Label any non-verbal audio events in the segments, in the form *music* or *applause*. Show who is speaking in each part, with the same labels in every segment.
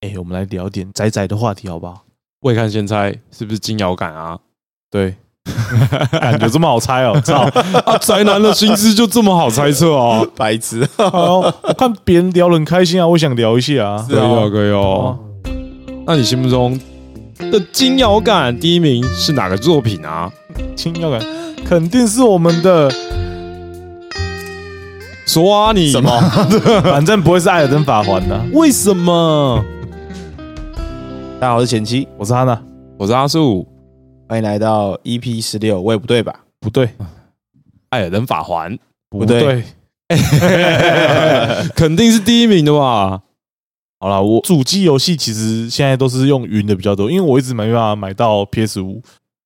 Speaker 1: 哎、我们来聊点宅宅的话题好不好？
Speaker 2: 未看先猜是不是金摇杆啊？
Speaker 1: 对，感觉这么好猜哦，操！ *laughs*
Speaker 2: 啊，宅男的心思就这么好猜测 *laughs* 哦？
Speaker 3: 白痴，
Speaker 1: *laughs* 哦我看别人聊得很开心啊，我想聊一下啊。
Speaker 3: 是
Speaker 2: 可以哦，可以哦。那你心目中的金摇杆第一名是哪个作品啊？
Speaker 1: 轻要感肯定是我们的，
Speaker 2: 说啊你，
Speaker 3: 什么？
Speaker 1: 反正不会是艾尔登法环的、
Speaker 2: 为什么？
Speaker 3: *laughs* 大家好，我是前妻，
Speaker 1: 我是他呢，
Speaker 2: 我是阿树，
Speaker 3: 欢迎来到 EP 十六，我也不对吧？
Speaker 1: 不对，
Speaker 2: 艾尔登法环， *laughs*
Speaker 1: 不
Speaker 3: 对
Speaker 1: 对。
Speaker 2: 肯定是第一名的吧？
Speaker 1: 好啦，我主机游戏其实现在都是用云的比较多，因为我一直没办法买到 PS 五。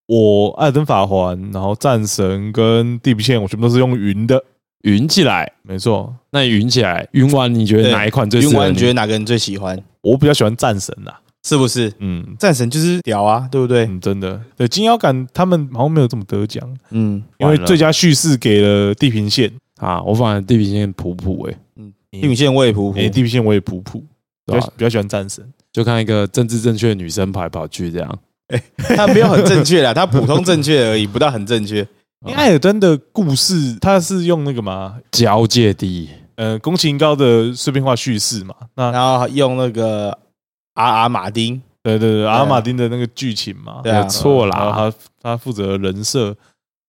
Speaker 1: 我艾尔登法环，然后战神跟地平线，我全部都是用云的。
Speaker 2: 云起来，
Speaker 1: 没错，
Speaker 2: 那你云起来，云完你觉得
Speaker 3: 对
Speaker 2: 哪一款最适
Speaker 3: 云
Speaker 2: 合
Speaker 3: 完，你觉
Speaker 2: 你？
Speaker 3: 得哪个人最喜欢？
Speaker 1: 我比较喜欢战神啦。
Speaker 3: 是不是
Speaker 1: 嗯
Speaker 3: 战神就是屌啊，对不对？
Speaker 1: 嗯，真的，对金腰杆他们好像没有这么得奖，
Speaker 3: 嗯，
Speaker 1: 因为
Speaker 2: 完了
Speaker 1: 最佳叙事给了地平线，
Speaker 2: 啊，我反正地平线普普哎，
Speaker 3: 地平嗯线我也普普
Speaker 1: 诶，，地平线我也普普，比
Speaker 2: 哦对啊
Speaker 1: 较
Speaker 2: 吧？
Speaker 1: 比较喜欢战神。
Speaker 2: 就看一个政治正确的女生跑来跑去这样。
Speaker 3: *laughs* 他没有很正确啦，他普通正确而已，不到很正
Speaker 1: *laughs*
Speaker 3: 确。
Speaker 2: 哦
Speaker 1: 因为艾尔登的故事，它是用那个嘛，
Speaker 2: 啊交界地，
Speaker 1: 呃，宫崎英高的碎片化叙事嘛，那
Speaker 3: 然后用那个 R R 马丁，
Speaker 1: 对对对，阿马丁的那个剧情嘛，
Speaker 3: 对啊
Speaker 2: 没啊错啦
Speaker 1: 然后他他负责人设。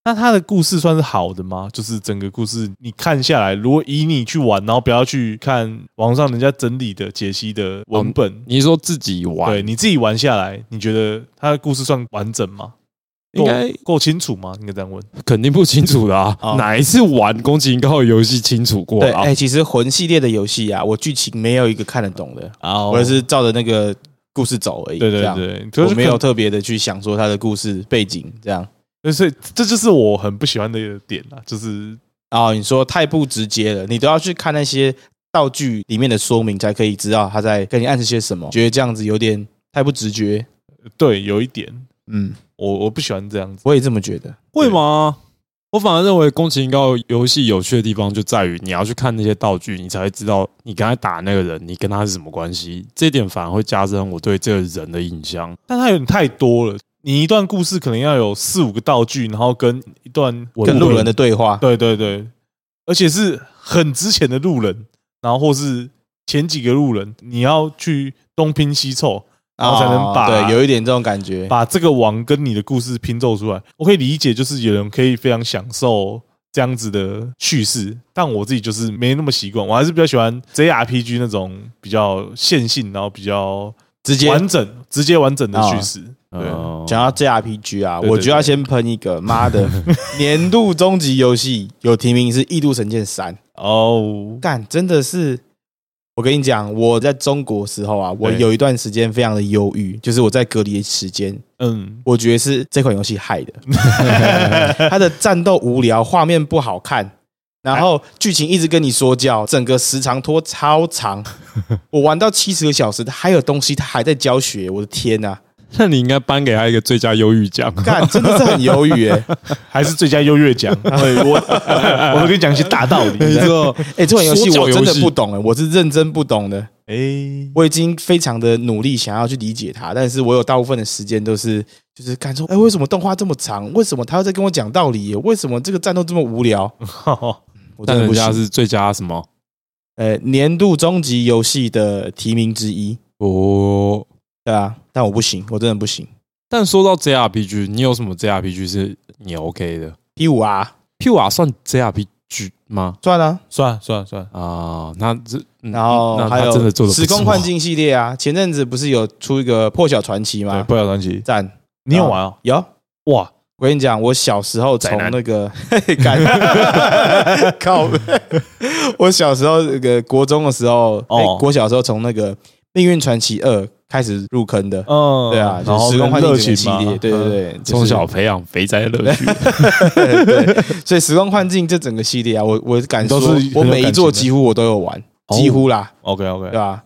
Speaker 1: 那他的故事算是好的吗？就是整个故事你看下来，如果以你去玩，然后不要去看网上人家整理的解析的文本，
Speaker 2: 你是说自己嗯玩
Speaker 1: 对，你自己玩下来，你觉得他的故事算完整吗？够
Speaker 2: 应该
Speaker 1: 够清楚吗？应该这样问。
Speaker 2: 肯定不清楚的啊，
Speaker 3: 哦
Speaker 2: 哪一次玩宫崎英高的游戏清楚过
Speaker 3: 对，
Speaker 2: 啊
Speaker 3: 哎、？其实魂系列的游戏啊，我剧情没有一个看得懂的，
Speaker 1: 啊
Speaker 3: 我也是照着那个故事走而已。
Speaker 1: 对对
Speaker 3: 这样，
Speaker 1: 对，可
Speaker 3: 我
Speaker 1: 是
Speaker 3: 没有，特别的去想说他的故事背景这样。
Speaker 1: 所以这就是我很不喜欢的点啊，就是
Speaker 3: 哦，你说太不直接了，你都要去看那些道具里面的说明，才可以知道他在跟你暗示些什么。觉得这样子有点太不直觉。
Speaker 1: 对有一点，
Speaker 3: 嗯，
Speaker 1: 我我不喜欢这样子。
Speaker 3: 我也这么觉得。
Speaker 2: 会吗？我反而认为宫崎英高游戏有趣的地方就在于你要去看那些道具，你才会知道你刚才打那个人，你跟他是什么关系。这一点反而会加深我对这个人的印象。
Speaker 1: 但它有点太多了，你一段故事可能要有四五个道具，然后跟一段文
Speaker 3: 跟路人的，对话，
Speaker 1: 对对对，而且是很之前的路人，然后或是前几个路人，你要去东拼西凑，然后才能把
Speaker 3: 啊对，有一点这种感觉。
Speaker 1: 把这个王跟你的故事拼凑出来。我可以理解，就是有人可以非常享受这样子的叙事，但我自己就是没那么习惯，我还是比较喜欢 JRPG 那种比较线性，然后比较
Speaker 3: 直接
Speaker 1: 完整、直接完整的叙事。对啊，
Speaker 2: 嗯
Speaker 3: 讲到 JRPG 啊，
Speaker 1: 对对
Speaker 3: 我就要
Speaker 1: 对
Speaker 3: 先喷一个，妈的， *laughs* 年度终极游戏有提名是《异度神剑三》，
Speaker 1: 哦，
Speaker 3: 干真的是，我跟你讲，我在中国时候啊，我
Speaker 1: 对
Speaker 3: 有一段时间非常的忧郁，就是我在隔离的时间，
Speaker 1: 嗯，
Speaker 3: 我觉得是这款游戏害的， *laughs* 它的战斗无聊，画面不好看，然后剧情一直跟你说教，整个时长拖超长，我玩到七十个小时，还有东西它还在教学，我的天呐、
Speaker 2: 那你应该颁给他一个最佳忧郁奖。
Speaker 3: 干真的是很忧郁哎、
Speaker 1: 还是最佳优越
Speaker 3: *laughs*
Speaker 1: 奖。对我我都跟你讲一些大道理。
Speaker 3: 没错，哎，这款游戏
Speaker 2: 说教
Speaker 3: 我真
Speaker 2: 游
Speaker 3: 的
Speaker 2: 戏
Speaker 3: 不懂哎，我是认真不懂的。
Speaker 1: 哎，
Speaker 3: 我已经非常的努力想要去理解它，但是我有大部分的时间都是就是感受，哎，为什么动画这么长？为什么他要在跟我讲道理？为什么这个战斗这么
Speaker 2: *laughs*
Speaker 3: 无聊？我真
Speaker 2: 但
Speaker 3: 的
Speaker 2: 人
Speaker 3: 不
Speaker 2: 家
Speaker 3: 行。
Speaker 2: 是最佳什么？
Speaker 3: 呃，年度终极游戏的提名之一，
Speaker 2: 哦，
Speaker 3: 对啊，但我不行，我真的不行。
Speaker 2: 但说到 JRPG，你有什么 JRPG 是你 OK 的
Speaker 3: P 五 R
Speaker 2: p u r 算 JRPG 吗？
Speaker 3: 算了，
Speaker 1: *laughs* 算了算了算了，
Speaker 2: 啊，那这嗯
Speaker 3: 然后
Speaker 2: 那
Speaker 3: 还
Speaker 2: 他
Speaker 3: 有
Speaker 2: 真的做的
Speaker 3: 时空幻境系列啊，前阵子不是有出一个破晓传奇
Speaker 1: 对，
Speaker 3: 吗？
Speaker 1: 不了传奇，
Speaker 3: 赞，
Speaker 1: 你有玩哦？
Speaker 3: 有，
Speaker 1: 哇，
Speaker 3: 我跟你讲，我小时候从
Speaker 2: 宅男
Speaker 3: 那个干 *laughs*
Speaker 1: *laughs*
Speaker 3: 靠背， *laughs* 我小时候那个国中的时候，
Speaker 1: 哦
Speaker 3: 哎，国小的时候从那个《命运传奇二》开始入坑的。
Speaker 1: 嗯，
Speaker 3: 对啊，
Speaker 1: 然
Speaker 3: 就
Speaker 1: 后
Speaker 3: 是时空幻
Speaker 1: 热
Speaker 3: 境
Speaker 1: 情
Speaker 3: 系
Speaker 1: 嘛嗯
Speaker 3: 列，对对，对，就是
Speaker 2: 从小培养肥宅的乐趣。
Speaker 3: 对，所以时空幻境这整个系列啊，我我敢说
Speaker 1: 都是很，有
Speaker 3: 我每一
Speaker 1: 感情
Speaker 3: 座
Speaker 1: 的
Speaker 3: 几乎我都有玩，
Speaker 1: 哦
Speaker 3: 几乎啦，
Speaker 1: OK
Speaker 3: 对
Speaker 1: OK，
Speaker 3: 吧？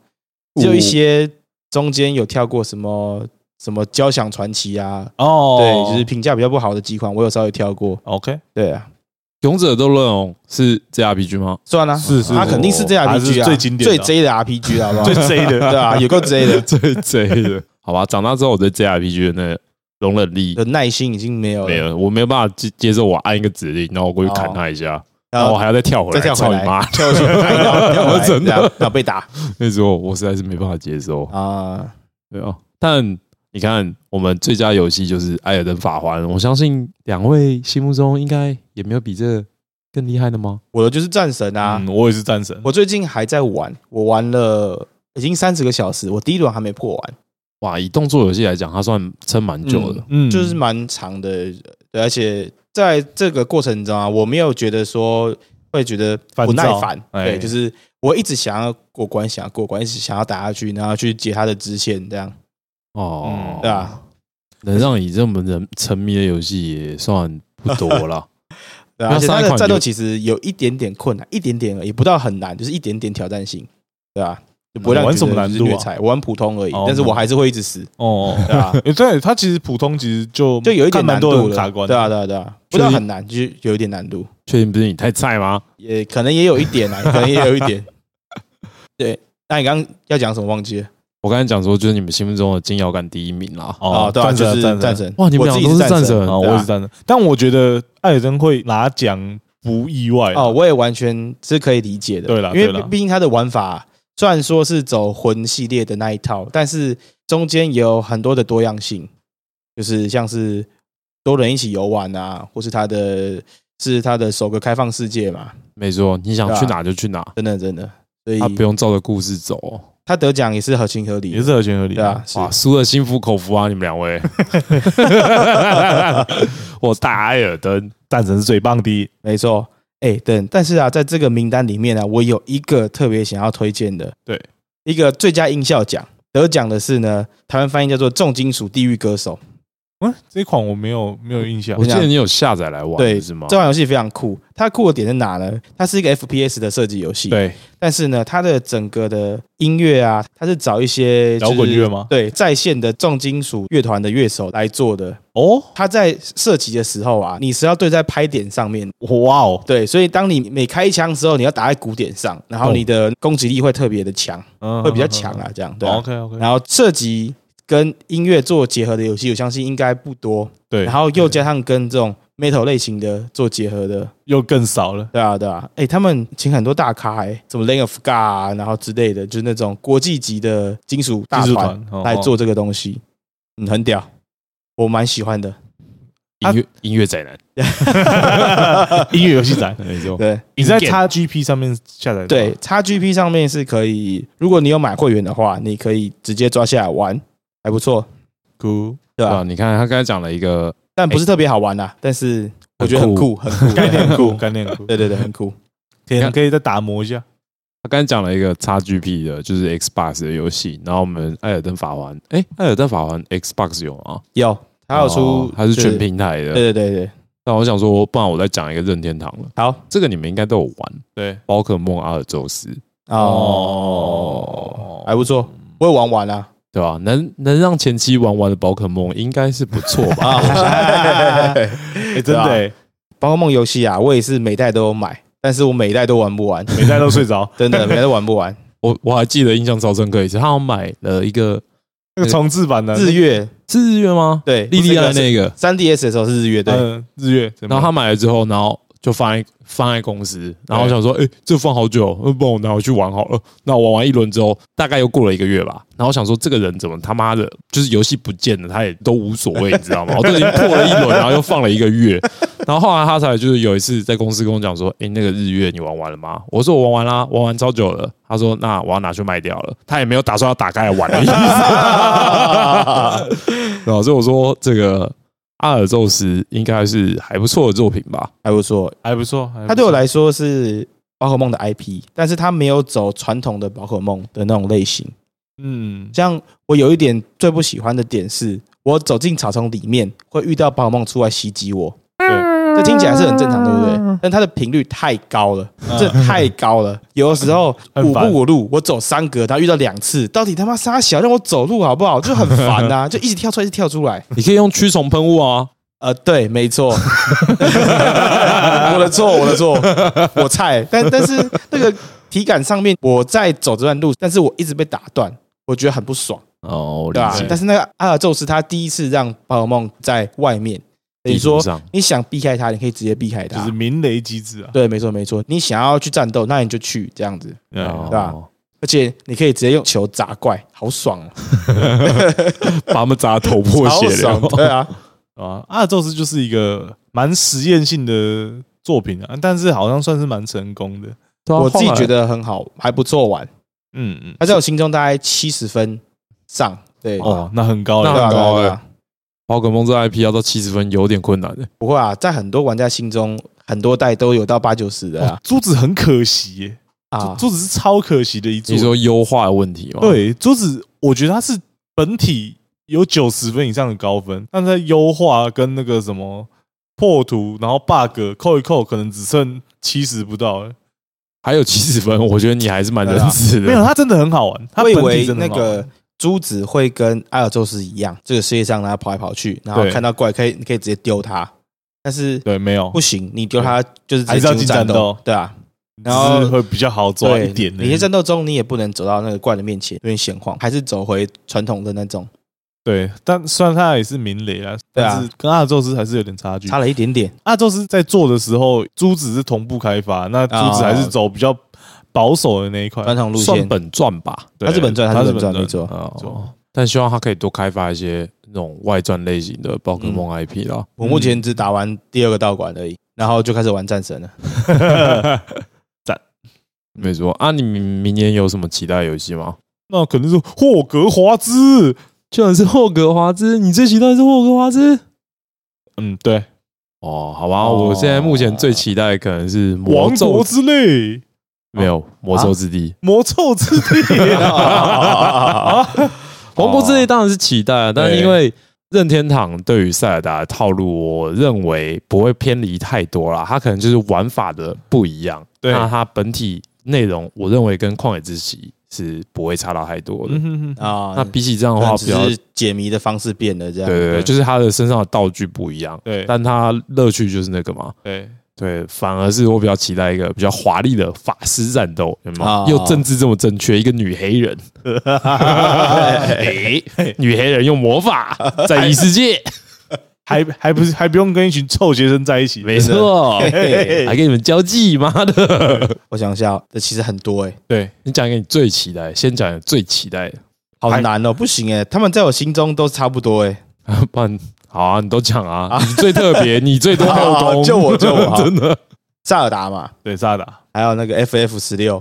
Speaker 3: 只有一些中间有跳过什么什么交响传奇啊，
Speaker 1: 哦，
Speaker 3: 对，就是评价比较不好的几款，我有稍微跳过，
Speaker 1: OK。 *laughs*
Speaker 3: 对啊，
Speaker 2: *laughs* 勇者斗恶龙是 JRPG *laughs* 吗？
Speaker 3: 算了，
Speaker 1: 是是
Speaker 3: 他肯定是这
Speaker 1: 还是
Speaker 3: RPG 啊，
Speaker 1: 最经典的
Speaker 3: 最 J 的 RPG 了，好不好？
Speaker 1: 最 J 的，
Speaker 3: *laughs* 对啊，有够 J 的，
Speaker 2: 最 J 的， *laughs* 好吧。长大之后，我对 JRPG 的那个容忍力
Speaker 3: 的耐心已经没有了，
Speaker 2: 没有，我没有办法接接受我按一个指令，然后我过去砍他一下，然
Speaker 3: 然
Speaker 2: 后我
Speaker 3: 后
Speaker 2: 还哦要再跳回
Speaker 3: 再
Speaker 2: 来，
Speaker 3: 跳
Speaker 2: 操
Speaker 3: 回
Speaker 2: 你
Speaker 3: 来
Speaker 2: 妈！
Speaker 3: 跳去，我
Speaker 2: 真的
Speaker 3: 要被打
Speaker 2: 那时候我实在是没办法接受，
Speaker 3: 啊！
Speaker 2: 对啊。但你看，我们最佳游戏就是《艾尔登法环》，我相信两位心目中应该也没有比这更厉害的吗？
Speaker 3: 我的就是战神啊
Speaker 1: 嗯，，我也是战神。
Speaker 3: 我最近还在玩，我玩了已经三十个小时，我第一轮还没破完，
Speaker 2: 哇，以动作游戏来讲，它算撑蛮久的。
Speaker 1: 嗯，
Speaker 3: 就是蛮长的，对，而且在这个过程中啊，我没有觉得说会觉得不耐
Speaker 1: 烦
Speaker 3: 烦
Speaker 1: 躁，哎
Speaker 3: 对，就是我一直想要过关，想要过关，一直想要打下去，然后去解他的支线，这样
Speaker 2: 哦，
Speaker 3: 对啊吧？
Speaker 2: 能让你这么人沉迷的游戏也算不多
Speaker 3: *laughs*
Speaker 2: 了。
Speaker 3: 对
Speaker 2: 那
Speaker 3: 啊，而且
Speaker 2: 上
Speaker 3: 他
Speaker 2: 一
Speaker 3: 的
Speaker 2: 款
Speaker 3: 战斗
Speaker 2: 就
Speaker 3: 其实有一点点困难，一点点而已，也不到很难，就是一点点挑战性，对吧？就不会让你
Speaker 1: 玩
Speaker 3: 觉
Speaker 1: 什么
Speaker 3: 得
Speaker 1: 难
Speaker 3: 就是
Speaker 1: 度啊
Speaker 3: 虐菜我玩普通而已
Speaker 1: 哦，
Speaker 3: 但是我还是会一
Speaker 1: *laughs*
Speaker 3: 直死，
Speaker 1: 哦，
Speaker 3: 对吧？
Speaker 1: 诶对，它其实普通其实就
Speaker 3: 就有一
Speaker 1: 看
Speaker 3: 点
Speaker 1: 蛮
Speaker 3: 难
Speaker 1: 多
Speaker 3: 度
Speaker 1: 人
Speaker 3: 了，
Speaker 1: 卡关的，
Speaker 3: 对啊，对啊，对啊，不
Speaker 2: 所以
Speaker 3: 到很难，就是有一点难度，
Speaker 2: 确定不是你太菜吗？
Speaker 3: 也可能也有一
Speaker 1: *laughs*
Speaker 3: 点啊，可能也有一点。对，那你刚刚要讲什么忘记了？
Speaker 2: 我刚才讲说，就是你们心目中的金摇杆第一名啦。
Speaker 3: 哦，对啊，
Speaker 1: 战
Speaker 3: 就
Speaker 1: 神
Speaker 3: 是
Speaker 1: 战
Speaker 3: 战
Speaker 1: 神
Speaker 3: 神。
Speaker 2: 哇你们
Speaker 3: 我自
Speaker 2: 俩
Speaker 3: 己
Speaker 2: 都是
Speaker 3: 战
Speaker 2: 战神
Speaker 1: 啊，
Speaker 3: 对
Speaker 1: 我
Speaker 3: 啊
Speaker 1: 也是战神，但我觉得艾尔登会拿奖不意外
Speaker 3: 哦，
Speaker 1: 哦，
Speaker 3: 我也完全是可以理解的。
Speaker 1: 对啦
Speaker 3: 因为
Speaker 1: 对啦
Speaker 3: 毕毕竟它的玩法虽然说是走魂系列的那一套，但是中间也有很多的多样性，就是像是多人一起游玩啊，或是它的是它的首个开放世界嘛，
Speaker 2: 没错，你想
Speaker 3: 啊
Speaker 2: 去哪就去哪，
Speaker 3: 真的真的，所以
Speaker 2: 他不用照着故事走哦。
Speaker 3: 他得奖也是合情合
Speaker 1: 啊
Speaker 3: 理
Speaker 1: 也
Speaker 3: 的，
Speaker 1: 是合情合理
Speaker 3: 对啊，，是
Speaker 2: 哇，输的心服口服啊，你们两
Speaker 3: *laughs*
Speaker 2: 位！我大艾尔登，
Speaker 1: 战神是最棒的，
Speaker 3: 没错。哎，等，但是啊，在这个名单里面呢、啊，我有一个特别想要推荐的，
Speaker 1: 对，
Speaker 3: 一个最佳音效奖得奖的是呢，台湾翻译叫做《重金属地狱歌手》。
Speaker 1: 嗯，这一款我没有没有印象
Speaker 2: 我，记得你有下载来玩，
Speaker 3: 啊对，啊
Speaker 2: 是吗？
Speaker 1: 哦
Speaker 3: 这款游戏非常酷，它酷的点在哪呢？它是一个 FPS 的射击游戏，。
Speaker 1: 对，
Speaker 3: 但是呢，它的整个的音乐啊，它是找一些就是
Speaker 1: 摇滚乐吗
Speaker 3: 对，在线的重金属乐团的乐手来做的。
Speaker 1: 哦，
Speaker 3: 它在射击的时候啊，你是要对在拍点上面，
Speaker 1: 哇哦，
Speaker 3: 对，所以当你每开一枪之后，你要打在鼓点上，然后
Speaker 1: 哦
Speaker 3: 你的攻击力会特别的强，
Speaker 1: 嗯哦
Speaker 3: 会比较强啊，这样对啊、
Speaker 1: ，OK OK，
Speaker 3: 然后射击跟音乐做结合的游戏，我相信应该不多。
Speaker 1: 对，
Speaker 3: 然后又加上跟这种 metal 类型的做结合的，
Speaker 1: 又更少了，
Speaker 3: 对啊，对啊，哎、他们请很多大咖、哎，什么 Lane of God 啊，然后之类的，就是那种国际级的金属大
Speaker 1: 技术
Speaker 3: 团
Speaker 1: 团哦
Speaker 3: 来做这个东西，嗯，很屌，我蛮喜欢的。
Speaker 2: 音乐音乐宅男，
Speaker 1: *laughs* 音乐游戏
Speaker 3: *laughs*
Speaker 1: 展，
Speaker 2: 没错，
Speaker 3: 对
Speaker 1: 你在
Speaker 2: Game
Speaker 1: XGP 上面下载的吗
Speaker 3: 对，，XGP 上面是可以，如果你有买会员的话，你可以直接抓下来玩，还不错，
Speaker 1: ，Cool，
Speaker 3: 对
Speaker 2: 对
Speaker 3: 吧、
Speaker 2: 吧？啊你看他刚才讲了一个
Speaker 3: 但不是特别好玩啦、但是我觉得很酷，很酷，
Speaker 1: 概念酷，，概念酷，
Speaker 3: *laughs* 对对对，很酷。
Speaker 1: 可能可以再打磨一下，
Speaker 2: 他刚才讲了一个 XGP 的，就是 Xbox 的游戏，然后我们《艾尔登法环》，哎，《艾尔登法环》Xbox 有吗？
Speaker 3: 有，还有出
Speaker 2: 哦，它是
Speaker 3: 就
Speaker 2: 全平台的。
Speaker 3: 对对对对，
Speaker 2: 那我想说，不然我再讲一个任天堂了，
Speaker 3: 好
Speaker 2: 这个你们应该都有玩，
Speaker 1: 对，
Speaker 2: 宝可梦阿尔宙斯，
Speaker 3: 哦，还不错，我也玩完啦、
Speaker 2: 对吧、能能让前期玩完的宝可梦应该是不错
Speaker 3: *laughs*
Speaker 2: 吧？
Speaker 1: *laughs*
Speaker 3: 啊，
Speaker 1: 哎，真的欸，
Speaker 3: 宝可梦游戏啊，我也是每代都有买，但是我每代都玩不完，
Speaker 1: 每代都睡
Speaker 3: *laughs*
Speaker 1: 着，
Speaker 3: 真的每代都玩不完。
Speaker 2: 我我还记得印象超深刻一次，他好像买了一个
Speaker 1: 那个重置版的
Speaker 3: 日月
Speaker 2: 是日月吗？
Speaker 3: 对，
Speaker 2: 莉莉安
Speaker 3: 那
Speaker 2: 那个，
Speaker 3: 三 DS 的时候是日月对，
Speaker 1: 嗯，日月，
Speaker 2: 然后他买了之后，然后就放在放在公司，然后我想说，哎、这放好久，呃不然我拿回去玩好了。那我玩完一轮之后，大概又过了一个月吧，然后我想说，这个人怎么他妈的，就是游戏不见了，他也都无所谓，你知道吗？我都已经破了一轮，然后又放了一个月，然后后来他才就是有一次在公司跟我讲说，哎、那个日月你玩完了吗？我说我玩完啦，玩完超久了。他说那我要拿去卖掉了，他也没有打算要打开来玩的意 *laughs* 思。然啊后所以我说这个阿尔宙斯应该是还不错的作品吧？
Speaker 3: *laughs* 还不错。
Speaker 1: 还不错，还不错
Speaker 3: 它对我来说是宝可梦的 IP，但是它没有走传统的宝可梦的那种类型。
Speaker 1: 嗯，
Speaker 3: 像我有一点最不喜欢的点是，我走进草丛里面会遇到宝可梦出来袭击我。
Speaker 1: 对
Speaker 3: 这听起来是很正常，对不对？但它的频率太高了，这太高了。有的时候
Speaker 1: 很
Speaker 3: 五
Speaker 1: 烦
Speaker 3: 步五路，我走三格，然后遇到两次，到底他妈啊啥小让我走路好不好？就很烦呐、就一直跳出来，一直跳出来。
Speaker 2: 你可以用驱虫喷雾啊，
Speaker 3: 呃，对，没错， *laughs* 我的错，我的错，我菜。但但是那个体感上面，我在走这段路，但是我一直被打断，我觉得很不爽，
Speaker 4: 哦，我理
Speaker 3: 对
Speaker 2: 啊
Speaker 3: 吧、
Speaker 4: 解。
Speaker 3: 但是那个阿尔宙斯他第一次让宝可梦在外面，等于
Speaker 2: 地图
Speaker 3: 说
Speaker 2: 上
Speaker 3: 你想避开他，你可以直接避开
Speaker 1: 就
Speaker 3: 他
Speaker 1: 是。鸣雷机制啊，
Speaker 3: 对，没错没错，你想要去战斗，那你就去这样子，
Speaker 1: 嗯
Speaker 2: 哦
Speaker 3: 对吧而且你可以直接用球砸怪，好爽哦，
Speaker 2: 把他们砸得头破
Speaker 3: 好
Speaker 2: 血
Speaker 1: *laughs*
Speaker 3: 爽，
Speaker 2: 流。
Speaker 3: 对啊，
Speaker 1: 啊，阿尔宙斯就是一个蛮实验性的作品啊，但是好像算是蛮成功的。
Speaker 2: 对啊
Speaker 3: 我自己
Speaker 2: 后来
Speaker 3: 觉得很好，还不错玩。
Speaker 1: 嗯嗯，
Speaker 3: 他在我心中大概七十分上，对，
Speaker 1: 哦，那很高了
Speaker 3: 对
Speaker 2: 那
Speaker 3: 啊，
Speaker 2: 很
Speaker 3: 对啊
Speaker 2: 高
Speaker 3: 对啊
Speaker 2: 欸宝可梦这 IP 要到七十分有点困难的，
Speaker 3: 不会啊，在很多玩家心中，很多代都有到八九十的
Speaker 1: 哇
Speaker 3: 啊
Speaker 1: 珠子很可惜耶，
Speaker 3: 啊，
Speaker 1: 珠子是超可惜的一
Speaker 2: 你
Speaker 1: 座。
Speaker 2: 说优化的问题吗？，
Speaker 1: 对，珠子我觉得它是本体有九十分以上的高分，但在优化跟那个什么破图，然后 bug 扣一扣，可能只剩七十不到欸
Speaker 3: 啊
Speaker 1: 了。
Speaker 2: 还有七十分，我觉得你还是蛮仁慈的。
Speaker 1: 没有，啊它真的很好玩，它
Speaker 3: 我
Speaker 1: 本
Speaker 3: 以
Speaker 1: 体
Speaker 3: 为
Speaker 1: 真的
Speaker 3: 那
Speaker 1: 很好玩
Speaker 3: 个珠子会跟阿尔宙斯一样，这个世界上呢跑来跑去，然后
Speaker 1: 对
Speaker 3: 看到怪可以你可以直接丢它，但是
Speaker 1: 对没有
Speaker 3: 不，行，你丢它就是直
Speaker 1: 还是
Speaker 3: 接
Speaker 1: 要哦
Speaker 3: 进入
Speaker 1: 进
Speaker 3: 战
Speaker 1: 战
Speaker 3: 斗
Speaker 1: 斗，
Speaker 3: 对啊，然
Speaker 1: 只
Speaker 3: 后
Speaker 1: 是。会比较好抓
Speaker 3: 对
Speaker 1: 一点，而
Speaker 3: 你
Speaker 1: 已
Speaker 3: 在战斗中，你也不能走到那个怪的面前，有点闲晃，还是走回传统的那种，
Speaker 1: 对，但虽然它也是鸣雷啊，
Speaker 3: 对啊
Speaker 1: 但是跟阿尔宙斯还是有点差距。
Speaker 3: 差了一点点。
Speaker 1: 阿宙斯在做的时候，珠子是同步开发，那珠子还是走比较保守的那一块。
Speaker 3: 哦传统路
Speaker 2: 算
Speaker 3: 线，
Speaker 2: 本传吧，
Speaker 3: 它是本传，它
Speaker 1: 它
Speaker 3: 是
Speaker 1: 是
Speaker 3: 本传，
Speaker 1: 本
Speaker 3: 没错。
Speaker 2: 哦，但希望他可以多开发一些那种外传类型的宝可梦 IP 啦。
Speaker 3: 我目前只打完第二个道馆而已，然后就开始玩战神了。
Speaker 2: 没错啊，你明明年有什么期待游戏吗？
Speaker 1: 那可能是霍格华兹，
Speaker 2: 居然是霍格华兹，你最期待是霍格华兹？
Speaker 1: 嗯，对，
Speaker 2: 哦，好吧，
Speaker 3: 哦
Speaker 2: 我现在目前最期待的可能是魔
Speaker 1: 王
Speaker 2: 咒
Speaker 1: 国，之泪，
Speaker 2: 没有魔咒之地。
Speaker 1: 魔咒之
Speaker 3: *laughs*
Speaker 1: 地啊，
Speaker 2: 王国之泪当然是期待啊，但是因为任天堂对于塞尔达的套路，我认为不会偏离太多啦。它可能就是玩法的不一样，
Speaker 1: 对
Speaker 2: 那它本体内容，我认为跟旷野之息是不会差到太多的。
Speaker 1: 嗯哼哼
Speaker 3: 啊，
Speaker 2: 那比起这样的
Speaker 3: 可能
Speaker 2: 话，
Speaker 3: 只
Speaker 2: 比较对
Speaker 3: 是解谜的方式变了这样。
Speaker 2: 对对，
Speaker 1: 对
Speaker 2: 就是它的身上的道具不一样，
Speaker 1: 对
Speaker 2: 但它乐趣就是那个嘛。
Speaker 1: *laughs*
Speaker 3: 嗯
Speaker 1: 对，
Speaker 2: 对，反而是我比较期待一个比较华丽的法师战斗，有没
Speaker 3: 啊
Speaker 2: 有？又政治这么正确，一个女黑人，哎，女黑人用魔法在异世界，
Speaker 1: 还还不是还不用跟一群臭学生在一起，
Speaker 2: 没错，
Speaker 3: 嘿嘿嘿
Speaker 2: 还跟你们交际，妈的！
Speaker 3: 我想一下哦，这其实很多哎，
Speaker 1: 对，
Speaker 2: 你讲一个你最期待，先讲一个最期待 *laughs* 的，
Speaker 3: 好难哦，不行哎，他们在我心中都差不多哎。
Speaker 2: 不然好啊，你都讲啊，你最特别，你最多哦后
Speaker 3: 好好
Speaker 2: 宫，
Speaker 3: 就我就我好
Speaker 2: 真的
Speaker 3: 塞尔达嘛，
Speaker 1: 对，萨达
Speaker 3: 还有那个 FF 十六，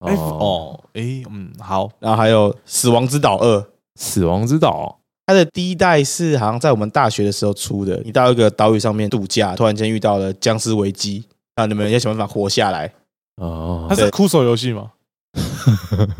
Speaker 1: F，哦，哎，嗯，好，
Speaker 3: 然后还有死亡之岛二。
Speaker 2: 死亡之岛，
Speaker 3: 它的第一代是好像在我们大学的时候出的，你到一个岛屿上面度假，突然间遇到了僵尸危机，那你们要想办法活下来。
Speaker 2: 哦
Speaker 1: 它，是酷手游戏
Speaker 3: *laughs*
Speaker 1: 吗？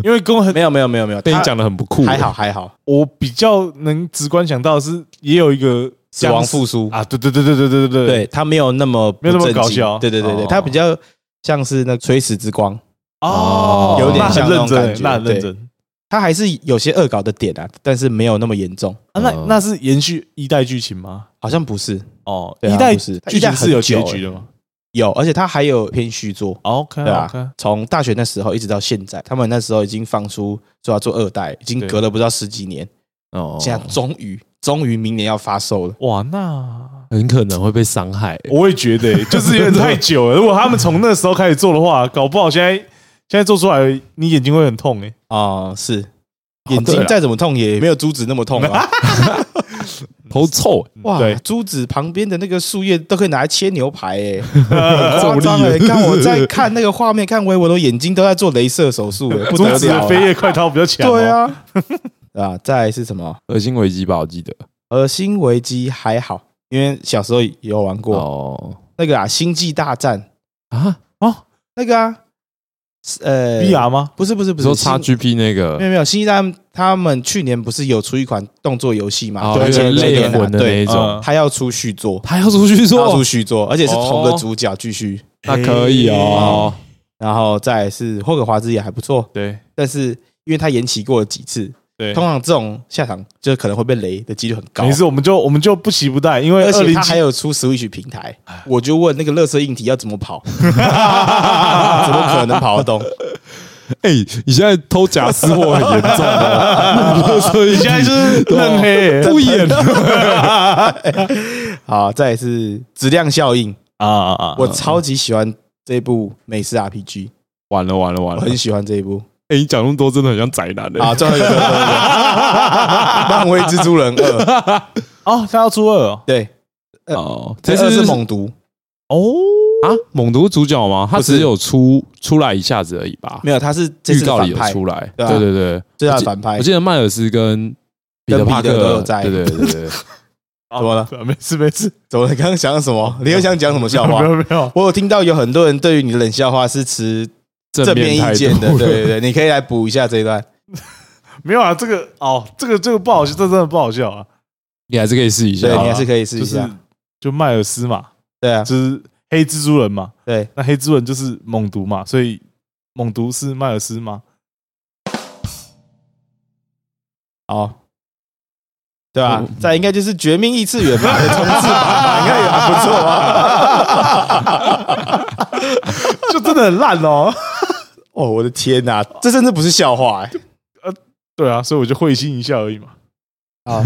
Speaker 1: 因为跟我很
Speaker 3: 没有没有没有没有，
Speaker 2: 被你
Speaker 3: 它
Speaker 2: 讲的很不酷，
Speaker 3: 还好还好，
Speaker 1: 我比较能直观想到的是，也有一个
Speaker 3: 死亡复苏
Speaker 1: 啊，对对对对对对对
Speaker 3: 对它没有那么不
Speaker 1: 没有那么
Speaker 3: 正经
Speaker 1: 搞笑
Speaker 3: 对对对对，
Speaker 2: 哦
Speaker 3: 它比较像是那垂死之光。
Speaker 1: 哦，
Speaker 3: 有点
Speaker 1: 那
Speaker 3: 像
Speaker 1: 很
Speaker 3: 那种
Speaker 1: 认
Speaker 3: 感
Speaker 1: 真，
Speaker 3: 觉
Speaker 1: 那很认真
Speaker 3: 它还是有些恶搞的点啊，但是没有那么严重，
Speaker 1: 啊，那
Speaker 2: 嗯
Speaker 1: 那是延续一代剧情吗？
Speaker 3: 好像不是
Speaker 1: 哦，
Speaker 3: 对啊
Speaker 1: 一代
Speaker 3: 不是
Speaker 1: 剧情是有结局的吗哦
Speaker 3: 有，而且它还有偏续作，
Speaker 1: ？OK
Speaker 3: 对啊
Speaker 1: 嗯 OK，
Speaker 3: 从大学那时候一直到现在，他们那时候已经放出说要做二代，已经
Speaker 1: 对
Speaker 3: 隔了不知道十几年，
Speaker 2: 哦，
Speaker 3: 现在终于终于明年要发售了。
Speaker 1: 哇，那
Speaker 2: 很可能会被伤害。
Speaker 1: 我也觉得
Speaker 3: *laughs*
Speaker 1: 欸就是有点太久了。如果他们从那时候开始做的话，搞不好现在现在做出来，你眼睛会很痛
Speaker 3: *laughs*
Speaker 1: 哎。
Speaker 3: 哦，是，
Speaker 2: 哦
Speaker 3: 眼
Speaker 2: 对
Speaker 3: 睛
Speaker 2: 啦
Speaker 3: 再怎么痛也没有珠子那么痛啊！
Speaker 2: 头臭、欸，
Speaker 3: 哇，
Speaker 1: 对
Speaker 3: 珠子旁边的那个树叶都可以拿来切牛排诶，很夸张哎！看我在看那个画面，看维我的眼睛都在做镭射手术欸，不
Speaker 1: 阻
Speaker 3: 得
Speaker 1: 止
Speaker 3: 了
Speaker 1: 的
Speaker 3: 啊！
Speaker 1: 飞叶哦快刀比较强，
Speaker 3: 对，啊， *laughs* 啊，再来是什么？
Speaker 2: 恶心危机吧，我记得。
Speaker 3: 恶心危机还好，因为小时候也有玩过
Speaker 2: 哦
Speaker 3: 那个啊，《星际大战》
Speaker 2: 啊，
Speaker 3: 那个啊，是呃
Speaker 1: VR 吗？
Speaker 3: 不是不是
Speaker 2: 比
Speaker 3: 不
Speaker 2: 如说
Speaker 3: 是
Speaker 2: 叉
Speaker 3: 星
Speaker 2: GP 那
Speaker 3: 没
Speaker 2: 个，
Speaker 3: 有没有，星际大战他们去年不是有出一款动作游戏嘛？
Speaker 2: 哦，
Speaker 3: 而
Speaker 2: 有
Speaker 3: 且
Speaker 2: 点
Speaker 3: 那
Speaker 2: 类
Speaker 3: 年啊
Speaker 2: 魂的那
Speaker 3: 对
Speaker 2: 一种
Speaker 1: 嗯，
Speaker 3: 他要出续作，
Speaker 2: 他要出去
Speaker 3: 他要
Speaker 2: 做
Speaker 3: 出，续作，而且是同个主角继续。
Speaker 2: 那可以哦。
Speaker 3: 然后再来是霍格华兹也还不错，
Speaker 1: 对，
Speaker 3: 但是因为他延期过了几次，
Speaker 1: 对
Speaker 3: 通，常这种下场就可能会被雷的几率很高。
Speaker 1: 没事，我们就我们就不期不待，因为
Speaker 3: 而
Speaker 1: 二
Speaker 3: 且
Speaker 1: 零
Speaker 3: 他还
Speaker 1: 七
Speaker 3: 有出 Switch 平台，我就问那个乐色硬体要怎么跑，怎么可能跑得动？
Speaker 2: 哎、你现在偷假私货很严重哦，所以
Speaker 1: 你现在就是
Speaker 3: 啊
Speaker 1: 认黑欸
Speaker 3: *laughs*
Speaker 2: 不演了。
Speaker 3: 好，再来是质量效应，
Speaker 1: 啊啊啊！
Speaker 2: 嗯
Speaker 3: 我超级喜欢这部美式
Speaker 2: *laughs*
Speaker 3: RPG，
Speaker 2: 完了完了完
Speaker 3: 我
Speaker 2: 了！
Speaker 3: 很喜欢这一部
Speaker 2: 哎、你讲那么多，真的很像宅男的、
Speaker 3: 啊。最后一个，最
Speaker 2: *laughs*
Speaker 3: 后一个漫威蜘蛛人二，
Speaker 1: 哦，他要初二哦
Speaker 3: 对，
Speaker 2: 哦，
Speaker 3: 这
Speaker 2: 这
Speaker 3: 次
Speaker 2: 次
Speaker 3: 是猛毒，
Speaker 1: 哦，
Speaker 2: 啊，猛毒主角吗？他
Speaker 3: 不是
Speaker 2: 只有出出来一下子而已吧？
Speaker 3: 没有，他是这
Speaker 2: 预
Speaker 3: 次的
Speaker 2: 告里有
Speaker 3: 反派，
Speaker 2: 出来，
Speaker 3: 对
Speaker 2: 对
Speaker 3: 啊
Speaker 2: 对对，
Speaker 3: 最大
Speaker 2: 我记
Speaker 3: 的反派
Speaker 2: 我。记得迈尔斯跟彼得
Speaker 3: 跟彼得
Speaker 2: 帕克
Speaker 3: 都有在
Speaker 2: 对对对对，
Speaker 1: 怎
Speaker 3: 么了？
Speaker 1: 哦啊没事没事，
Speaker 3: 怎么了？刚刚想什么？你又想讲什么笑
Speaker 1: 没
Speaker 3: 话？
Speaker 1: 有没有，
Speaker 3: 我有听到有很多人对于你的冷笑话是持正面
Speaker 2: 态
Speaker 3: 意
Speaker 2: 度
Speaker 3: 见的，对对对，你可以来补一下这一段。
Speaker 1: 没有啊，这个哦，这个这个不好
Speaker 3: 嗯
Speaker 1: 笑，这真的不好笑啊，
Speaker 2: 你还是可以试一下
Speaker 3: 对，
Speaker 1: 啊
Speaker 3: 你
Speaker 2: 啊。
Speaker 3: 还是可以试
Speaker 1: 就
Speaker 3: 一下
Speaker 1: 是。就迈尔斯嘛，
Speaker 3: 对啊，
Speaker 1: 就是黑蜘蛛人嘛，
Speaker 3: 对，
Speaker 1: 那黑蜘蛛人就是猛毒嘛，所以猛毒是迈尔斯嘛，
Speaker 3: 好，对吧
Speaker 2: 嗯？
Speaker 3: 再应该就是《绝命异次元》 *laughs* 吧，重置版吧，应该也还不错啊。 *laughs*
Speaker 1: 就真的很烂哦。
Speaker 3: 哦，我的天哪，这甚至不是笑话哎！
Speaker 1: 对啊，所以我就会心一笑而已嘛。
Speaker 3: 啊，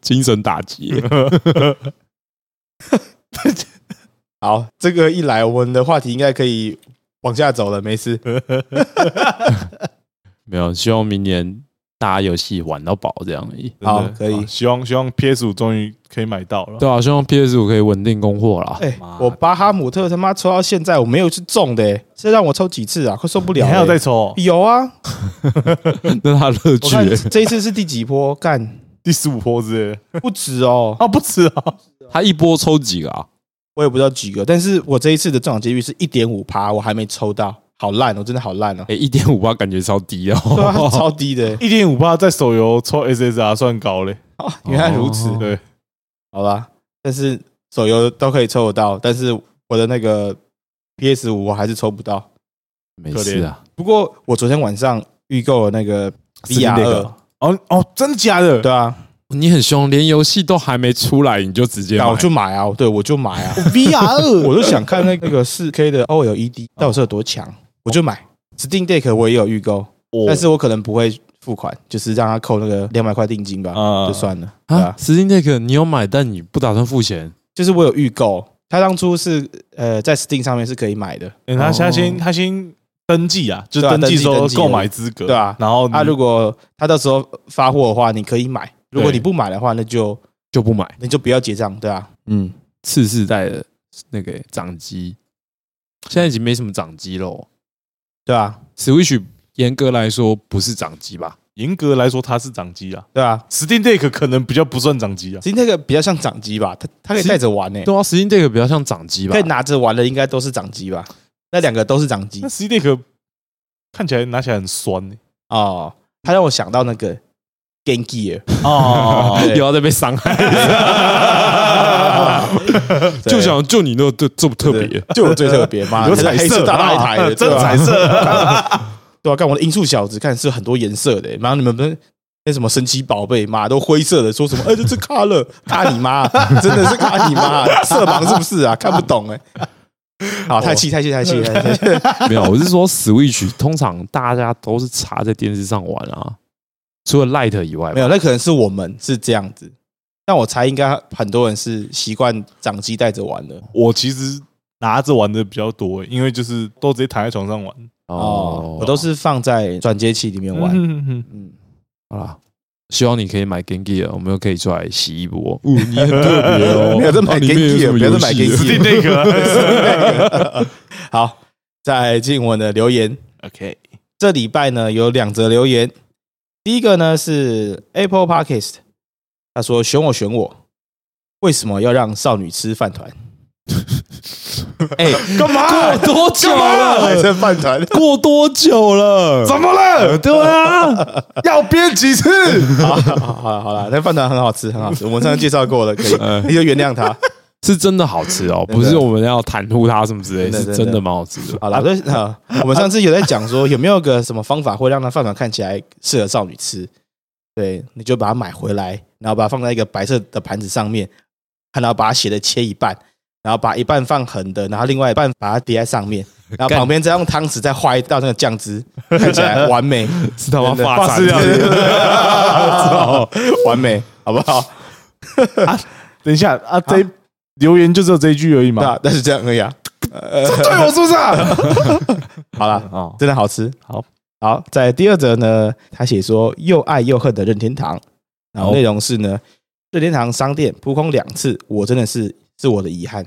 Speaker 2: 精神打击，
Speaker 3: 好，这个一来，我们的话题应该可以往下走了，没事。
Speaker 2: 没有，希望明年大家游戏玩到饱这样而已。
Speaker 3: 好
Speaker 1: 真的
Speaker 3: 可以
Speaker 1: 啊希望希望 PS 五终于可以买到了。
Speaker 2: 对啊，希望 PS 五可以稳定供货 *laughs* 啦。
Speaker 3: 哎
Speaker 1: 妈，的
Speaker 3: 我巴哈姆特他妈抽到现在，我没有去中的欸，这让我抽几次啊，快受不
Speaker 1: 你
Speaker 3: 了了欸。
Speaker 1: 还有在抽哦、
Speaker 3: 有啊，
Speaker 2: 那他乐
Speaker 3: 我
Speaker 2: 趣
Speaker 3: 看
Speaker 2: 欸，
Speaker 3: 这一次是第几波？ *laughs* 干
Speaker 1: 第十五波之类的
Speaker 3: 不止哦，
Speaker 1: 啊，不止啊，
Speaker 2: 他一波抽几个啊？
Speaker 3: 我也不知道几个，但是我这一次的中奖几率是一点五趴，我还没抽到，好烂哦，真的好烂哦，
Speaker 2: 哎，一点五八感觉超低 *laughs*
Speaker 3: 对啊，
Speaker 2: 哦。
Speaker 3: *laughs* 超低的，
Speaker 1: 一点五八在手游抽 SSR 算高嘞。
Speaker 3: 哦原来如此，
Speaker 2: 哦
Speaker 1: 对，
Speaker 3: 好啦，但是手游都可以抽得到，但是我的那个 PS 五我还是抽不到。
Speaker 2: 没事啊，
Speaker 3: 不过我昨天晚上预购了那个
Speaker 1: Steam
Speaker 3: VR
Speaker 1: Deck
Speaker 3: 二，
Speaker 1: 哦哦，真的假的？
Speaker 3: 对啊，
Speaker 2: 你很凶，连游戏都还没出来你就直接
Speaker 3: 那我
Speaker 2: 买，
Speaker 3: 就买啊，对我就买啊，
Speaker 1: ，VR 二
Speaker 3: *laughs* 我就想看那那个四 K 的 OLED 到底是有多强，我就买。Steam Deck 我也有预购，
Speaker 1: 哦
Speaker 3: 但是我可能不会付款，就是让他扣那个两百块定金吧，
Speaker 1: 啊
Speaker 3: 就算了。对
Speaker 2: 啊
Speaker 3: 啊，
Speaker 2: Steam Deck 你有买，但你不打算付钱，
Speaker 3: 就是我有预购，他当初是呃在 Steam 上面是可以买的，
Speaker 1: 欸、他他先
Speaker 2: 哦
Speaker 1: 他先登记啊，就
Speaker 3: 对啊
Speaker 1: 登记
Speaker 3: 登
Speaker 1: 说
Speaker 3: 记
Speaker 1: 购买资格，
Speaker 3: 对啊
Speaker 1: 然后你
Speaker 3: 啊，如果他到时候发货的话，你可以买；如果
Speaker 1: 对
Speaker 3: 你不买的话，那就
Speaker 2: 就不买。
Speaker 3: 那就不要结账，对啊。
Speaker 2: 嗯，次世代的那个掌机，现在已经没什么掌机喽。
Speaker 3: 对啊，
Speaker 2: Switch 严格来说不是掌机吧？
Speaker 1: 严格来说它是掌机啊
Speaker 3: 对啊，
Speaker 1: ，Steam Deck 可能比较不算掌机啊。
Speaker 3: 其实那个比较像掌机吧，它它可以带着玩呢、
Speaker 2: 对啊，Steam Deck 比较像掌机吧
Speaker 3: 可以？拿着玩的应该都是掌机吧？那两个都是掌
Speaker 1: *laughs*
Speaker 3: 机
Speaker 1: 那 Steam Deck 看起来拿起来很酸欸
Speaker 3: 哦。它让我想到那个 Game Gear，
Speaker 1: 哦 *laughs*
Speaker 3: 对
Speaker 2: 又要再被伤害，
Speaker 3: 对
Speaker 2: 就想就你那这这么特别，
Speaker 3: 就我最特别，妈，
Speaker 1: 有
Speaker 3: 那个
Speaker 1: 彩
Speaker 3: 黑
Speaker 1: 色
Speaker 3: 色大大一台
Speaker 1: *laughs*
Speaker 3: 的，
Speaker 1: 真
Speaker 3: 对吧
Speaker 1: 彩色，啊
Speaker 3: 对啊，干我的音速小子看是很多颜色的、然后你们不是那什么神奇宝贝嘛，都灰色的，说什么哎、这是卡了，卡你妈，真的是卡你妈，色盲是不是啊？看不懂哎、好，太气太气太气太气！ *laughs*
Speaker 2: 没有，我是说 Switch 通常大家都是插在电视上玩啊，除了 Light 以外
Speaker 3: 没，有，那可能是我们是这样子，但我猜应该很多人是习惯掌机带着玩的。
Speaker 1: 我其实拿着玩的比较多欸，因为就是都直接躺在床上玩。
Speaker 3: 哦，我都是放在转接器里面玩。
Speaker 1: 玩
Speaker 3: 嗯，
Speaker 2: 好啦。希望你可以买 Game Gear，我们又可以出来洗一波。哦，你很特别哦
Speaker 3: 没有再
Speaker 2: 啊
Speaker 3: 买
Speaker 2: 里面有
Speaker 3: Game
Speaker 2: 什么游
Speaker 3: Gear，不要再买
Speaker 2: 戏
Speaker 3: Game
Speaker 2: 了
Speaker 3: Gear
Speaker 1: Steam Deck 啊
Speaker 3: *laughs* 好，再进我们的留言。
Speaker 1: OK，
Speaker 3: 这礼拜呢有两则留言，第一个呢是 Apple Podcast，他说选我选我，为什么要让少女吃饭团？
Speaker 2: 哎，
Speaker 1: 干嘛？
Speaker 2: 过多久了？
Speaker 3: 是饭团？
Speaker 2: 过多久了？
Speaker 1: 怎么了？
Speaker 2: 对啊，
Speaker 1: *laughs* 要编几次？
Speaker 3: 好，好好好好了，那饭团很好吃，很好吃，我们上次介绍过了，可以，
Speaker 2: 嗯
Speaker 3: 你就原谅他。
Speaker 2: *laughs* 是真的好吃哦，
Speaker 3: 真的
Speaker 2: 不是我们要袒护它什么之类，
Speaker 3: 真的
Speaker 2: 是
Speaker 3: 真
Speaker 2: 真
Speaker 3: 的
Speaker 2: 的蛮好吃的。
Speaker 3: 好了，对 *laughs* 啊，我们上次有在讲说有没有个什么方法会让他饭团看起来适合少女吃，对，你就把它买回来，然后把它放在一个白色的盘子上面，然后把它斜的切一半，然后把一半放横的，然后另外一半把它叠在上面，然后
Speaker 2: 干
Speaker 3: 旁边再用汤匙再画一道那个酱汁，看起来完 *laughs* 美，
Speaker 2: 是他妈
Speaker 3: 真的
Speaker 2: 发
Speaker 1: 发丝料理
Speaker 2: 展，
Speaker 3: 操，完美，好不好？
Speaker 1: 等一下啊，这一留言就只有这一句而已嘛
Speaker 3: 那。那是这样而已
Speaker 1: *laughs*
Speaker 3: 啊。
Speaker 1: 对我是不是啊？
Speaker 3: *laughs* 好了，
Speaker 2: 哦，
Speaker 3: 真的好吃。
Speaker 1: 好，
Speaker 3: 好，在第二则呢，他写说又爱又恨的任天堂，然后
Speaker 2: 好
Speaker 3: 内容是呢，任天堂商店扑空两次，我真的是是我的遗憾。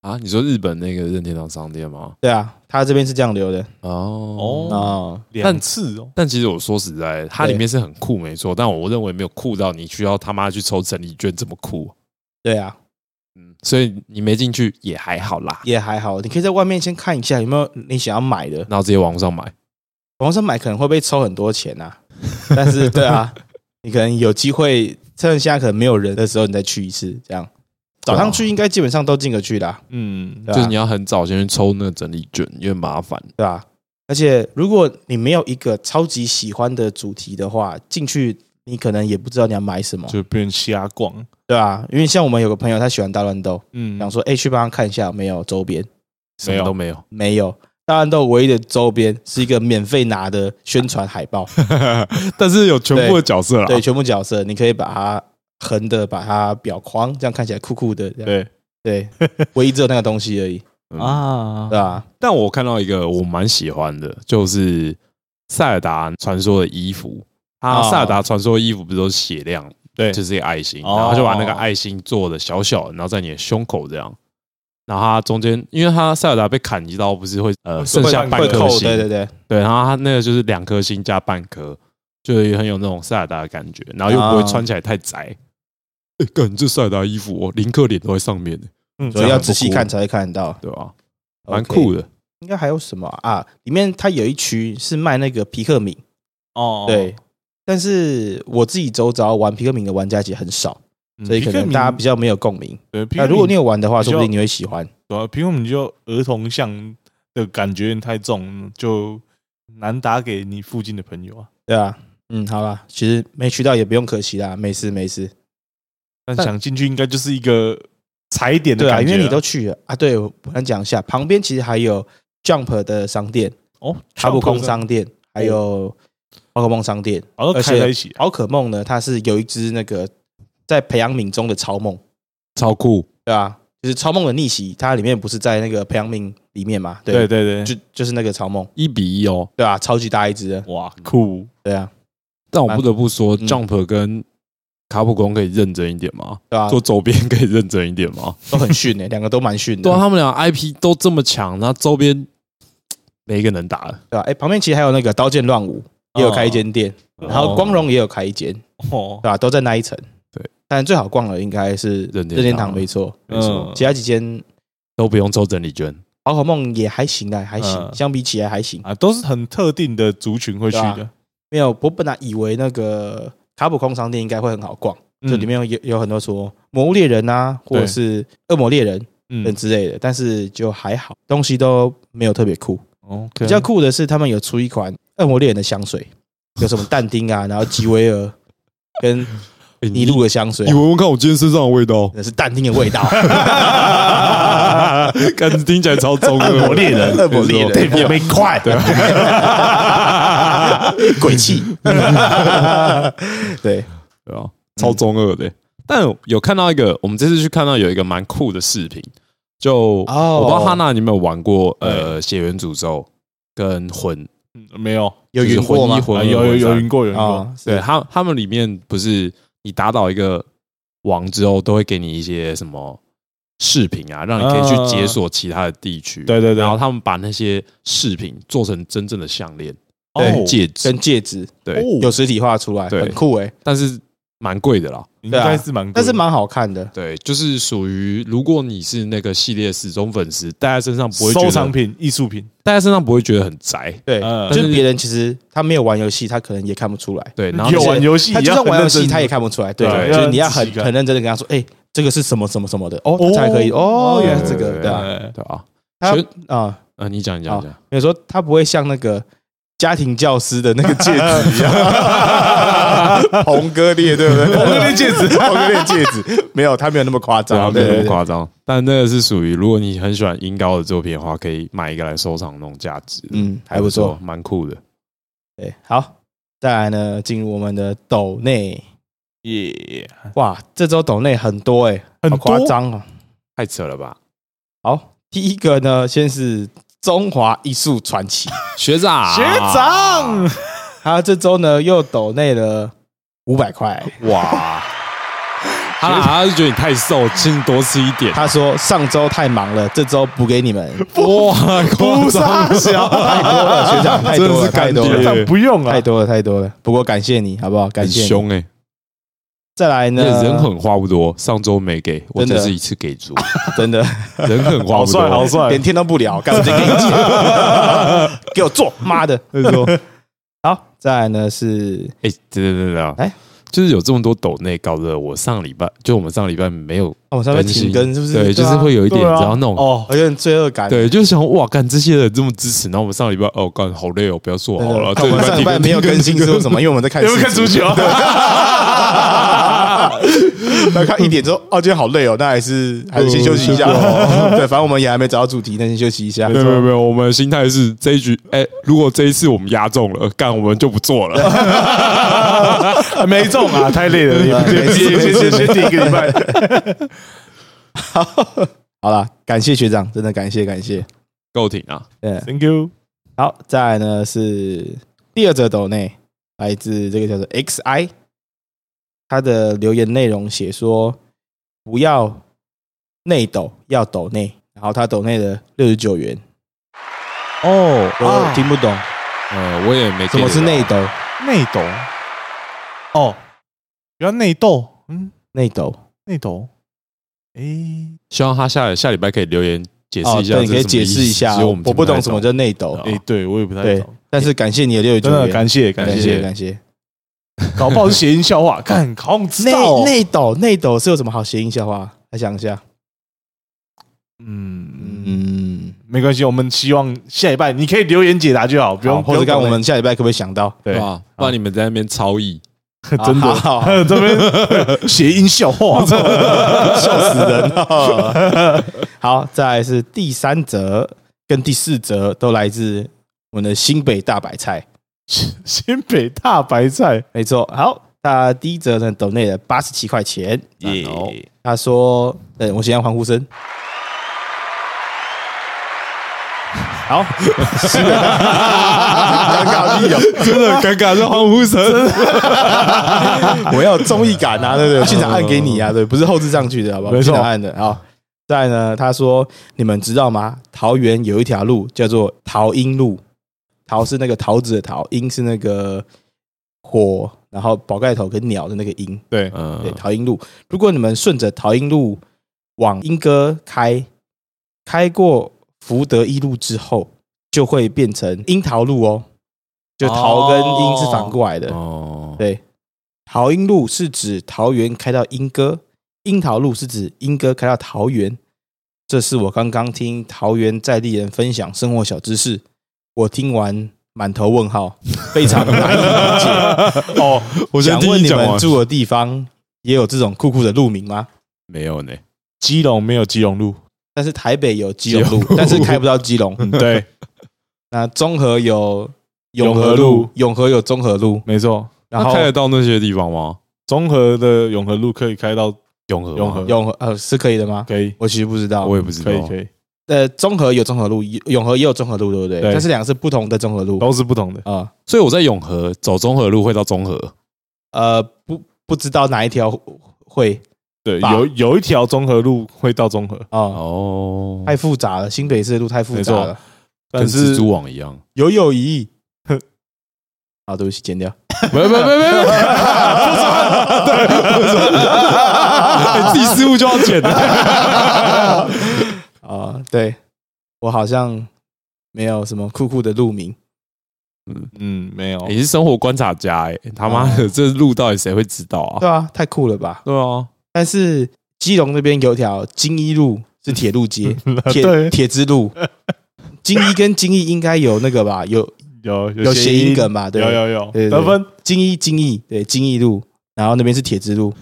Speaker 2: 啊，你说日本那个任天堂商店吗？
Speaker 3: 对啊，他这边是这样留的
Speaker 2: 哦
Speaker 1: 哦
Speaker 3: 哦，
Speaker 1: 两次哦，
Speaker 2: 但其实我说实在，它里面是很酷，没错，但我认为没有酷到你需要他妈去抽整理券这么酷。
Speaker 3: 对啊，
Speaker 2: 嗯，所以你没进去也还好啦，
Speaker 3: 也还好，你可以在外面先看一下有没有你想要买的，
Speaker 2: 然后直接网上买。
Speaker 3: 网上买可能会被抽很多钱啊，但是对
Speaker 2: *laughs*
Speaker 3: 啊，你可能有机会趁现在可能没有人的时候，你再去一次，这样早上去应该基本上都进得去的啊、
Speaker 1: 嗯，
Speaker 3: 对
Speaker 2: 啊
Speaker 3: 啊
Speaker 2: 就是你要很早先去抽那个整理券，因为麻烦。
Speaker 3: 对吧、而且如果你没有一个超级喜欢的主题的话，进去你可能也不知道你要买什么，
Speaker 1: 就变瞎逛。
Speaker 3: 对啊，因为像我们有个朋友，他喜欢大乱斗，
Speaker 1: 嗯，
Speaker 3: 想说哎、诶去帮他看一下有没有周边，
Speaker 2: 什么都没有，
Speaker 3: 没有。大乱斗唯一的周边是一个免费拿的宣传海
Speaker 2: *laughs*
Speaker 3: 报，
Speaker 2: 但是有全部的角色啦。
Speaker 3: 对，全部角色你可以把它横的把它裱框，这样看起来酷酷的。这样
Speaker 1: 对
Speaker 3: 对，
Speaker 2: *laughs*
Speaker 3: 唯一只有那个东西而已，
Speaker 2: 嗯，
Speaker 1: 啊
Speaker 3: 对，吧？
Speaker 2: 但我看到一个我蛮喜欢的，就是塞尔达传说的衣服。它
Speaker 3: 哦
Speaker 2: 塞尔达传说的衣服不是都是血量，
Speaker 1: 对，
Speaker 2: 就是一个爱心，然
Speaker 1: 哦
Speaker 2: 后他就把那个爱心做的小小的，然后在你的胸口这样。然后它中间，因为它塞尔达被砍一刀，不是会呃
Speaker 1: 会
Speaker 2: 剩下半
Speaker 1: 会
Speaker 2: 颗
Speaker 1: 扣
Speaker 2: 星，
Speaker 3: 对对对，
Speaker 2: 对，然后它那个就是两颗星加半颗，就很有那种塞尔达的感觉，然后又不会
Speaker 3: 啊
Speaker 2: 穿起来太窄。哎，干，你这塞尔达衣服哦，林克脸都在上面，
Speaker 1: 嗯
Speaker 3: 所以要仔细看才会看得到，
Speaker 2: 对吧？蛮
Speaker 3: OK
Speaker 2: 酷的。
Speaker 3: 应该还有什么啊？啊里面它有一区是卖那个皮克敏，
Speaker 1: 哦
Speaker 3: 对。但是我自己周遭玩皮克敏的玩家其实很少，所以可能大家比较没有共鸣。
Speaker 1: 嗯对，皮克
Speaker 3: 那
Speaker 1: 敏
Speaker 3: 如果你有玩的话，
Speaker 1: 比较
Speaker 3: 说不定你会喜欢。
Speaker 1: 对啊，平我们就儿童向的感觉有点太重，就难打给你附近的朋友啊。
Speaker 3: 对啊，嗯，好啦，其实没渠道也不用可惜啦，没事没事。
Speaker 1: 但
Speaker 2: 但
Speaker 1: 想进去应该就是一个踩点的
Speaker 3: 对啊，
Speaker 1: 感
Speaker 3: 因
Speaker 1: 觉啊，
Speaker 3: 为你都去了啊。对，我想讲一下，旁边其实还有 Jump 的商店、
Speaker 1: 哦，
Speaker 3: 卡普
Speaker 1: 全
Speaker 3: 空
Speaker 1: 部都是
Speaker 3: 商店，还
Speaker 1: 哦
Speaker 3: 有宝可梦商店。
Speaker 1: 好像
Speaker 3: 而
Speaker 1: 开在一
Speaker 3: 且
Speaker 1: 起啊，
Speaker 3: 宝可梦呢，它是有一只那个在培养皿中的超梦，
Speaker 2: 超酷，
Speaker 3: 对啊，就是超梦的逆袭，它里面不是在那个培养皿里面嘛？
Speaker 1: 对
Speaker 3: 对，
Speaker 1: 对对，
Speaker 3: 就就是那个超梦，
Speaker 2: 一比一哦。
Speaker 3: 对啊，超级大一只的，
Speaker 1: 哇酷！
Speaker 3: 对啊，
Speaker 2: 但我不得不说
Speaker 3: 嗯
Speaker 2: ，Jump 跟卡普空可以认真一点吗？
Speaker 3: 对啊，
Speaker 2: 做周边可以认真一点吗？
Speaker 3: 都很逊诶、欸两个都蛮逊的，
Speaker 2: 对啊，他们俩 IP 都这么强，那周边没一个能打的。
Speaker 3: 对吧、哎、旁边其实还有那个《刀剑乱舞》，也有开一间店，
Speaker 1: 哦
Speaker 3: 然后光荣也有开一间，
Speaker 1: 哦
Speaker 3: 对，啊吧、都在那一层。
Speaker 2: 对，
Speaker 3: 但最好逛的应该是
Speaker 2: 任天堂
Speaker 3: 天堂，没错。
Speaker 2: 没错
Speaker 1: 嗯，
Speaker 3: 其他几间
Speaker 2: 都不用抽整理券，
Speaker 3: 宝可梦也还行啊，还行，
Speaker 1: 嗯
Speaker 3: 相比起来还行。
Speaker 1: 啊，都是很特定的族群会去
Speaker 3: 对啊
Speaker 1: 的，
Speaker 3: 没有，我本来以为那个卡普空商店应该会很好逛，就
Speaker 1: 嗯
Speaker 3: 里面有有有很多说《魔物猎人》啊，或者
Speaker 1: 对
Speaker 3: 是《恶魔猎人》等
Speaker 1: 嗯
Speaker 3: 之类的，但是就还好，东西都没有特别酷。
Speaker 1: ，OK，
Speaker 2: 啊
Speaker 3: 比较酷的是，他们有出一款《恶魔猎人》的
Speaker 2: *laughs*
Speaker 3: 香水，有什么但丁啊，然后吉维尔
Speaker 2: *laughs*
Speaker 3: 跟
Speaker 2: 欸
Speaker 3: 尼禄的香水，
Speaker 2: 你，闻闻看我今天身上的味道 *laughs*
Speaker 3: 那是但丁的味道。
Speaker 2: 感觉听起来超 *laughs* 中二，
Speaker 1: 猎人
Speaker 3: 恶魔猎
Speaker 1: 对
Speaker 3: 人，
Speaker 1: 也没
Speaker 2: 啊
Speaker 1: 快，对，
Speaker 2: *laughs*
Speaker 3: 鬼气。对，
Speaker 2: 对啊，超中二的欸。但有看到一个，我们这次去看到有一个蛮酷的视频，就
Speaker 3: 哦
Speaker 2: 我不知道哈娜你有没有玩过呃《血缘诅咒》跟魂，
Speaker 1: 嗯没有，
Speaker 3: 有
Speaker 2: 就是
Speaker 3: 云
Speaker 2: 魂
Speaker 3: 过
Speaker 2: 一
Speaker 3: 吗？
Speaker 2: 魂
Speaker 1: 啊
Speaker 2: 二
Speaker 1: 有有
Speaker 2: 魂
Speaker 1: 有
Speaker 2: 三
Speaker 1: 赢过，有赢过，
Speaker 3: 啊，
Speaker 2: 对他他们里面不是你打倒一个王之后，都会给你一些什么饰品啊，让你可以去解锁其他的地区。
Speaker 1: 啊对对对
Speaker 2: 然后他们把那些饰品做成真正的项链、
Speaker 1: 哦
Speaker 3: 对
Speaker 2: 戒指，
Speaker 3: 跟戒指
Speaker 2: 对，
Speaker 3: 有啊实体画出来，
Speaker 2: 哦对
Speaker 3: 很酷哎，
Speaker 2: 但是蛮贵的啦。
Speaker 1: 应
Speaker 3: 对啊
Speaker 1: 该是蛮，
Speaker 3: 但是？蛮好看的。
Speaker 2: 对，就是属于如果你是那个系列始终粉丝，戴在身上不会觉
Speaker 1: 收
Speaker 2: 得
Speaker 1: 藏品、艺术品，
Speaker 2: 戴在身上不会觉得很宅。
Speaker 3: 对，
Speaker 1: 嗯
Speaker 3: 就是
Speaker 2: 但是
Speaker 3: 别人其实他没有玩游戏，他可能也看不出来。
Speaker 2: 对，然后
Speaker 1: 有
Speaker 2: 就是
Speaker 1: 玩游戏，
Speaker 3: 他就算玩游戏，
Speaker 1: 也要很认真
Speaker 3: 他也看不出来。对，
Speaker 1: 对
Speaker 3: 就是
Speaker 1: 要
Speaker 3: 你要很
Speaker 1: 仔细看
Speaker 3: 很认真的跟他说，哎，这个是什么什么什么的，哦，
Speaker 1: 哦
Speaker 3: 才可以。哦，原来是这个，
Speaker 2: 对
Speaker 3: 对吧？
Speaker 1: 哎
Speaker 2: 对啊，
Speaker 3: 他
Speaker 2: 其实
Speaker 3: 啊，
Speaker 2: 呃，你讲你讲你讲，
Speaker 3: *laughs* 比如说他不会像那个家庭教师的那个戒指一样。红哥烈，对不 *laughs* 对？
Speaker 1: 红哥烈戒指
Speaker 3: 红哥烈戒指，没有，他没有那么夸
Speaker 2: 对啊，
Speaker 3: 张，
Speaker 2: 没
Speaker 3: 对
Speaker 2: 有那
Speaker 3: 对
Speaker 2: 么
Speaker 3: 对，
Speaker 2: 夸张。但那个是属于，如果你很喜欢音高的作品的话，可以买一个来收藏那种价值，
Speaker 3: 嗯，还不错。，
Speaker 2: 蛮酷的。
Speaker 3: 对，好，再来呢，进入我们的斗内，
Speaker 1: 耶，
Speaker 3: 哇，这周斗内嗯很多哎、
Speaker 1: 很
Speaker 3: 好夸
Speaker 1: 多
Speaker 3: 张哦。
Speaker 2: 太扯了吧，
Speaker 3: 好，第一个呢，先是中华艺术传奇，
Speaker 2: 学长，
Speaker 1: 学长，
Speaker 3: 他这周呢又斗内了五百块。
Speaker 2: 哇！他他是觉得你太瘦，请你多吃一点。
Speaker 3: 他说上周太忙了，这周补给
Speaker 2: *laughs*
Speaker 3: 你们。
Speaker 2: 哇，
Speaker 1: 不
Speaker 2: 夸张 *laughs*
Speaker 1: 傻小，
Speaker 3: 太多了，学长，太
Speaker 2: 真的
Speaker 3: 多了，
Speaker 2: 是
Speaker 3: 太
Speaker 2: 干
Speaker 3: 多
Speaker 2: 爹
Speaker 1: 学
Speaker 3: 了，
Speaker 1: 长不用啊
Speaker 3: 太，多了，太多了。不过感谢你，好不好？感
Speaker 2: 很
Speaker 3: 谢你。
Speaker 2: 凶哎！
Speaker 3: 再来呢，
Speaker 2: 那人狠话不多，上周没给，我
Speaker 3: 真的
Speaker 2: 这是一次给足，*laughs*
Speaker 3: 真的
Speaker 2: 人狠话
Speaker 1: 好
Speaker 2: 不
Speaker 1: 帅好
Speaker 2: 多。欸
Speaker 1: 帅
Speaker 3: *laughs* 连，天都不聊，干脆给你钱， *laughs* 给我做，
Speaker 2: *laughs*
Speaker 3: 妈的！好，再来呢是
Speaker 2: 哎，对对对对啊，
Speaker 3: 哎
Speaker 2: 就是有这么多抖内，搞得我上礼拜就我们上礼拜没有
Speaker 3: 哦我上面停更，是不是？
Speaker 2: 对，就是
Speaker 3: 啊
Speaker 2: 会有一点，
Speaker 1: 对啊
Speaker 2: 然后那种。
Speaker 1: 哦，
Speaker 3: 有点罪恶感。
Speaker 2: 对，就是想哇，干这些人这么支持，然后我们上礼拜哦，干好累哦，不要做
Speaker 3: 真
Speaker 2: 好了。这
Speaker 3: 的，看我们上礼
Speaker 2: 停
Speaker 3: 拜
Speaker 2: 更
Speaker 3: 没有
Speaker 2: 停
Speaker 3: 更新是为什么？因为我们
Speaker 2: *laughs*
Speaker 3: 在看
Speaker 1: 有没有看足
Speaker 3: *laughs* 世足
Speaker 1: 球？
Speaker 3: 那看一点之后，哦，今天好累哦，那还是还是先休息一下。 *laughs* 对，反正我们也还没找到主题，那先休息一下。
Speaker 2: 没有没有没有，我们的心态是这一局，哎，如果这一次我们压中
Speaker 3: *laughs*
Speaker 2: 了，干我们就不做了。
Speaker 1: 没中
Speaker 3: *laughs*
Speaker 1: 啊，太累了，
Speaker 3: 对
Speaker 1: 也
Speaker 3: 没事
Speaker 1: 先先
Speaker 3: 没事
Speaker 1: 先先停一个礼拜。
Speaker 3: *laughs* 好了，感谢学长，真的感谢感谢。
Speaker 2: 够挺啊！
Speaker 3: 对，
Speaker 1: Thank you，
Speaker 3: 好，再来呢是第二则抖内，来自这个叫做 XI，他的留言内容写说不要内抖，要抖内，然后他抖内了六十九元，
Speaker 2: 哦，
Speaker 1: 啊
Speaker 3: 我听不懂
Speaker 2: 呃，我也没
Speaker 3: 什么是
Speaker 2: get
Speaker 3: 内
Speaker 2: 到
Speaker 3: 抖，
Speaker 1: 内斗哦，原来内斗，嗯，
Speaker 3: 内抖
Speaker 1: 内斗，诶，
Speaker 2: 希望他下下礼拜可以留言解释
Speaker 3: 哦，
Speaker 2: 一下，
Speaker 3: 对，你可以解释一下，
Speaker 2: 我
Speaker 3: 我
Speaker 2: 们
Speaker 3: 不懂什么
Speaker 2: 叫
Speaker 3: 叫内抖，
Speaker 1: 诶，对我也不太
Speaker 3: 啊对
Speaker 1: 懂，，
Speaker 3: 但是感谢你的六十九
Speaker 1: 哦真的
Speaker 3: 元，
Speaker 1: 感谢感
Speaker 3: 感
Speaker 1: 谢，
Speaker 3: 感谢。
Speaker 1: 搞不好是谐音笑
Speaker 3: *laughs*
Speaker 1: 话，看好像知
Speaker 3: 内
Speaker 1: 道哦，
Speaker 3: 内抖内抖是有什么好谐音笑话？来想一下，
Speaker 1: 嗯。
Speaker 3: 嗯，
Speaker 1: 没关系，我们希望下一拜你可以留言解答就好，不
Speaker 3: 不用，
Speaker 1: 用
Speaker 3: 或者看
Speaker 1: 不
Speaker 3: 我
Speaker 1: 用
Speaker 3: 们下礼拜可不可以想到？
Speaker 1: 对
Speaker 2: 哇，不然你们在那边超译，
Speaker 1: 真的
Speaker 3: 啊好好
Speaker 1: *laughs*
Speaker 3: 好
Speaker 1: 这
Speaker 3: *laughs*
Speaker 1: 边谐音笑话，
Speaker 3: 笑死人了。 *laughs* 好，再来是第三则跟第四则都来自我们的新北大白菜，
Speaker 1: *laughs* 新北大白菜，
Speaker 3: 没错。好，那第一则呢，抖内了八十七块钱。哦
Speaker 2: 耶
Speaker 3: 然后他说：“嗯，我先要欢呼声。” *laughs* 好，新北大尴尬屁哦
Speaker 2: *laughs* 真的很尴尬，这欢呼声。
Speaker 3: 我要有综艺感啊，对不对？现场按给你啊，对，不是后置上去的，好不好？
Speaker 1: 没错
Speaker 3: 现场按的。好，再来呢，他说你们知道吗？桃园有一条路叫做桃樱路，桃是那个桃子的桃，樱是那个火，然后宝盖头跟鸟的那个樱，
Speaker 1: 对，
Speaker 3: 对，
Speaker 2: 嗯，
Speaker 3: 桃樱路。如果你们顺着桃樱路往莺歌开，开过福德一路之后，就会变成樱桃路哦。就桃跟樱是反过来的，
Speaker 2: 哦，
Speaker 3: 对，桃樱路是指桃园开到莺歌，樱桃路是指莺歌开到桃园。这是我刚刚听桃园在地人分享生活小知识，我听完满头问号，非常难以
Speaker 2: *laughs*
Speaker 3: 理解。
Speaker 1: 哦，
Speaker 2: 我先
Speaker 3: 想
Speaker 2: 听
Speaker 3: 问你
Speaker 2: 讲
Speaker 3: 们
Speaker 2: 完，
Speaker 3: 住的地方也有这种酷酷的路名吗？
Speaker 2: 没有呢，
Speaker 1: 基隆没有基隆路，
Speaker 3: 但是台北有基隆路，但是开不到基隆。
Speaker 1: 嗯，对，
Speaker 3: 那中和有
Speaker 1: 永
Speaker 3: 永
Speaker 1: 和
Speaker 3: 和
Speaker 1: 路
Speaker 3: 路，永和有中和路，
Speaker 1: 没错，
Speaker 3: 然
Speaker 2: 他
Speaker 3: 后
Speaker 2: 开得到那些地方吗？
Speaker 1: 综合的永和路可以开到，
Speaker 2: 永和，
Speaker 1: 永和，
Speaker 3: 永和呃是可以的吗？
Speaker 1: 可以，
Speaker 3: 我其实不知道，
Speaker 2: 我也不知道
Speaker 1: 可。以，可以，
Speaker 3: 呃，中和有中和路，永和也有中和路，对不对？
Speaker 1: 对
Speaker 3: 但是两个是不同的中和路啊、
Speaker 1: 都是不同的。
Speaker 2: 所以我在永和走中和路会到中和，
Speaker 3: 呃，不不知道哪一条会
Speaker 1: 对，
Speaker 3: 吧
Speaker 1: 有有一条综合路会到综合，
Speaker 3: 啊、
Speaker 2: 哦，
Speaker 3: 太复杂了，新北市的路太复杂了，
Speaker 1: 但
Speaker 2: 跟蜘
Speaker 1: 是
Speaker 2: 蛛网一样。
Speaker 3: 有友谊。 *laughs* 好，对不起，剪掉。
Speaker 2: 没有没有没有没有， *laughs* 不 *laughs* 自己失误就要剪的。
Speaker 3: 啊、对我好像没有什么酷酷的路名，
Speaker 1: 嗯，没有，
Speaker 2: 你是生活观察家哎，他妈的，这路到底谁会知道啊？
Speaker 3: 对啊，太酷了吧？
Speaker 2: 对啊，
Speaker 3: 但是基隆那边有一条金一路是铁路街，
Speaker 1: 对
Speaker 3: 铁铁之路，金一跟金一应该有那个吧？有
Speaker 1: 有
Speaker 3: 有
Speaker 1: 谐
Speaker 3: 谐音梗吧对
Speaker 1: 有有有
Speaker 3: 对对对
Speaker 1: 得
Speaker 3: *laughs*
Speaker 1: 分， *laughs*
Speaker 3: 金义金义对金义路，然后那边是铁之路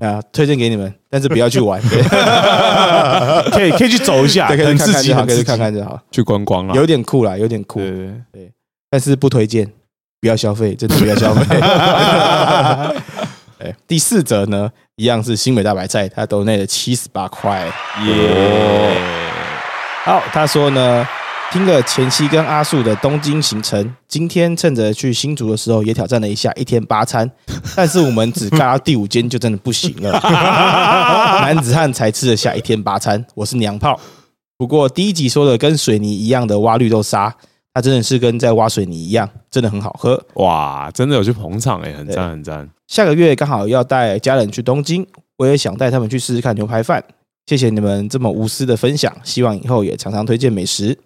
Speaker 3: 啊，推荐给你们，但是不要去玩，对
Speaker 1: 可以可以去走一下，
Speaker 3: 对，可以
Speaker 1: 很
Speaker 3: 去看
Speaker 1: 刺
Speaker 3: 看
Speaker 1: 激，
Speaker 3: 就好，
Speaker 1: 很
Speaker 3: 可以
Speaker 1: 刺
Speaker 3: 去
Speaker 1: 激，
Speaker 3: 看看就好，
Speaker 2: 去观光啊了。
Speaker 3: 有点酷啦，有点酷
Speaker 1: 对，，对对
Speaker 3: 但是不推荐，不要消费，真的不要消费。 *laughs* 对，第四则呢，一样是新美大白菜，它都内了七十八块。
Speaker 1: *laughs*
Speaker 3: 哦
Speaker 1: 耶！
Speaker 3: 好，他说呢，听了前期跟阿树的东京行程，今天趁着去新竹的时候也挑战了一下一天八餐，但是我们只干到第五间就真的不行了， *laughs* 男子汉才吃得下一天八餐，我是娘炮。不过第一集说的跟水泥一样的挖绿豆沙，它真的是跟在挖水泥一样，真的很好喝。
Speaker 2: 哇，真的有去捧场哎、很赞很赞。
Speaker 3: 下个月刚好要带家人去东京，我也想带他们去试试看牛排饭。谢谢你们这么无私的分享，希望以后也常常推荐
Speaker 2: *laughs*
Speaker 3: 美食。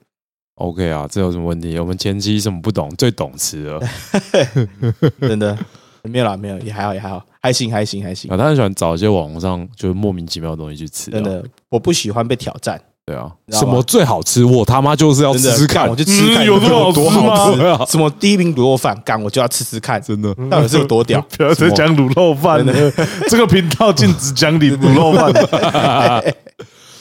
Speaker 2: OK 啊，这有什么问题？我们前期什么不懂，最懂吃 *laughs* 了。
Speaker 3: 真的没有啦，没有，也还好，也还好，还行，还行，还行。
Speaker 2: 啊，他很喜欢找一些网络上就是莫名其妙的东西去吃、啊。
Speaker 3: 真，的，我不喜欢被挑战，
Speaker 2: 对啊，
Speaker 3: 知道
Speaker 2: 什
Speaker 3: 吗
Speaker 2: 么最好吃？我他妈就是要
Speaker 3: 真
Speaker 2: 吃
Speaker 3: 的
Speaker 2: 吃
Speaker 3: 干
Speaker 2: 哦看
Speaker 3: 我。就吃吃看
Speaker 1: 嗯有多好
Speaker 2: 多
Speaker 1: 吃吗？
Speaker 2: 好吃啊！
Speaker 3: 什么第一名卤肉饭，干我就要吃吃看，
Speaker 2: 真的，
Speaker 3: 到底是有
Speaker 2: *laughs*
Speaker 3: 多屌
Speaker 1: 不要再讲卤肉饭了， *laughs* 这个频道禁止讲你卤肉
Speaker 3: *laughs*
Speaker 1: 饭。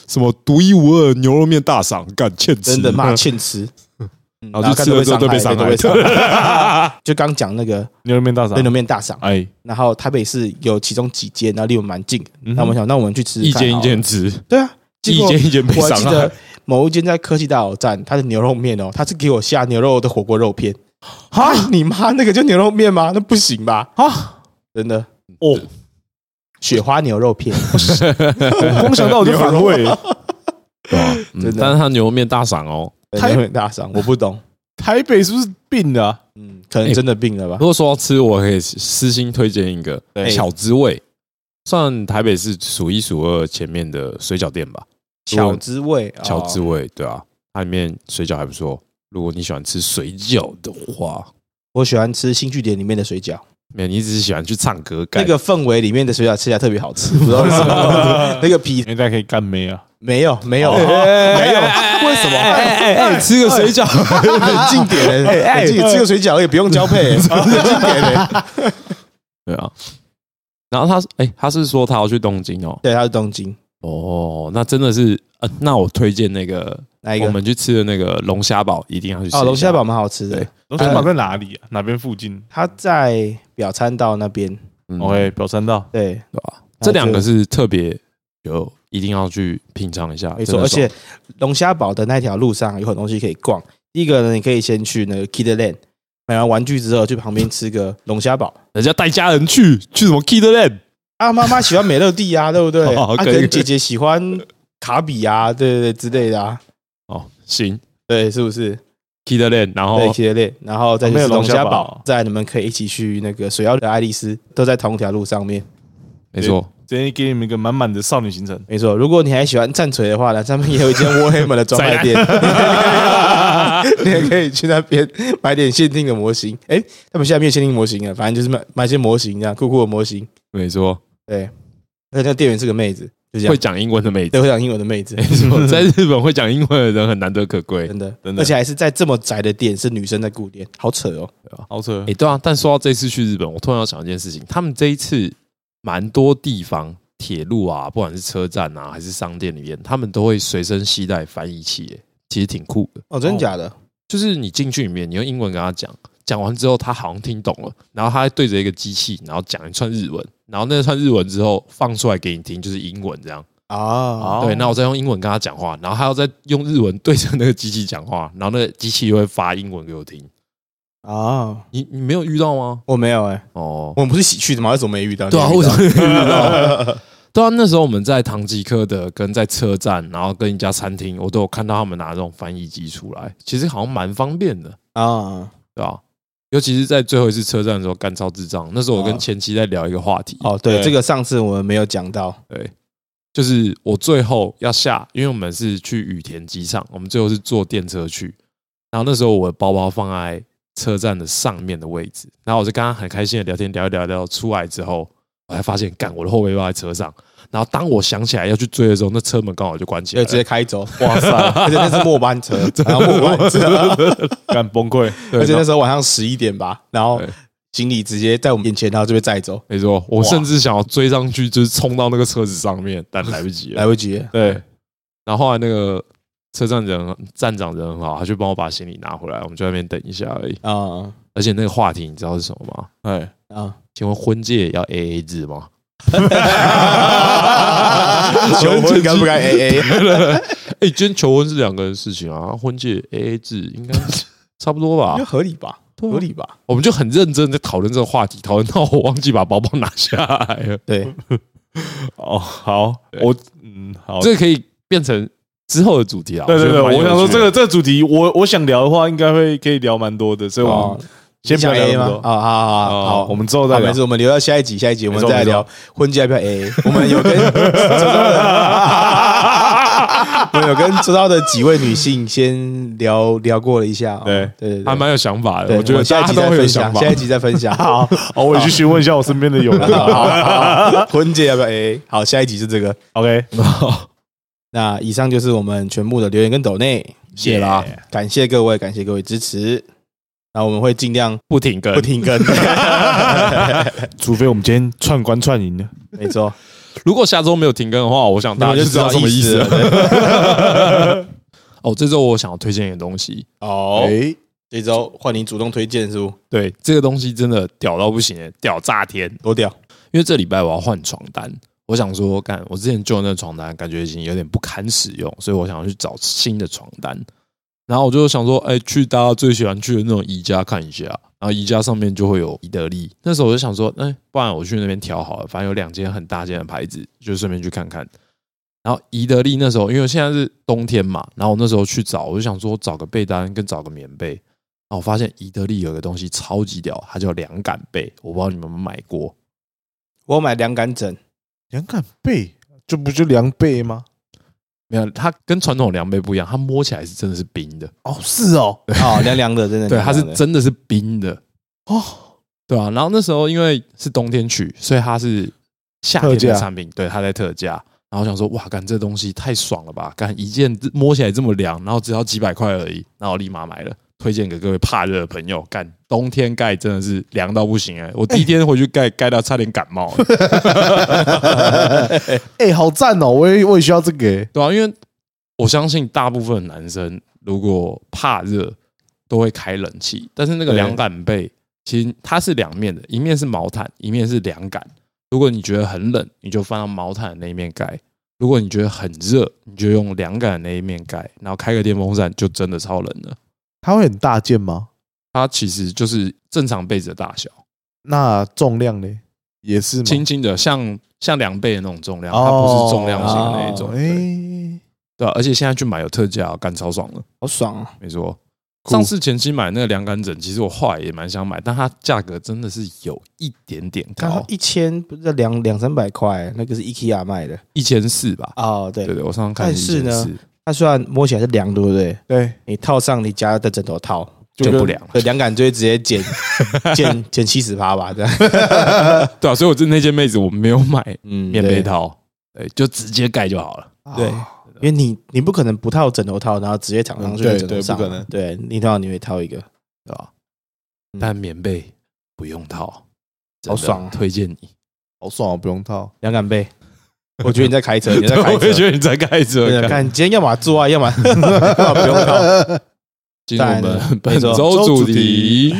Speaker 2: 什么独一无二牛肉面大赏，干欠吃
Speaker 3: 真的
Speaker 2: *laughs*
Speaker 3: 骂欠吃，嗯
Speaker 2: 然后就
Speaker 3: 看
Speaker 2: 吃了之后
Speaker 3: 都被
Speaker 2: 都
Speaker 3: 伤
Speaker 2: 被
Speaker 3: 害
Speaker 2: 伤啊
Speaker 3: 都被伤
Speaker 2: *laughs*
Speaker 3: 害 *laughs* 就刚讲那个
Speaker 1: 牛肉面大赏
Speaker 3: 牛，肉面大赏，
Speaker 1: 哎，
Speaker 3: 然后台北市有其中几间，然后离我们蛮近的，那我们想，那我们去吃吃
Speaker 2: 一
Speaker 3: 看
Speaker 2: 间一
Speaker 3: 好
Speaker 2: 间吃，
Speaker 3: 了，对啊，结
Speaker 2: 一
Speaker 3: 果
Speaker 2: 间一间被
Speaker 3: 我还
Speaker 2: 伤
Speaker 3: 记
Speaker 2: 害
Speaker 3: 得。某一间在科技大楼站，它的牛肉面哦，它是给我下牛肉的火锅肉片。啊，你妈那个叫牛肉面吗？那不行吧？
Speaker 1: 啊，
Speaker 3: 真的，
Speaker 1: 哦，
Speaker 3: 雪花牛肉片，
Speaker 1: 我光想到我就反胃。
Speaker 2: 对啊，嗯
Speaker 3: 真的
Speaker 2: 但是他牛肉面大赏哦。
Speaker 1: 太
Speaker 3: 很大赏，我不懂，
Speaker 1: 台北是不是病了啊？
Speaker 3: 嗯，可能真的病了吧
Speaker 2: 如？果说要吃，我可以私心推荐一个
Speaker 3: 对
Speaker 2: 巧之味，算台北市数一数二前面的水饺店吧。
Speaker 3: 巧滋味，哦
Speaker 2: 巧之味，对啊，它里面水饺还不错。如果你喜欢吃水饺的话，
Speaker 3: 我喜欢吃新据点里面的水饺，
Speaker 2: 没有，你只是喜欢去唱歌
Speaker 3: 那
Speaker 2: 干。
Speaker 3: 个氛围里面的水饺吃起来特别好吃，不知道为什么。那个皮
Speaker 1: 人家可以干妹啊，
Speaker 3: 没有没有没有，
Speaker 2: 哎
Speaker 3: 为什么？
Speaker 2: 哎哎哎，吃个水饺，
Speaker 3: 很经典，很经典，吃个水饺也不用交配，很经典。
Speaker 2: 对 *laughs* 啊。然后他是，哎，他是说他要去东京哦。
Speaker 3: 对，它是东京
Speaker 2: 哦，那真的是，呃，那我推荐那个
Speaker 3: 哪一
Speaker 2: 我
Speaker 3: 个？
Speaker 2: 们去吃的那个龙虾堡，一定要去吃一下。
Speaker 3: 哦，龙虾堡蛮好吃的
Speaker 2: 对，
Speaker 1: 龙
Speaker 3: 哎
Speaker 1: 山堡在哪里啊？哪边附近
Speaker 3: 它在表参道那边。
Speaker 2: 嗯
Speaker 1: ？OK，表参道。
Speaker 3: 对，
Speaker 2: 对吧？
Speaker 3: 那
Speaker 2: 这
Speaker 3: 就
Speaker 2: 两个是特别有一定要去品尝一下，
Speaker 3: 没
Speaker 2: 真
Speaker 3: 错。
Speaker 2: 的爽
Speaker 3: 而且龙虾堡的那条路上有很多东西可以逛。第一个呢，你可以先去那个 Kidland，买完玩具之后去旁边吃个龙虾堡。
Speaker 2: 人家带家人去去什么 Kidland，
Speaker 3: 啊，妈妈喜欢美乐蒂啊，对不对？
Speaker 2: 哦
Speaker 3: 啊，
Speaker 2: 可以可以
Speaker 3: 跟姐姐喜欢卡比啊，对对对之类的啊，
Speaker 2: 哦，行
Speaker 3: 对，是不是？
Speaker 2: Kidland，然
Speaker 3: 对
Speaker 2: 后
Speaker 3: Kidland，然后再
Speaker 1: 旁边
Speaker 2: 哦
Speaker 3: 去吃
Speaker 1: 有
Speaker 3: 龙
Speaker 1: 龙
Speaker 3: 虾
Speaker 1: 虾堡
Speaker 3: 堡，再来你们可以一起去那个水妖的爱丽丝，都在同条路上面。
Speaker 2: 没错，
Speaker 1: 今天给你们一个满满的少女行 *laughs* 程。
Speaker 3: 没错，如果你还喜欢战锤的话呢，上面也有一间 Warhammer 的专卖 *laughs* 店， *laughs* 你也可以去那边买点限定的模型。哎，他们现在没有限定模型了，反正就是买买一些模型这样，酷酷的模型。
Speaker 2: 没错，
Speaker 3: 对，那那店员是个妹子，就这样
Speaker 2: 会，讲英文的美，
Speaker 3: 对，会讲英文的妹子，
Speaker 2: 没
Speaker 3: *laughs*
Speaker 2: 错，在日本会讲英文的人很难得可贵。
Speaker 3: 真的，
Speaker 1: 真的
Speaker 3: 而且还是在这么窄的店，是女生在顾店，好扯哦。
Speaker 1: 好扯
Speaker 2: 诶，，对啊，但说到这次去日本，我突然要想一件事情，他们这一次蛮多地方铁路啊，不管是车站啊还是商店里面，他们都会随身携带翻译器，诶其实挺酷的。
Speaker 3: 哦，真的假的？
Speaker 2: 就是你进去里面，你用英文跟他讲，讲完之后他好像听懂了，然后他对着一个机器，然后讲一串日文，然后那串日文之后放出来给你听，就是英文这样。
Speaker 3: 哦，
Speaker 2: 对，那我再用英文跟他讲话，然后他要再用日文对着那个机器讲话，然后那个机器又会发英文给我听。
Speaker 3: 哦，
Speaker 2: 你你没有遇到吗？
Speaker 3: 我没有哎，
Speaker 2: 哦，
Speaker 3: 我们不是喜剧的吗？为什么没遇到？
Speaker 2: 对啊，
Speaker 3: 你有
Speaker 2: 为
Speaker 3: 遇
Speaker 2: 什么
Speaker 3: 到
Speaker 2: 没遇到？ *laughs* 对啊，那时候我们在唐吉诃德跟在车站，然后跟一家餐厅，我都有看到他们拿这种翻译机出来，其实好像蛮方便的。
Speaker 3: 啊？
Speaker 2: 对啊，尤其是在最后一次车站的时候，干超智障。那时候我跟
Speaker 3: 啊
Speaker 2: 前妻在聊一个话题，
Speaker 3: 哦，对，
Speaker 1: 对
Speaker 3: 这个上次我们没有讲到。
Speaker 2: 对，就是我最后要下，因为我们是去羽田机场，我们最后是坐电车去。然后那时候我的包包放在车站的上面的位置，然后我就跟他很开心的聊天，聊一聊聊出来之后，我才发现，干我的后背包在车上。然后当我想起来要去追的时候，那车门刚好就关起来
Speaker 3: 对，
Speaker 2: 了
Speaker 3: 直。接开走，哇塞！ *laughs* 而且那是末班车，然后末班
Speaker 1: *laughs*
Speaker 3: 车，
Speaker 1: *laughs* 干崩溃，
Speaker 2: 对
Speaker 3: *laughs* 而
Speaker 2: 然
Speaker 3: 且那
Speaker 2: 后
Speaker 3: 时候晚上十一点吧，然后
Speaker 2: 对
Speaker 3: 经理直接在我们眼前，然后就被载走，
Speaker 2: 没错，我甚至想要追上去，就是冲到那个车子上面，但来不及了。
Speaker 3: 来不及了。
Speaker 2: 对，然后后来那个车站人很站长人很好，他就帮我把行李拿回来，我们就在那边等一下而已。
Speaker 3: 啊
Speaker 2: 而且那个话题你知道是什么吗？
Speaker 1: 哎，
Speaker 3: 啊！
Speaker 2: 请问婚戒也要 A A 制吗？ *laughs*
Speaker 3: 求婚该不该 A A？
Speaker 2: 哎、今天求婚是两个人的事情啊，婚戒 A A 制应该是差不多吧
Speaker 3: 应该？合理吧？
Speaker 2: 啊
Speaker 3: 合理吧？
Speaker 2: 我们就很认真地在讨论这个话题，讨论到我忘记把包包拿下来了。
Speaker 3: 对，
Speaker 1: 哦，好，我嗯，好，
Speaker 2: 这个可以变成之后的主题啊。
Speaker 1: 对对对，
Speaker 2: 觉得蛮有
Speaker 1: 我想说
Speaker 2: 趣
Speaker 1: 这
Speaker 2: 的
Speaker 1: 个这个主题，我我想聊的话，应该会可以聊蛮多的，所以我
Speaker 3: 哦
Speaker 1: 们，先
Speaker 3: 你
Speaker 1: 不要
Speaker 3: 想
Speaker 1: 聊
Speaker 3: A
Speaker 1: 那
Speaker 3: 吗
Speaker 1: 么？多。哦
Speaker 3: 啊，好好好好，
Speaker 1: 我们之后再
Speaker 3: 好，
Speaker 1: 聊
Speaker 3: 没
Speaker 1: *laughs*
Speaker 3: 事，。我们留到下一集，下一集我
Speaker 1: 没
Speaker 3: 们
Speaker 1: 错
Speaker 3: 再来聊婚戒要不要 AA。我们有跟 *laughs* 周遭的，我们有跟周遭的几位女性先聊聊过了一下哦。
Speaker 1: 对
Speaker 3: 对对对，
Speaker 2: 还蛮有想法的，
Speaker 3: 对，
Speaker 2: 我觉得
Speaker 3: 下
Speaker 2: 大
Speaker 3: 一
Speaker 2: 家
Speaker 3: 集
Speaker 2: 都
Speaker 3: 再
Speaker 2: 会有
Speaker 3: 分
Speaker 2: 想
Speaker 3: 享，
Speaker 2: 法。
Speaker 3: 下一集再分享。好，
Speaker 1: 好，哦我也去询问一下我身边的友人。
Speaker 3: 好好 *laughs* 好婚戒要不要 AA？好，下一集是这个。
Speaker 1: OK，
Speaker 3: 那以上就是我们全部的留言跟抖内，
Speaker 1: 谢啦
Speaker 3: 感谢各位，感谢各位支持。那我们会尽量
Speaker 2: 不停更
Speaker 3: 不，停更，
Speaker 1: 除非我们今天串关串赢了。
Speaker 3: *laughs* 没错，
Speaker 2: 如果下周没有停更的话，我想大家就知道什么意思
Speaker 3: 了。哎
Speaker 2: 了。
Speaker 3: 对
Speaker 2: 哦，这周我想要推荐一个东西，
Speaker 3: 哦，这周换你主动推荐是不？
Speaker 2: 对这个东西真的屌到不行欸，屌炸天！
Speaker 3: 多屌！
Speaker 2: 因为这礼拜我要换床单，我想说，干，我之前旧的那个床单感觉已经有点不堪使用，所以我想要去找新的床单。然后我就想说，哎、去大家最喜欢去的那种宜家看一下，然后宜家上面就会有宜得利。那时候我就想说，哎、不然我去那边挑好了，反正有两间很大间的牌子，就顺便去看看。然后宜得利那时候，因为现在是冬天嘛，然后我那时候去找，我就想说找个被单跟找个棉被。然后我发现宜得利有个东西超级屌，它叫凉感被，我不知道你们有没有买过。
Speaker 3: 我买凉感 *laughs* 枕，
Speaker 1: 凉感被，这不就凉被吗？
Speaker 2: 没有，它跟传统凉被不一样，它摸起来是真的是冰的，
Speaker 1: 哦，是哦，
Speaker 3: 哦，凉凉的，真的，
Speaker 2: 对，它是
Speaker 3: 真。
Speaker 2: 真的是冰的，
Speaker 1: 哦，
Speaker 2: 对啊。然后那时候因为是冬天去，所以它是夏天
Speaker 1: 特
Speaker 2: 的
Speaker 1: 价
Speaker 2: 产品，对，它在特价。然后我想说，哇，干这东西太爽了吧！干一件摸起来这么凉，然后只要几百块而已，那我立马买了，推荐给各位怕热的朋友。干冬天盖真的是凉到不行哎、我第一天回去盖盖到差点感冒、欸，
Speaker 1: 哎，好赞哦，我也我也需要这个欸。
Speaker 2: 对啊，因为我相信大部分男生如果怕热，都会开冷气，但是那个
Speaker 1: 对
Speaker 2: 凉感被其实它是两面的，一面是毛毯，一面是凉感。如果你觉得很冷，你就放到毛毯的那一面盖；如果你觉得很热，你就用凉感的那一面盖，然后开个电风扇，就真的超冷了。
Speaker 1: 它会很大件吗？
Speaker 2: 它其实就是正常被子的大小，
Speaker 1: 那重量呢？也是吗
Speaker 2: 轻轻的，像像凉被的那种重量，它不是重量型的那一种。
Speaker 1: 哦
Speaker 2: 对
Speaker 1: 哎，
Speaker 2: 对啊，而且现在去买有特价哦，干超爽的。
Speaker 3: 好爽啊！
Speaker 2: 没错。
Speaker 1: Cool
Speaker 2: 上次前期买那个凉感枕，其实我后来也蛮想买，但它价格真的是有一点点
Speaker 3: 刚刚
Speaker 2: 高，
Speaker 3: 一千不是两两三百块，那个是 IKEA 卖的
Speaker 2: 一千四吧。
Speaker 3: 哦。对
Speaker 2: 对，对，我上次看
Speaker 3: 但是
Speaker 2: 一千
Speaker 3: 呢
Speaker 2: 四，
Speaker 3: 它虽然摸起来是凉，对不对？
Speaker 1: 对，
Speaker 3: 你套上你家的枕头套，
Speaker 2: 就
Speaker 1: 跟
Speaker 2: 不良了。
Speaker 3: 对，凉感就会直接减减减七十趴吧，这样。
Speaker 2: 对啊，所以我这那件妹子我没有买
Speaker 3: 嗯
Speaker 2: 棉被套，对，就直接盖就好了。
Speaker 3: 对，
Speaker 1: 哦啊
Speaker 3: 因为你你不可能不套枕头套，然后直接躺上
Speaker 1: 嗯
Speaker 3: 去
Speaker 1: 对
Speaker 3: 在枕头上，
Speaker 1: 对不可能
Speaker 3: 对你通常你会套一个，
Speaker 2: 对吧
Speaker 3: 嗯？
Speaker 2: 但棉被不用套，真
Speaker 3: 好
Speaker 2: 的
Speaker 3: 爽啊
Speaker 2: 推荐
Speaker 3: *laughs*
Speaker 2: 你。
Speaker 1: 好爽哦，不用套。
Speaker 3: 凉感被。我觉得你在开车，你在开
Speaker 2: 我也
Speaker 3: 车。
Speaker 2: 觉得你在盖
Speaker 3: 真
Speaker 2: 着
Speaker 3: 的
Speaker 2: 干。
Speaker 3: 看，今天要么做爱，要么要么不用套，
Speaker 2: 进入我
Speaker 3: 再来呢
Speaker 2: 们本
Speaker 3: 没错
Speaker 2: 周
Speaker 1: 周
Speaker 2: 主
Speaker 1: 主
Speaker 2: 题
Speaker 1: 题，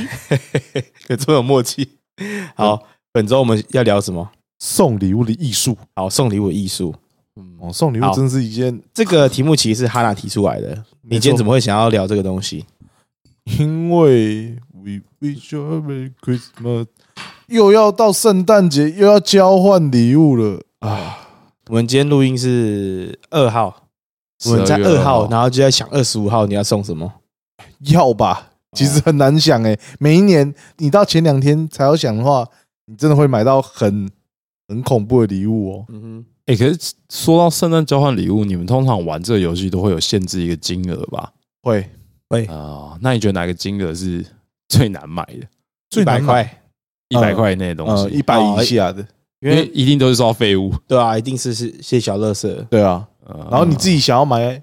Speaker 3: *laughs* 这么有默契。 *laughs* 好，本周我们要聊什么？
Speaker 1: *laughs* 送礼物的艺术
Speaker 3: 好，送礼物的艺术
Speaker 2: 嗯
Speaker 1: 哦，送礼物
Speaker 3: 好
Speaker 1: 真是一件，
Speaker 3: 这个题目其实是哈娜提出来的。你今天怎么会想要聊这个东西？
Speaker 1: 因为 We wish you a merry Christmas，又要到圣诞节，又要交换礼物了啊！
Speaker 3: 我们今天录音是二号，我们在
Speaker 2: 12月
Speaker 3: 二号，
Speaker 2: 2
Speaker 3: 然后就在想二十五号你要送什么。
Speaker 1: 要吧，
Speaker 2: 哦
Speaker 1: 其实很难想哎、每一年你到前两天才要想的话，你真的会买到很很恐怖的礼物哦。
Speaker 3: 嗯哼。
Speaker 2: 哎、可是说到圣诞交换礼物，你们通常玩这个游戏都会有限制一个金额吧？
Speaker 1: 会
Speaker 2: 啊、那你觉得哪个金额是最难买的？
Speaker 3: 一
Speaker 1: 最
Speaker 3: 百
Speaker 1: 难买
Speaker 3: 块，
Speaker 2: 一百块以内的东
Speaker 1: 呃
Speaker 2: 西
Speaker 1: 一，百以下的，
Speaker 2: 因
Speaker 3: 因
Speaker 2: 为
Speaker 3: 为
Speaker 2: 一定都是烧废物。呃
Speaker 3: 对啊，一定是是些小乐色。
Speaker 1: 对啊，然
Speaker 2: 然
Speaker 1: 后你自己想要买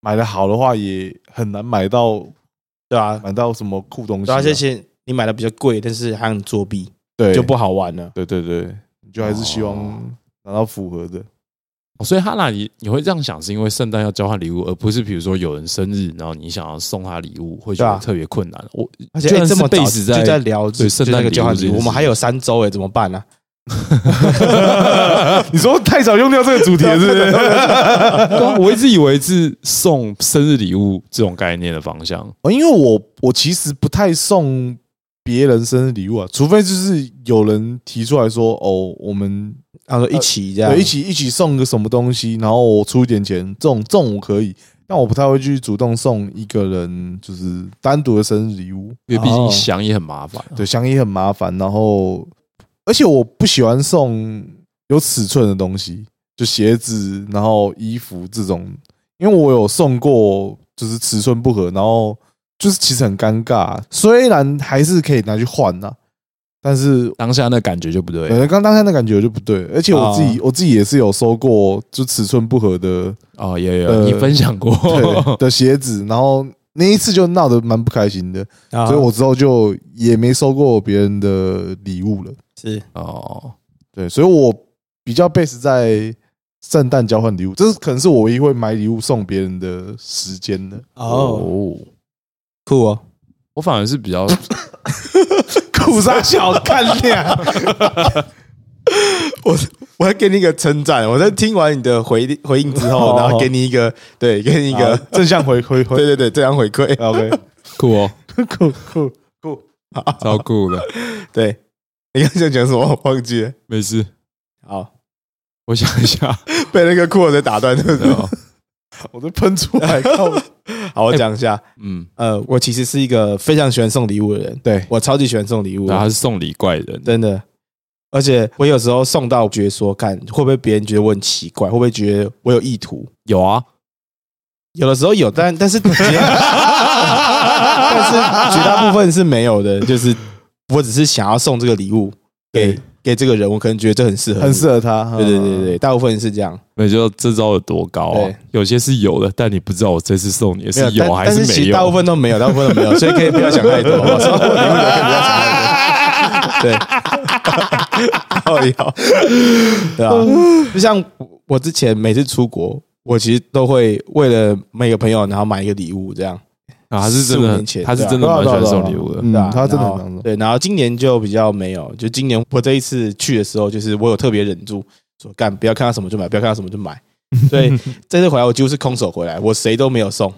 Speaker 1: 买的好的话，也很难买到
Speaker 3: 对啊，
Speaker 1: 买到什么酷东西、
Speaker 3: 对
Speaker 1: 啊
Speaker 3: 啊，。这些你买的比较贵，但是还很作弊，
Speaker 1: 对，
Speaker 3: 就不好玩了。
Speaker 1: 对对对，你就还是希
Speaker 2: 哦
Speaker 1: 望拿到符合的。
Speaker 2: 哦所以哈娜，你你会这样想，是因为圣诞要交换礼物，而不是比如说有人生日，然后你想要送他礼物，会觉
Speaker 3: 对
Speaker 2: 得
Speaker 3: 啊
Speaker 2: 特别困难。我
Speaker 3: 而且、
Speaker 2: 居
Speaker 3: 哎
Speaker 2: 然
Speaker 3: 这
Speaker 2: 是
Speaker 3: 么早
Speaker 2: base 在
Speaker 3: 就在聊
Speaker 2: 对圣
Speaker 3: 就那
Speaker 2: 诞礼
Speaker 3: 个
Speaker 2: 物
Speaker 3: 交换
Speaker 2: 这
Speaker 3: 礼
Speaker 2: 件
Speaker 3: 物，我
Speaker 2: 事
Speaker 3: 们还有三周哎，怎么办呢、
Speaker 1: 你说太早用掉这个主题了是不是？
Speaker 2: 对啊我一直以为是送生日礼物这种概念的方向。
Speaker 1: 哦，因为我我其实不太送别人生日礼物啊，除非就是有人提出来说，哦，我们
Speaker 3: 他说一起这样，
Speaker 1: 对一起一起送个什么东西，然后我出一点钱，这种这种我可以，但我不太会去主动送一个人就是单独的生日礼物，
Speaker 2: 因为毕
Speaker 3: 哦
Speaker 2: 竟想也很麻烦、
Speaker 1: 对，想也很麻烦，然后而且我不喜欢送有尺寸的东西，就鞋子，然后衣服这种，因为我有送过，就是尺寸不合，然后就是其实很尴尬，虽然还是可以拿去换呐、但是。
Speaker 2: 当下那感觉就不对
Speaker 1: 呃，刚当下那感觉我就不对，而且我自己、我自己也是有收过就尺寸不合的
Speaker 2: 哦，也有、
Speaker 1: 呃
Speaker 2: 你分享过，
Speaker 1: 对的鞋子，然后那一次就闹得蛮不开心的，
Speaker 3: 啊，
Speaker 1: 所以我之后就也没收过别人的礼物了。
Speaker 3: 是
Speaker 2: 哦，
Speaker 1: 对，所以我比较 base 在圣诞交换礼物，这是可能是我唯一会买礼物送别人的时间的。
Speaker 3: 哦，
Speaker 2: 哦，
Speaker 3: 酷哦，
Speaker 2: 我反而是比较
Speaker 1: 苦傻小干掉，
Speaker 3: *laughs* 我要给你一个称赞。我在听完你的回回应之后，
Speaker 1: 哦
Speaker 3: 然后给你一个对，给你一
Speaker 1: 一
Speaker 3: 个
Speaker 1: 个正向回回
Speaker 3: 对
Speaker 1: 回。
Speaker 3: 对对这样回馈，
Speaker 1: OK，
Speaker 2: 酷哦，
Speaker 1: 酷酷，
Speaker 2: *laughs* 超酷的，
Speaker 3: 对。你刚想讲什么？我忘记了。
Speaker 2: 没事，
Speaker 3: 好，
Speaker 2: 我想一下，
Speaker 3: 被那个酷儿的打 *laughs* 断，对不
Speaker 2: 对哦
Speaker 3: 对？
Speaker 1: 我都喷出
Speaker 3: *laughs*
Speaker 1: 来。靠
Speaker 3: 好，我讲一下。
Speaker 2: 嗯，
Speaker 3: 呃，我其实是一个非常喜欢送礼物的人，
Speaker 1: 对，
Speaker 3: 我超级喜欢送礼物的
Speaker 2: 然啊后他是送礼怪人，
Speaker 3: 真的。而且我有时候送到觉得说，干会不会别人觉得我很奇怪，会不会觉得我有意图？
Speaker 2: 有啊，
Speaker 3: 有的时候有，但但是 *laughs* 但是绝大部分是没有的。就是我只是想要送这个礼物给给这个人，我可能觉得这很适合，
Speaker 1: 很适。合他。
Speaker 3: 对对对对对，大部分是这样，
Speaker 2: 那就这招有多高啊
Speaker 3: 对？
Speaker 2: 有些是有的，但你不知道我这次送你的是
Speaker 3: 没有
Speaker 2: 有
Speaker 3: 但
Speaker 2: 还
Speaker 3: 但是其
Speaker 2: 没
Speaker 3: 实大部
Speaker 2: 有。
Speaker 3: 分都没有，大部分都没有，所以可以不要想太多。我说礼物可以不要想太多。对，好聊，对啊，就像我之前每次出国，我其实都会为了每个朋友，然后买一个礼物，这样，
Speaker 2: 啊，他是真
Speaker 3: 四五
Speaker 2: 的
Speaker 3: 年前，啊
Speaker 2: 他是真的蛮喜欢送礼物的。
Speaker 1: 嗯
Speaker 3: 对啊，
Speaker 1: 他真的
Speaker 3: 然后
Speaker 1: 很忙
Speaker 3: 对，然后今年就比较没有，就今年我这一次去的时候，就是我有特别忍住，说干不要看到什么就买，不要看到什么就买，所
Speaker 2: *laughs*
Speaker 3: 以这次回来我几乎是空手回来，我谁都没有送。
Speaker 2: 哦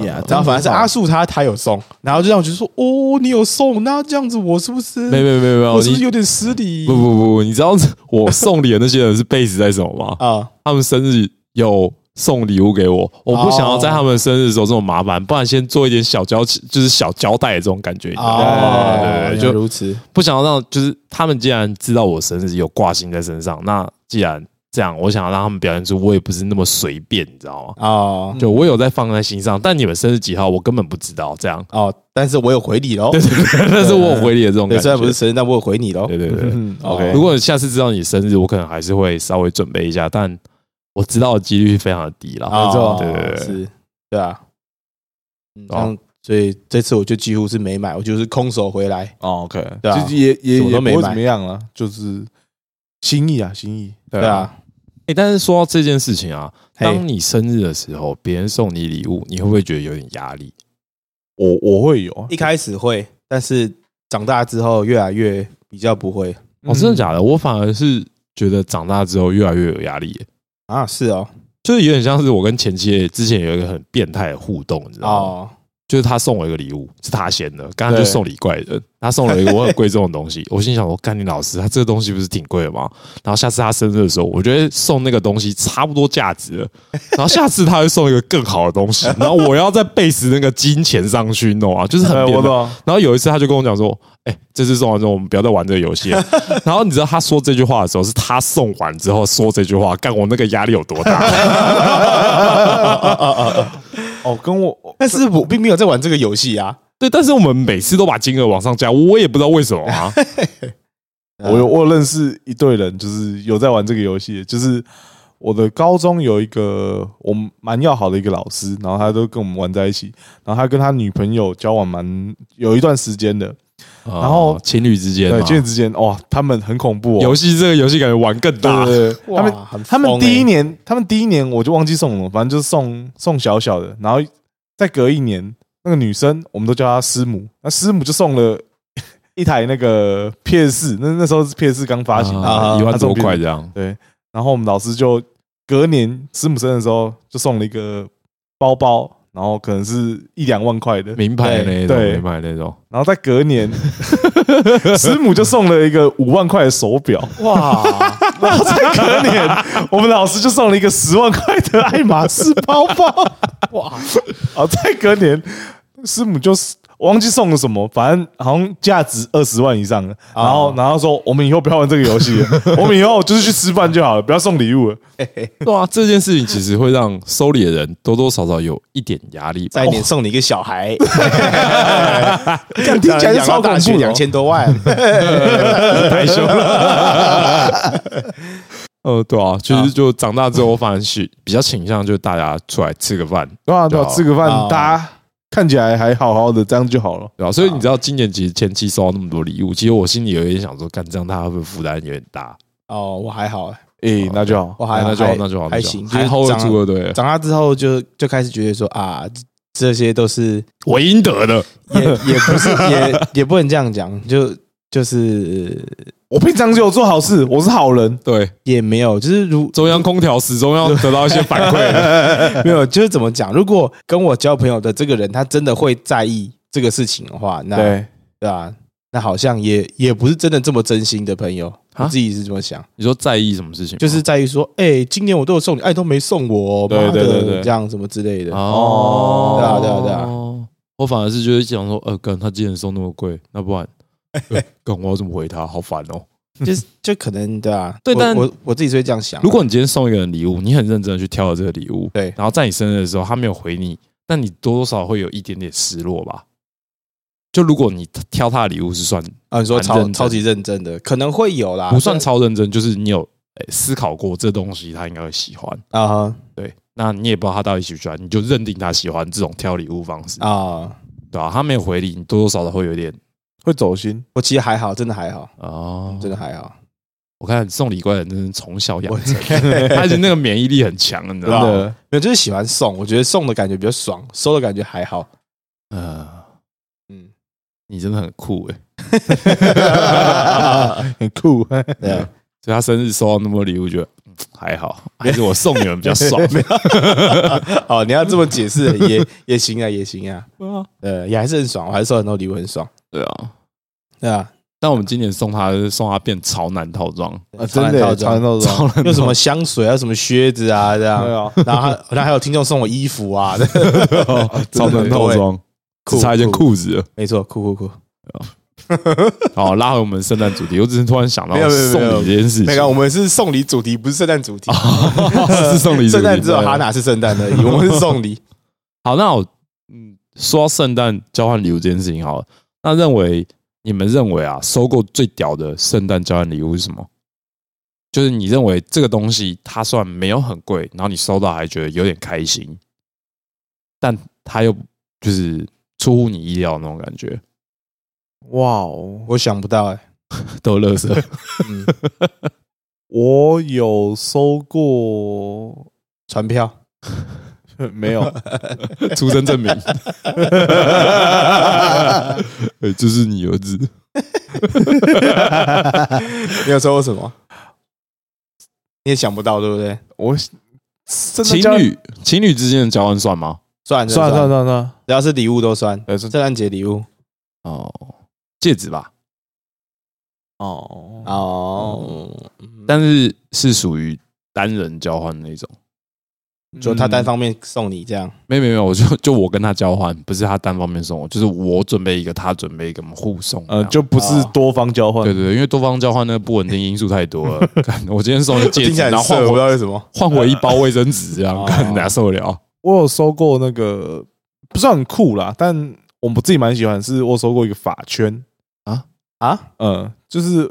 Speaker 1: Yeah，
Speaker 3: 然后反而
Speaker 1: 真的
Speaker 3: 是
Speaker 1: 很好
Speaker 3: 阿树他他有送，然后就让我觉得说，哦，你有送，那这样子我是不是
Speaker 2: 没没没没有，
Speaker 3: 我是不是
Speaker 2: 你
Speaker 3: 有点失礼？
Speaker 2: 不不不，你知道我送礼的那些人是 base 在什么吗？
Speaker 3: 啊，
Speaker 2: 他们生日有送礼物给我，我不想要在他们生日的时候这么麻烦，不然先做一点小交，就是小交代的这种感觉，你知道吗
Speaker 1: 哦
Speaker 2: 对对对，
Speaker 3: 啊
Speaker 2: 就
Speaker 3: 就如此
Speaker 2: 不想要让，就是他们既然知道我生日有挂心在身上，那既然这样，我想要让他们表现出我也不是那么随便，你知道吗？
Speaker 3: 哦
Speaker 2: 就我有在放在心上，但你们生日几号我根本不知道，这样，
Speaker 3: 哦，但是我有回你喽，
Speaker 2: 但是我有回礼的这种
Speaker 3: 对，
Speaker 2: 感觉
Speaker 3: 虽然不，是生日，但我有回你喽。
Speaker 2: 对对对。
Speaker 1: 嗯
Speaker 3: 哦
Speaker 1: ，OK，
Speaker 2: 如果下次知道你生日，我可能还是会稍微准备一下，但我知道的几率非常的低啦。
Speaker 3: 啊，
Speaker 1: 错
Speaker 2: 对对对
Speaker 3: 是，对啊，嗯，这
Speaker 2: 哦
Speaker 3: 样所以这次我就几乎是没买，我就是空手回来。
Speaker 1: 哦，OK，
Speaker 3: 对啊
Speaker 1: 其实也也
Speaker 3: 什么
Speaker 1: 也
Speaker 3: 都
Speaker 1: 不
Speaker 3: 没
Speaker 1: 会
Speaker 3: 买
Speaker 1: 怎么样了，就是心意啊，心意。
Speaker 2: 对
Speaker 3: 对啊，
Speaker 2: 哎、但是说到这件事情啊，
Speaker 3: 嘿
Speaker 2: 当你生日的时候，别人送你礼物，你会不会觉得有点压力？
Speaker 1: 我我会有啊，
Speaker 3: 一开始会，但是长大之后越来越比较不会
Speaker 1: 嗯
Speaker 2: 哦，真的假的？我反而是觉得长大之后越来越有压力耶，
Speaker 3: 啊。是哦，
Speaker 2: 就是有点像是我跟前妻之前有一个很变态的互动，你知道吗？
Speaker 3: *laughs* 哦，
Speaker 2: 就是他送我一个礼物，是他先的，刚刚就
Speaker 1: 对
Speaker 2: 送礼怪人，他送了一个我很贵重的东
Speaker 1: *laughs*
Speaker 2: 西，我心想我干你老师，他这个东西不是挺贵的吗？然后下次他生日的时候，我觉得送那个东西差不多价值了，然后下次他会送一个更好的东西，然后我要再 base 那个金钱上去，你懂
Speaker 1: *laughs*
Speaker 2: 吗？就是很
Speaker 1: 哎
Speaker 2: 变
Speaker 1: 我
Speaker 2: 态。
Speaker 1: 懂。
Speaker 2: 然后有一次他就跟我讲说：“哎、这次送完之后，我们不要再玩这个游戏了。”然后你知道他说这句话的时候，是他送完之后说这句话，干我那个压力有多
Speaker 1: *laughs*
Speaker 2: 大？
Speaker 1: 哦，跟我
Speaker 3: *laughs* 但是我并没有在玩这个游戏啊。
Speaker 2: 对，但是我们每次都把金额往上加，我也不知道为什么啊。
Speaker 3: 嗯
Speaker 1: 我有我有认识一队人，就是有在玩这个游戏，就是我的高中有一个我们蛮要好的一个老师，然后他都跟我们玩在一起，然后他跟他女朋友交往蛮有一段时间的，
Speaker 2: 然
Speaker 1: 后
Speaker 2: 哦情侣之间嘛，
Speaker 1: 对，情侣之间哇，他们很恐怖哦，
Speaker 2: 游戏这个游戏感觉玩更
Speaker 3: 啊
Speaker 2: 大，啊
Speaker 1: 对对对，
Speaker 3: 哇
Speaker 1: 他们
Speaker 3: 很
Speaker 1: 他们
Speaker 3: 疯
Speaker 1: 第一
Speaker 3: 欸
Speaker 1: 年，他们第一年我就忘记送什么，反正就是送送小小的，然后再隔一年，那个女生我们都叫她师母，那师母就送了 *laughs* 一台那个 PS 四，那那时候是 PS 四刚发行，
Speaker 2: 啊
Speaker 1: 她
Speaker 2: 一万
Speaker 1: 送
Speaker 2: 多
Speaker 1: PS4
Speaker 2: 块这样，
Speaker 1: 对，然后我们老师就隔年师母生日的时候就送了一个包包，然后可能是一两万块的，
Speaker 2: 名牌那种，
Speaker 1: 对
Speaker 2: 名牌那种，
Speaker 1: 然后再隔
Speaker 2: *laughs*
Speaker 1: 年师母就送了一个五万块的手表。
Speaker 3: 哇，
Speaker 1: 然 *laughs* 后在隔年，我们老师就送了一个十万块的爱马仕包包。
Speaker 3: 哇，
Speaker 1: 啊，在隔年，师母就是我忘记送了什么，反正好像价值二十万以上的。然后，然后说我们以后不要玩这个游戏了，我们以后就是去吃饭就好了，不要送礼物了。
Speaker 2: 对啊，这件事情其实会让收礼的人多多少少有一点压力吧。*laughs*
Speaker 3: *laughs* 再一年送你一个小孩，哦 *laughs* 这样听起来就
Speaker 1: 养
Speaker 3: 超
Speaker 1: 到大
Speaker 3: 恐
Speaker 1: 学
Speaker 3: 怖，哦两千多万， *laughs*
Speaker 2: 太凶了。呃，对啊，就是就长大之后，我反而是比较倾向，就是大家出来吃个饭，
Speaker 1: 对啊，对啊，
Speaker 2: 对啊
Speaker 1: 吃个饭，
Speaker 3: 啊
Speaker 1: 大家看起来还好好的，这样就好了。
Speaker 2: 对吧、所以你知道，今年其实前期收到那么多礼物，其实我心里有点想说，干这样大家会不会负担有点大？啊哎
Speaker 3: 哦，我还好，
Speaker 1: 诶，那就好。
Speaker 3: 我还
Speaker 2: 那就好，那
Speaker 3: 就
Speaker 2: 就好，
Speaker 3: 还
Speaker 2: 那就好
Speaker 3: 行就是
Speaker 2: 还 hold 得
Speaker 3: 长
Speaker 2: 住了，对，
Speaker 3: 长大之后就就开始觉得说啊，这些都是
Speaker 2: 我应得的，
Speaker 3: 也也不是也也不能这样讲，就就是
Speaker 1: 我平常就有做好事，我是好人。
Speaker 2: 对，
Speaker 3: 也没有，就是如
Speaker 2: 中央空调始终要得到一些反馈
Speaker 3: *laughs*
Speaker 2: 的，
Speaker 3: 没有，就是怎么讲？如果跟我交朋友的这个人，他真的会在意这个事情的话，那
Speaker 1: 对，
Speaker 3: 对啊，那好像也也不是真的这么真心的朋友。
Speaker 2: 啊
Speaker 3: 我自己是这么想，
Speaker 2: 你说在意什么事情吗？
Speaker 3: 就是在于说，哎，今年我都有送你，哎，都没送我哦，
Speaker 1: 对
Speaker 3: 妈
Speaker 1: 对对
Speaker 3: 的，
Speaker 1: 对
Speaker 3: 这样什么之类的。
Speaker 2: 哦，
Speaker 3: 对啊对啊对
Speaker 2: 啊。我反而是觉得想说，呃，干他今年送那么贵，那
Speaker 3: *laughs*
Speaker 2: 不然，呃干我要怎么回他？好烦哦。
Speaker 3: 就是就可能对啊，
Speaker 2: 对
Speaker 3: 我
Speaker 2: 但
Speaker 3: 我我自己是会这样想啊。
Speaker 2: 如果你今天送一个人礼物，你很认真的去挑了这个礼物，
Speaker 3: 对
Speaker 2: 然后在你生日的时候他没有回你，但你多多少少会有一点点失落吧。就如果你挑他的礼物是算
Speaker 3: 啊，你说
Speaker 2: 蛮认
Speaker 3: 超
Speaker 2: 真
Speaker 3: 超级认真的，可能会有啦，
Speaker 2: 不算
Speaker 3: 但
Speaker 2: 超认真，就是你有诶思考过这东西他应该会喜欢，
Speaker 3: 啊哈
Speaker 2: 对，那你也不知道他到底喜不喜欢，你就认定他喜欢这种挑礼物方式，
Speaker 3: 啊。
Speaker 2: 对吧、他没有回礼，你多多少少会有一点
Speaker 1: 会走心。
Speaker 3: 我其实还好，真的还好，
Speaker 2: 哦，
Speaker 3: 真的还好。
Speaker 2: 我看送礼怪人真是从小
Speaker 3: 我
Speaker 2: 养
Speaker 3: *laughs*
Speaker 2: 成，他且那个免疫力很强，你知
Speaker 1: 真
Speaker 2: 道吗？
Speaker 1: 的，
Speaker 3: 没有，就是喜欢送，我觉得送的感觉比较爽，收的感觉
Speaker 2: *laughs*
Speaker 3: 还好。
Speaker 2: 呃，
Speaker 3: 嗯，
Speaker 2: 你真的很酷欸诶、
Speaker 3: 啊
Speaker 1: 很酷。
Speaker 3: 对啊，
Speaker 2: 所以他生日收到那么多礼物，觉得嗯还
Speaker 3: *laughs*
Speaker 2: 好，还是我送你们比较爽。
Speaker 3: 哦，你要这么解释也 *laughs* 也行啊，也行啊，
Speaker 2: 对啊，
Speaker 3: 呃，也还是很爽，我还是收很多礼物很爽，
Speaker 2: 对啊。
Speaker 3: 对啊，
Speaker 2: 但我们今年送他送他变潮男套
Speaker 3: *laughs*
Speaker 2: 装，
Speaker 1: 啊真的耶，
Speaker 3: 超人
Speaker 1: 超人到
Speaker 3: 套
Speaker 2: 超
Speaker 3: *laughs* 装，有什么香水啊，有什么靴子啊，这样
Speaker 1: 对，
Speaker 2: *laughs*
Speaker 1: 啊，
Speaker 3: 然后还然后还有听众送我衣服啊，
Speaker 2: 超男套装，*laughs*
Speaker 3: 酷
Speaker 2: 只差一件裤子了。
Speaker 3: 没错，酷酷酷。
Speaker 2: 好，拉回我们圣诞主题，我只是突然想到
Speaker 3: 没有没有
Speaker 2: 送
Speaker 3: 没有
Speaker 2: 礼这件事
Speaker 3: 那个
Speaker 2: 情，
Speaker 3: 我们是送礼主题，不是圣诞主题，
Speaker 2: 哦 *laughs* 是送礼主题。
Speaker 3: 圣诞只有
Speaker 2: 对
Speaker 3: 哈娜是圣诞而已，我们是送 *laughs* 礼。
Speaker 2: 好，那我嗯，说到圣诞交换礼物这件事情好了，那认为你们认为啊，收过最屌的圣诞交换礼物是什么？就是你认为这个东西它虽然没有很贵，然后你收到还觉得有点开心，但它又就是出乎你意料的那种感觉， *laughs*
Speaker 1: 哇哦！
Speaker 3: 我想不到哎、
Speaker 2: 都
Speaker 1: *laughs*
Speaker 2: 乐色。
Speaker 3: *laughs* 嗯，
Speaker 1: 我有收过，
Speaker 3: 船票。
Speaker 1: *laughs* 没有，
Speaker 2: 出生证明，对，这是你儿子，
Speaker 3: *laughs* 你有收过什么？你也想不到，对不对？
Speaker 1: 我圣
Speaker 2: 情
Speaker 1: 诞交
Speaker 2: 侣情侣之间的交换算吗？
Speaker 3: 算
Speaker 1: 算了算了，算了
Speaker 3: 只要是礼物都算。
Speaker 1: 呃是
Speaker 3: 圣诞节礼物
Speaker 2: 哦，戒指吧，
Speaker 1: 哦，
Speaker 3: 哦，
Speaker 2: 但是是属于单人交换那种。
Speaker 3: 就他单
Speaker 1: 方
Speaker 3: 方面送你这样。
Speaker 2: 没有没有没有，我就就我跟他交换，不是他单方面送我，就是我准备一个，他准备一个，我们互送这样。
Speaker 1: 呃就不是多方交换
Speaker 2: 嗯对，对对，因为多方交换那个不稳定因素太多
Speaker 3: *laughs*
Speaker 2: 了。看我今天送你戒
Speaker 3: 听
Speaker 2: 指，
Speaker 3: 起来
Speaker 2: 然后
Speaker 3: 很色
Speaker 2: 换
Speaker 3: 我不知
Speaker 2: 回
Speaker 3: 道为什么。
Speaker 2: 换回一包卫生纸，这样
Speaker 3: 哦
Speaker 2: 看哪受得了？
Speaker 1: 我有收过那个不是很酷啦，但我们自己蛮喜欢，是我收过一个发圈
Speaker 2: 啊
Speaker 3: 啊，
Speaker 1: 嗯，就是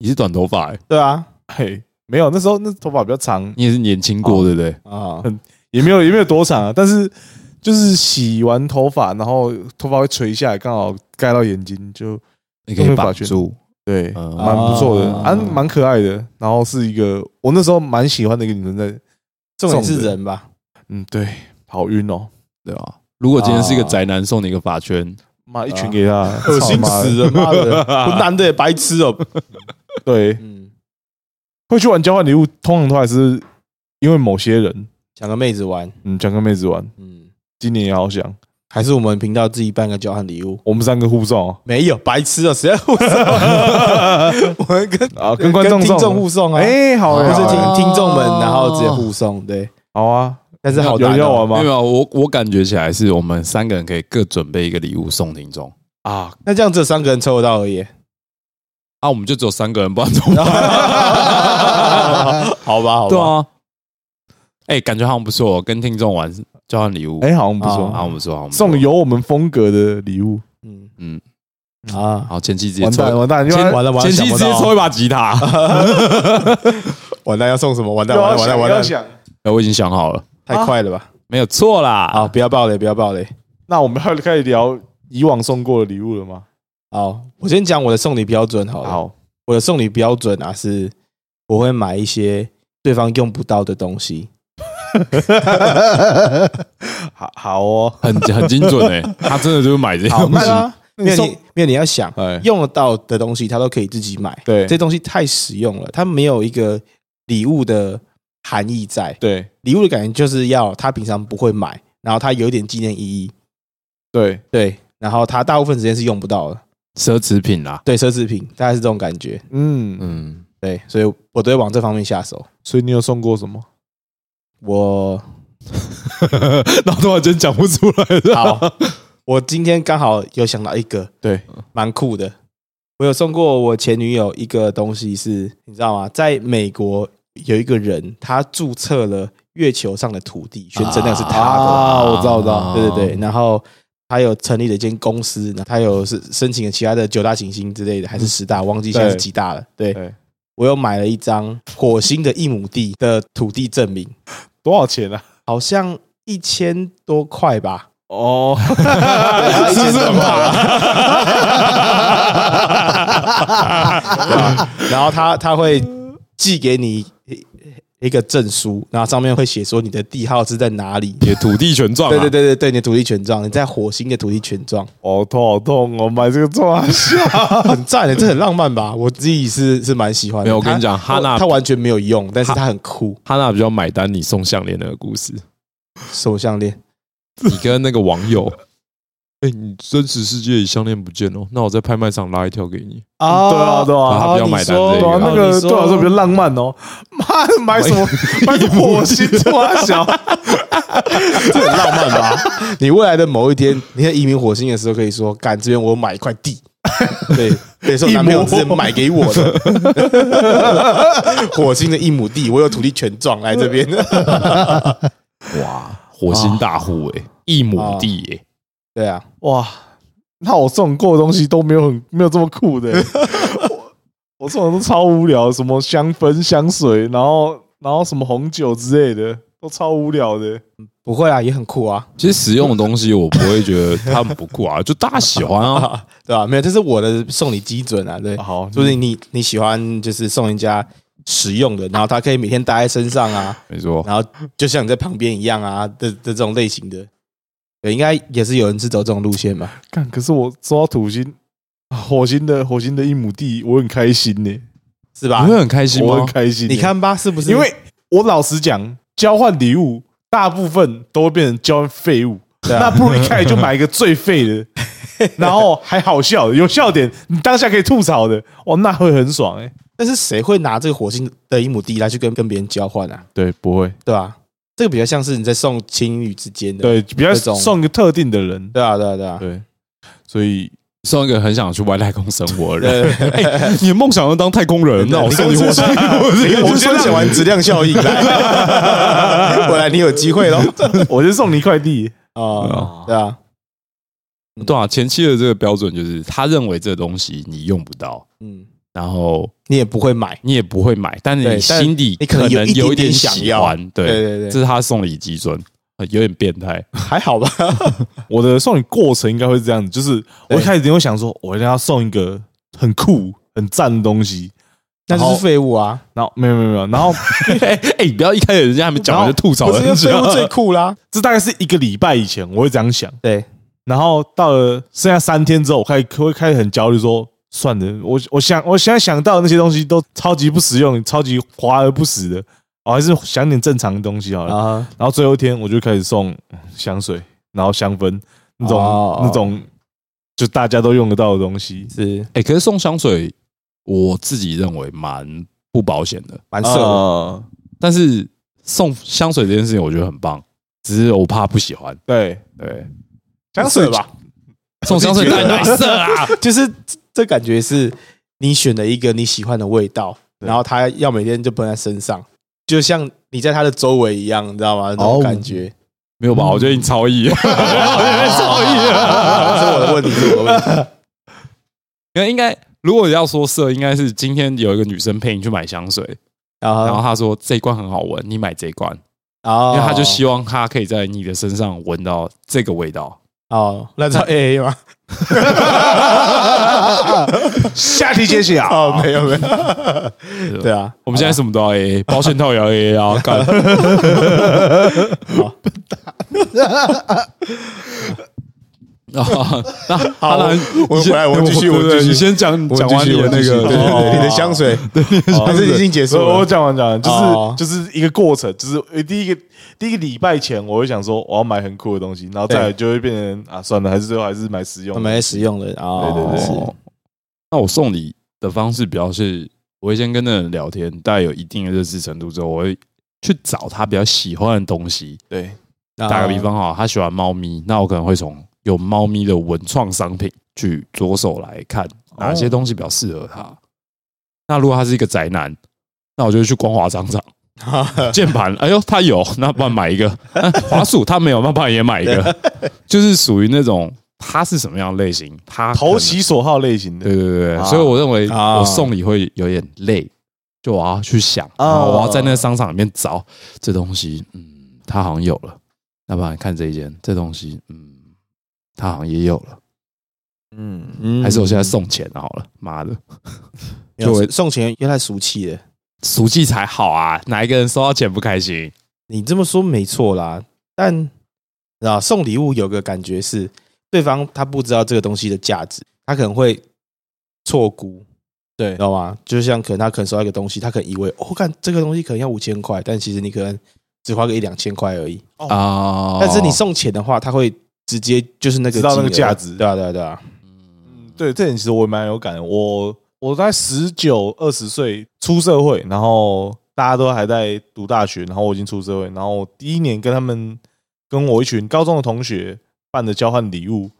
Speaker 2: 你是短头发、欸，
Speaker 3: 对啊，
Speaker 1: 嘿，没有，那时候那头发比较长，
Speaker 2: 你也是年轻过，对不对？
Speaker 3: 啊，
Speaker 1: 也没有也没有多长啊，但是就是洗完头发，然后头发会垂下来，刚好盖到眼睛，就
Speaker 2: 你可以绑住，
Speaker 1: 对，
Speaker 2: 嗯
Speaker 1: 蛮不错的，
Speaker 3: 哦
Speaker 1: 啊，蛮可爱的。然后是一个我那时候蛮喜欢的一个女生在，
Speaker 3: 重点是
Speaker 1: 重的
Speaker 3: 人吧？
Speaker 1: 嗯，对，好晕哦，
Speaker 2: 对啊。如果今天是一个宅男送你一个发圈，
Speaker 1: 妈一群给她，
Speaker 3: 啊恶心
Speaker 1: 操妈的
Speaker 3: 死了，妈 *laughs* 的，混蛋的白痴哦！
Speaker 1: 对，
Speaker 3: 嗯，
Speaker 1: 会去玩交换礼物，通常都还是因为某些人，
Speaker 3: 抢个妹子玩，
Speaker 1: 嗯，想跟妹子玩，
Speaker 3: 嗯，
Speaker 1: 今年也好想，
Speaker 3: 还是我们频道自己办个交换礼物？
Speaker 1: 我们三个互送啊
Speaker 3: 没有，白痴哦，谁要互送？ *laughs* 我们跟
Speaker 1: 啊，跟观众
Speaker 3: 听众
Speaker 1: 送，
Speaker 3: 互送啊，
Speaker 1: 哎，好啊，
Speaker 3: 不是
Speaker 1: 好啊
Speaker 3: 听听众们，然后直接互送，对，
Speaker 1: 好啊，
Speaker 3: 但是好
Speaker 1: 有
Speaker 3: 难
Speaker 1: 人要
Speaker 3: 哦。
Speaker 1: 玩吗？
Speaker 2: 没有，我我感觉起来是我们三个人可以各准备一个礼物送听众
Speaker 1: 啊，
Speaker 3: 那这样只有三个人抽得到而已。
Speaker 2: 啊，我们就只有三个人，不然怎么办？
Speaker 3: *laughs* 好吧，好
Speaker 2: 对
Speaker 3: 吧，
Speaker 2: 啊，哎，感觉好像不错，跟听众玩交换礼物，
Speaker 1: 哎，好像不
Speaker 3: 啊
Speaker 2: 好
Speaker 1: 错，
Speaker 2: 像不错，好像不错
Speaker 1: 送有我们风格的礼物，
Speaker 3: 嗯
Speaker 2: 嗯，
Speaker 3: 啊，
Speaker 2: 好，前期直接
Speaker 1: 完
Speaker 2: 抽，
Speaker 1: 蛋完蛋，又
Speaker 2: 先
Speaker 1: 要
Speaker 3: 完了完
Speaker 2: 前
Speaker 3: 了，
Speaker 2: 期
Speaker 3: 想
Speaker 2: 直
Speaker 3: 不
Speaker 2: 接
Speaker 3: 到
Speaker 2: 抽一把吉
Speaker 3: *laughs*
Speaker 2: 他，
Speaker 3: 完蛋要送什么？完蛋
Speaker 1: 又
Speaker 3: 完
Speaker 1: 要想
Speaker 3: 蛋完蛋
Speaker 1: 又
Speaker 3: 完
Speaker 1: 要
Speaker 3: 蛋，
Speaker 1: 想，
Speaker 2: 哎我已经想好了，
Speaker 3: 太快了吧？
Speaker 2: 没有错啦，
Speaker 3: 啊好，不要爆雷，不要爆雷。
Speaker 1: 那我们要开始聊以往送过的礼物了吗？
Speaker 3: 好，我先讲我的送礼标准好了。
Speaker 1: 好，
Speaker 3: 我的送礼标准啊是，我会买一些对方用不到的东西。
Speaker 1: *laughs* 好好哦，
Speaker 2: *laughs* 很很精准哎、他真的就是买这
Speaker 1: *laughs*
Speaker 2: 些
Speaker 3: 好，
Speaker 2: 东
Speaker 3: 那
Speaker 2: 西。
Speaker 3: 啊，
Speaker 1: 那
Speaker 3: 没
Speaker 1: 你
Speaker 3: 有
Speaker 1: 送
Speaker 3: 你没有你要想
Speaker 1: 哎，
Speaker 3: 用得到的东西，他都可以自己买。
Speaker 1: 对
Speaker 3: 这东西太实用了，它没有一个礼物的含义在。
Speaker 1: 对
Speaker 3: 礼物的感觉就是要他平常不会买，然后他有一点纪念意义。
Speaker 1: 对，
Speaker 3: 对，然后他大部分时间是用不到的。
Speaker 2: *laughs* 奢侈品啦。
Speaker 3: 对，奢侈品大概是这种感觉。
Speaker 1: 嗯，
Speaker 3: *laughs*
Speaker 2: 嗯，
Speaker 3: 对，所以我都会往这方面下手。
Speaker 1: 所以你有送过什么？
Speaker 3: 我
Speaker 2: 然后突然间讲不出来了。
Speaker 3: *laughs* 好，我今天刚好有想到一个，
Speaker 1: 对，
Speaker 3: 蛮酷的。我有送过我前女友一个东西是，你知道吗？在美国有一个人，他注册了月球上的土地，宣称那个是他的。
Speaker 1: 啊我知道我知道
Speaker 3: 对对对，然后他有成立了一间公司，然后他有是申请了其他的九大行星之类的，还是十大，忘记现在是几大了。对
Speaker 1: 嗯对
Speaker 3: 我有买了一张火星的一亩地的土地证明，
Speaker 1: 多少钱啊？
Speaker 3: 好像一千多块吧。
Speaker 1: 哦，
Speaker 2: *laughs*
Speaker 3: 是不是很 *laughs* 然后他他会寄给你一一个证书，然后上面会写说你的地号是在哪里。
Speaker 2: 也土地权状、啊，
Speaker 3: 对对对对对，你的土地权状，你在火星的土地权状， *laughs*
Speaker 1: 好痛好痛哦！买这个做啊，
Speaker 3: 很赞欸的，这很浪漫吧？我自己是是蛮喜欢的。
Speaker 2: 没有我跟你
Speaker 3: 他
Speaker 2: 讲哈娜
Speaker 3: 他完全没有用，但是他很酷，
Speaker 2: 哈娜比较买单，你送项链那个故事，
Speaker 3: 手项链。
Speaker 2: 你跟那个网友，哎、你真实世界里项链不见了，那我在拍卖场拉一条给你。
Speaker 3: 啊
Speaker 1: 对啊对啊
Speaker 2: 他比较买单这
Speaker 1: 对啊，
Speaker 2: 个
Speaker 1: 那个对我来说比较浪漫哦。妈的，买什么 *laughs* 买什么火星做啊小？
Speaker 3: *laughs* 这很浪漫吧？你未来的某一天，你在移民火星的时候，可以说：“干，这边我有买一块
Speaker 1: *laughs*
Speaker 3: 地，对，对，是我男朋友之前买给我的，
Speaker 1: *laughs*
Speaker 3: 火星的一亩地，我有土地权状来这边。
Speaker 2: 哇，火星大户哎、一亩地哎、”
Speaker 3: 对啊，
Speaker 1: 哇，那我送过的东西都没有很没有这么酷的、欸 *laughs* 我我送的都超无聊，什么香氛、香水，然后然后什么红酒之类的，都超无聊的。
Speaker 3: 不会啊，也很酷啊，
Speaker 2: 其实实用的东西我不会觉得它很不酷啊，就大家喜欢啊。
Speaker 3: 啊， *laughs* 对吧、啊？没有，这是我的送礼基准啊，对，
Speaker 1: 好，
Speaker 3: 就是你你喜欢就是送人家实用的，然后他可以每天带在身上啊，
Speaker 2: 没错，
Speaker 3: 然后就像你在旁边一样啊的的这种类型的，对，应该也是有人是走这种路线吧。
Speaker 1: 看，可是我收到土星、啊火星的火星的一亩地，我很开心呢、
Speaker 3: 是吧
Speaker 2: 你？会很开心
Speaker 1: 我很
Speaker 2: 吗？
Speaker 1: 开心、
Speaker 3: 你，看吧，是不是？
Speaker 1: 因为我老实讲，交换礼物大部分都会变成交换废物。
Speaker 3: 对啊
Speaker 1: 那不如一开始就买一个最废的，然后还好笑的，有笑点，你当下可以吐槽的，哇，那会很爽哎、
Speaker 3: 但是谁会拿这个火星的一亩地来去跟跟别人交换啊？
Speaker 1: 对，不会，
Speaker 3: 对吧、这个比较像是你在送情侣之间的，
Speaker 1: 对，比较
Speaker 3: 这种
Speaker 1: 送给特定的人，
Speaker 3: 对啊，对啊，对啊，
Speaker 1: 对，所以 *laughs*
Speaker 2: 送一个很想去外太空生活的人。
Speaker 3: 对对对
Speaker 2: 哎你的梦想要当太空人，那我送你火 *laughs* 星。
Speaker 3: 我先讲完质量效应， *laughs* 来，果然你有机会喽。
Speaker 1: 我就送你一块地，
Speaker 3: *laughs* 哦，对啊，
Speaker 2: 对啊，前期的这个标准就是他认为这个东西你用不到，
Speaker 3: 嗯，
Speaker 2: 然后
Speaker 3: 你也不会
Speaker 2: *laughs*
Speaker 3: 买。
Speaker 2: 你也不会买，但是
Speaker 3: 对
Speaker 2: 你
Speaker 3: 但
Speaker 2: 心底
Speaker 3: 你可能有
Speaker 2: 能
Speaker 3: 一
Speaker 2: 有
Speaker 3: 点点想
Speaker 2: 喜
Speaker 3: 要
Speaker 2: 欢，
Speaker 3: 对
Speaker 2: 对，
Speaker 3: 对
Speaker 2: 这
Speaker 3: 对，
Speaker 2: 是他送礼基准，呃有点变态。 *laughs*
Speaker 3: 还好吧？
Speaker 1: 我的送礼过程应该会是这样子，就是我一开始一定会想说，我一定要送一个很酷、很赞的东西，
Speaker 3: *laughs* 那就是废物啊！
Speaker 1: *laughs* 然后没有没有没有，然后
Speaker 2: 哎、你不要一开始人家还没讲完就吐槽
Speaker 3: 不是因
Speaker 2: 人
Speaker 3: 为废
Speaker 2: 家
Speaker 3: 物，最酷啦。
Speaker 1: 这大概是一个礼拜以前我会这样想，
Speaker 3: 对，
Speaker 1: 然后到了剩下三天之后，我开始会开始很焦虑，说算了，我我想我现在想到的那些东西都超级不实用，超级华而不实的，我、还是想点正常的东西好了。
Speaker 3: 啊，
Speaker 1: 然后最后一天我就开始送嗯香水，然后香氛那种、
Speaker 3: 哦
Speaker 1: 那种就大家都用得到的东西，
Speaker 3: 是
Speaker 2: 哎、可是送香水，我自己认为蛮不保险的，
Speaker 3: 蛮色的。
Speaker 1: 呃，
Speaker 2: 但是送香水这件事情我觉得很棒，只是我怕不喜欢。
Speaker 1: 对，
Speaker 2: 对，
Speaker 3: 香水吧，
Speaker 2: 送香水太难色啊！
Speaker 3: *laughs* 就是这这感觉是你选了一个你喜欢的味道，
Speaker 1: 对
Speaker 3: 然后它要每天就喷在身上，就像你在它的周围一样，你知道吗？那种
Speaker 2: 哦
Speaker 3: 感觉。
Speaker 2: *laughs* 没有吧？我觉得你超意， *laughs* 我觉得你超意啊！
Speaker 3: *laughs* 是我的问题，是我的问题。
Speaker 2: 因为应该如果要说色，应该是今天有一个女生陪你去买香水，
Speaker 3: 然后
Speaker 2: 然后她说这一罐很好闻，你买这一罐，因
Speaker 3: 哦，
Speaker 2: 为她就希望她可以在你的身上闻到这个味道。
Speaker 3: 哦，那叫 A A 吗？ *laughs*
Speaker 1: 下题揭晓
Speaker 3: 哦，没有没有，对啊，
Speaker 2: 我们现在什么都要 AA，保险套也要
Speaker 3: *laughs*
Speaker 2: AA 啊！干，
Speaker 3: 好
Speaker 2: 啊，那
Speaker 3: 好
Speaker 2: 好了，
Speaker 3: 我回来我继续我
Speaker 2: 对对
Speaker 3: 继续
Speaker 2: 你先讲
Speaker 3: 我
Speaker 2: 讲
Speaker 3: 继
Speaker 2: 完
Speaker 3: 续
Speaker 2: 你的
Speaker 3: 我
Speaker 2: 那
Speaker 3: 继续对对
Speaker 2: 个，
Speaker 1: 哦
Speaker 3: 对，你的香水
Speaker 1: 哦
Speaker 3: 还是已经结束
Speaker 1: 我我
Speaker 3: 了？
Speaker 1: 讲完讲完，就是、
Speaker 3: 哦
Speaker 1: 就是一个过程，就是呃第一个第一个礼拜前，我会想说我要买很酷的东西，然后再来就会变成啊，算了，还是最后还是买实用
Speaker 3: 我
Speaker 1: 的。
Speaker 3: 们使用了啊，
Speaker 1: 对对对
Speaker 3: 是
Speaker 2: 哦那我送礼的方式比较是，我会先跟那人聊天，大概有一定的认识程度之后，我会去找他比较喜欢的东西。
Speaker 1: 对，
Speaker 2: 打个比，方哈，他喜欢猫咪，那我可能会从有猫咪的文创商品去着手来看哪些东西比较适合他。那如果他是一个宅男，那我就会去光华商场键盘，哎呦，他有，那帮买一个、啊滑鼠，他没有，那帮也买一个，就是属于那种他是什么样的类型，他可能
Speaker 1: 投其所好类型的。
Speaker 2: 对对对对，
Speaker 1: 啊
Speaker 2: 所以我认为
Speaker 3: 啊
Speaker 2: 我送礼会有点累，就我要去想，然
Speaker 3: 啊
Speaker 2: 后我要在那个商场里面找这东西，嗯，它好像有了，那不然看这一件，这东西，嗯，它好像也有了，
Speaker 1: 嗯，
Speaker 3: 嗯
Speaker 2: 还是我现在送钱啊好了，妈的，
Speaker 3: 没有
Speaker 2: 就我
Speaker 3: 送钱又太俗气了。
Speaker 2: 熟记才好啊，哪一个人收到钱不开心？
Speaker 3: 你这么说没错啦，但啊，送礼物有个感觉是，对方他不知道这个东西的价值，他可能会错估，
Speaker 1: 对
Speaker 3: 知，道吗？就像可能他可能收到一个东西，他可能以为哦，看这个东西可能要五千块，但其实你可能只花个一两千块而已。
Speaker 1: 哦
Speaker 2: 啊、
Speaker 3: 哦但是你送钱的话，他会直接就是那个
Speaker 1: 知道那个
Speaker 3: 金额
Speaker 1: 价值
Speaker 3: 对啊，对啊，对啊，
Speaker 1: 嗯对，这点其实我也蛮有感的。我我在十九二十岁出社会，然后大家都还在读大学，然后我已经出社会，然后第一年跟他们跟我一群高中的同学办的交换礼物，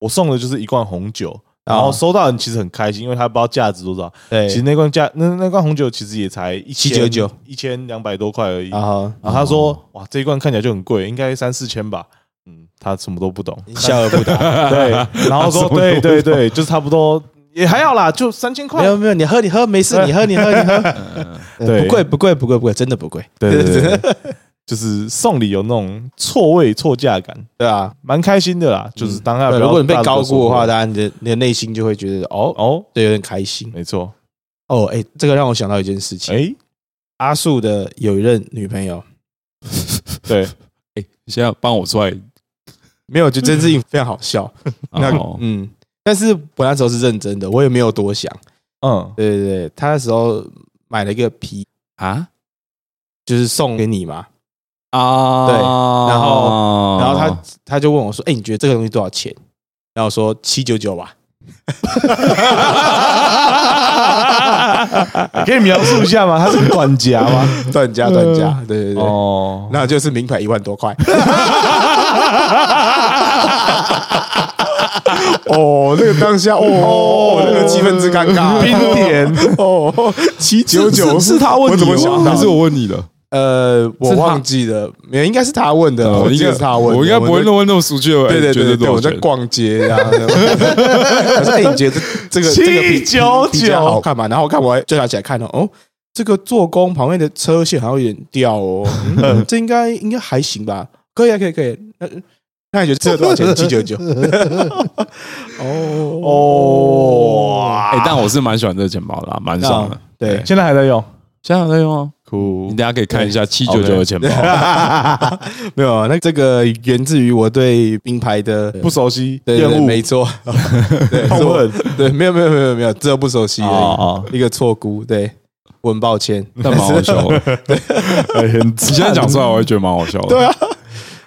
Speaker 1: 我送的就是一罐红酒，然后
Speaker 3: 啊
Speaker 1: 收到人其实很开心，因为他不知道价值多少。其实
Speaker 3: 对，
Speaker 1: 那罐价那那罐红酒其实也才一
Speaker 3: 799
Speaker 1: 一千两百多块而已。
Speaker 3: 然后
Speaker 1: 然后他
Speaker 3: 哦
Speaker 1: 说：“哇，这一罐看起来就很贵，应该三四千吧。”嗯，他什么都
Speaker 3: *laughs*
Speaker 1: 不懂，
Speaker 3: 笑而不答。
Speaker 1: 对，然后说对对对，就是差不多也还好啦，就三千
Speaker 3: 没
Speaker 1: 块。
Speaker 3: 有没有，你喝你喝没事，你喝你喝你
Speaker 1: *laughs*
Speaker 3: 喝，
Speaker 1: 对
Speaker 3: 不贵不贵不贵不贵，真的不贵，
Speaker 1: 对对对对，就是送礼有那种错位错价感，
Speaker 3: *laughs* 对啊，
Speaker 1: 蛮开心的啦。就是当下
Speaker 3: 嗯对，如果你被高估的话，
Speaker 1: 家
Speaker 3: 当然你的你的内心就会觉得哦，
Speaker 1: 哦，
Speaker 3: 对，有点开心
Speaker 1: 没错，
Speaker 3: 哦。哎、这个让我想到一件事情，
Speaker 1: 哎，
Speaker 3: 阿树的有一任女朋友，
Speaker 1: 对，
Speaker 2: 你现在帮我出来，
Speaker 3: 没有，就真是非常好笑。那、
Speaker 2: 哦
Speaker 3: 嗯，但是我那时候是认真的，我也没有多想。 *laughs*
Speaker 1: 嗯，
Speaker 3: 对对对，他那时候买了一个皮，
Speaker 2: 啊
Speaker 3: 就是送给你嘛。
Speaker 2: 啊，
Speaker 3: 对然
Speaker 1: 哦
Speaker 2: 后
Speaker 3: 然后他、他就问我说：“哎、你觉得这个东西多少钱？”然后我说：“七九九吧。
Speaker 1: 可以描述一下吗？他是管家吗？”
Speaker 3: *laughs* 断价断价，对对对。
Speaker 1: 啊嗯哦，
Speaker 3: 那就是名牌一万
Speaker 2: *laughs*
Speaker 3: 多块。哦，那个当下，哦，那个气氛之尴尬，
Speaker 1: 冰点
Speaker 3: 哦，七九九
Speaker 2: 哦是是他问
Speaker 3: 我
Speaker 2: 你
Speaker 3: 怎
Speaker 2: 的
Speaker 3: 么
Speaker 2: 吗
Speaker 3: 想到
Speaker 2: 还是我问你的？
Speaker 3: 呃，我
Speaker 2: 是他哦
Speaker 3: 忘记了，没有，应该是他问的，
Speaker 1: 哦
Speaker 3: 我
Speaker 2: 呃应
Speaker 3: 记
Speaker 2: 该
Speaker 3: 得是他问的，
Speaker 2: 我应该不会
Speaker 3: 就
Speaker 2: 弄问那么熟悉的。哎
Speaker 3: 对对对对，对我在
Speaker 2: 光。
Speaker 3: 逛街啊。他说：“哎，你觉得这个这个比
Speaker 1: 799
Speaker 3: 比比较好看嘛。然后看我还就拿起来看了，哦，这个做工旁边的车线好像有点掉哦，嗯这应该应该还行吧？可以啊，可以可以。那那你觉得这个多少钱？七九九。哦
Speaker 1: 哦，
Speaker 3: 啊
Speaker 1: 哎
Speaker 2: 哎、但我是蛮喜欢这个钱包的、啊，蛮爽的。
Speaker 1: *laughs*
Speaker 3: 对， *laughs*
Speaker 1: 现在还在用，
Speaker 2: 现在有在用啊，
Speaker 1: 酷
Speaker 2: 你大家可以看一下七九九的钱包。
Speaker 3: 没有，啊那这个源自于我对名牌的
Speaker 1: 不熟悉，
Speaker 3: 对对
Speaker 1: 厌
Speaker 3: 对
Speaker 1: 恶，*laughs*
Speaker 3: 没错，对
Speaker 1: 痛
Speaker 3: 是我
Speaker 1: 恨
Speaker 3: 对，没有没有没有没有，这不熟悉而已
Speaker 2: 哦哦
Speaker 3: 一个错估，对，我很抱歉。
Speaker 1: 嗯
Speaker 2: *laughs* 但蛮好笑的。
Speaker 1: 很
Speaker 2: 你现在讲出来，我会觉得蛮好笑的。
Speaker 3: 对啊，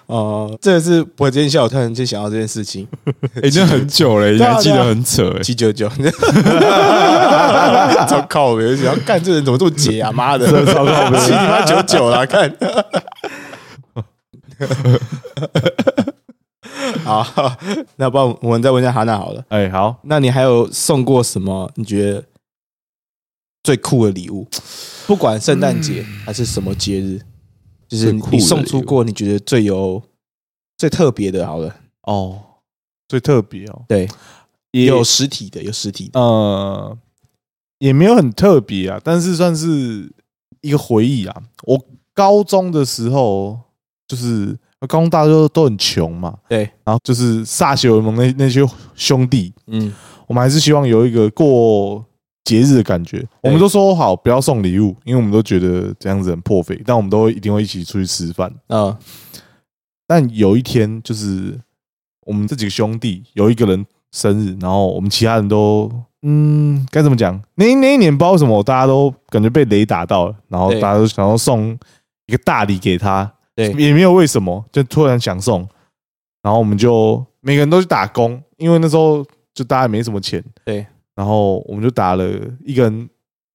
Speaker 3: 哦，这是我今天下午突然间想到这件事情，
Speaker 2: 欸已经很久了，你
Speaker 3: 对啊
Speaker 2: 还记得很扯哎、
Speaker 3: 七
Speaker 1: *laughs*
Speaker 3: 九九，糟糕，没有想要干这人怎么这么解啊？妈的，
Speaker 1: 糟糕
Speaker 3: *laughs* 七你妈九九
Speaker 1: *laughs*
Speaker 3: 啦，看。好，那不然我们再问一下哈娜好了。
Speaker 1: 哎，好，
Speaker 3: 那你还有送过什么你觉得最酷的礼物？不管圣诞节
Speaker 2: 嗯
Speaker 3: 还是什么节日，就是
Speaker 2: 最
Speaker 3: 你
Speaker 2: 酷的
Speaker 3: 你送出过你觉得最有最特别的，好了，
Speaker 1: 哦，最特别哦，
Speaker 3: 对，
Speaker 1: 也
Speaker 3: 有实体的，有实体的，
Speaker 1: 呃，也没有很特别啊，但是算是一个回忆啊。我高中的时候，就是高中大家都都很穷嘛，
Speaker 3: 对，
Speaker 1: 然后就是歃血为盟那那些兄弟，
Speaker 3: 嗯，
Speaker 1: 我们还是希望有一个过节日的感觉。我们都说好不要送礼物，因为我们都觉得这样子很破费，但我们都一定会一起出去吃饭。
Speaker 3: 啊，
Speaker 1: 但有一天，就是我们这几个兄弟有一个人生日，然后我们其他人都嗯，该怎么讲？那那一年不知道为什么，大家都感觉被雷打到了，然后
Speaker 3: 对
Speaker 1: 大家都想要送一个大礼给他，
Speaker 3: 对
Speaker 1: 也没有为什么，就突然想送，然后我们就每个人都去打工，因为那时候就大家也没什么钱，
Speaker 3: 对，
Speaker 1: 然后我们就打了一个人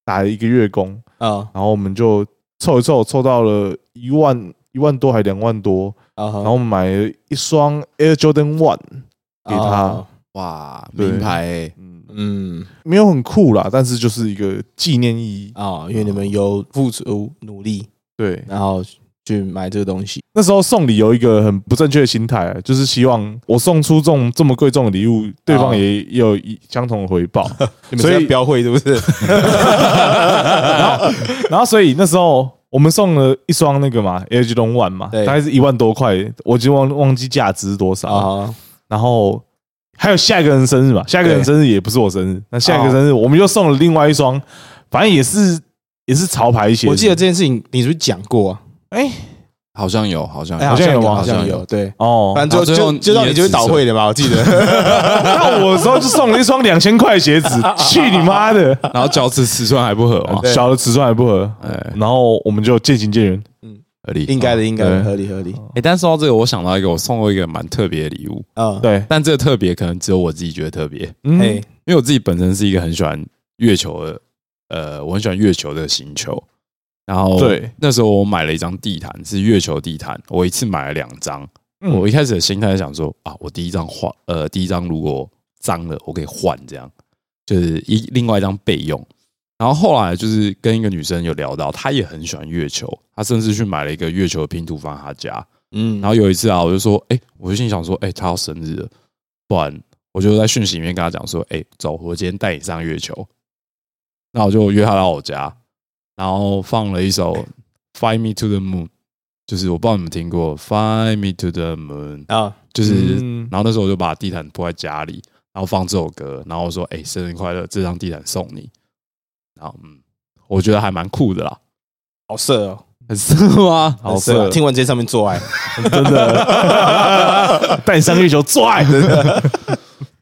Speaker 1: 打了一个月工，
Speaker 3: 啊，
Speaker 1: 然后我们就凑一凑，凑到了一万一万多还两万多，
Speaker 3: 啊
Speaker 1: 然后我们买了一双 Air Jordan One 给他，，
Speaker 2: 哇，
Speaker 1: 对
Speaker 2: 名牌哎、
Speaker 1: 嗯，
Speaker 3: 哦嗯，
Speaker 1: 没有很酷啦，但是就是一个纪念意义。
Speaker 3: 啊，因为你们有付出努力，
Speaker 1: 对，
Speaker 3: 然后去买这个东西，
Speaker 1: 那时候送礼有一个很不正确的心态，啊就是希望我送出这种这么贵重的礼物，对
Speaker 3: 啊
Speaker 1: 方也也有一相同的回报。 *laughs*
Speaker 3: 你们是
Speaker 1: 所
Speaker 3: 在
Speaker 1: 以
Speaker 3: 标会是 *laughs* 不是？
Speaker 1: 然后，然后所以那时候我们送了一双那个嘛 Air Jordan One 嘛，
Speaker 3: 对
Speaker 1: 大概是一万多块，我已经忘忘记价值是多少了。
Speaker 3: 啊，
Speaker 1: 然后还有下一个人生日嘛，下一个人
Speaker 3: 对啊
Speaker 1: 生日也不是我生日，那下一个生日我们又送了另外一双，反正也是也是潮牌鞋子。
Speaker 3: 我记得这件事情你是不是讲过啊？
Speaker 1: 哎
Speaker 2: 好像有，好像有，
Speaker 3: 哎
Speaker 1: 好像有吗
Speaker 3: 好
Speaker 2: 好
Speaker 3: 像
Speaker 2: 像
Speaker 3: 有，
Speaker 2: 有
Speaker 3: 对。
Speaker 1: 哦，
Speaker 3: 反正就
Speaker 2: 然后最后
Speaker 3: 就就到
Speaker 2: 你
Speaker 3: 你
Speaker 2: 也
Speaker 3: 就会
Speaker 2: 只
Speaker 3: 倒
Speaker 2: 剩
Speaker 3: 会的吧，我记得。
Speaker 1: 那我的时候就送了一双两千块的 *laughs* 鞋子，去你妈的！
Speaker 2: 然后脚趾尺寸还不合哦，
Speaker 3: 对
Speaker 1: 小的尺寸还不合，
Speaker 2: 哎，
Speaker 1: 然后我们就渐行渐远。
Speaker 2: 合理
Speaker 3: 应该的，应该的，
Speaker 1: 对
Speaker 3: 合理合理。
Speaker 2: 哎，但说到这个，我想到一个，我送过一个蛮特别的礼物，
Speaker 3: 嗯，
Speaker 1: 哦对，
Speaker 2: 但这个特别可能只有我自己觉得特别，
Speaker 1: 嗯，
Speaker 3: 哎，
Speaker 2: 因为我自己本身是一个很喜欢月球的，呃，我很喜欢月球的星球。然后，
Speaker 1: 对，
Speaker 2: 那时候我买了一张地毯，是月球地毯，我一次买了两张。
Speaker 1: 嗯
Speaker 2: 我一开始的心态是想说啊，我第一张换，呃，第一张如果脏了，我可以换，这样就是一另外一张备用。然后后来就是跟一个女生有聊到，她也很喜欢月球，她甚至去买了一个月球的拼图放在她家。
Speaker 3: 嗯，
Speaker 2: 然后有一次啊，我就说，哎、我就心想说，哎、他要生日了，不然我就在讯息里面跟他讲说，哎、走，我今天带你上月球。那我就约他到我家，然后放了一首《Fly Me to the Moon》，就是我不知道你们听过《Fly Me to the Moon》，
Speaker 3: 啊，
Speaker 2: 就是，
Speaker 1: 嗯
Speaker 2: 然后那时候我就把地毯铺在家里，然后放这首歌，然后我说，哎、生日快乐，这张地毯送你。然后，嗯，我觉得还蛮酷的啦，
Speaker 3: 好色哦，
Speaker 2: 很色吗？
Speaker 1: 好
Speaker 3: 很色哦。
Speaker 1: 色，
Speaker 3: 听完这上面做爱，
Speaker 1: 真 *laughs* 的带你上月球做爱，
Speaker 2: *laughs*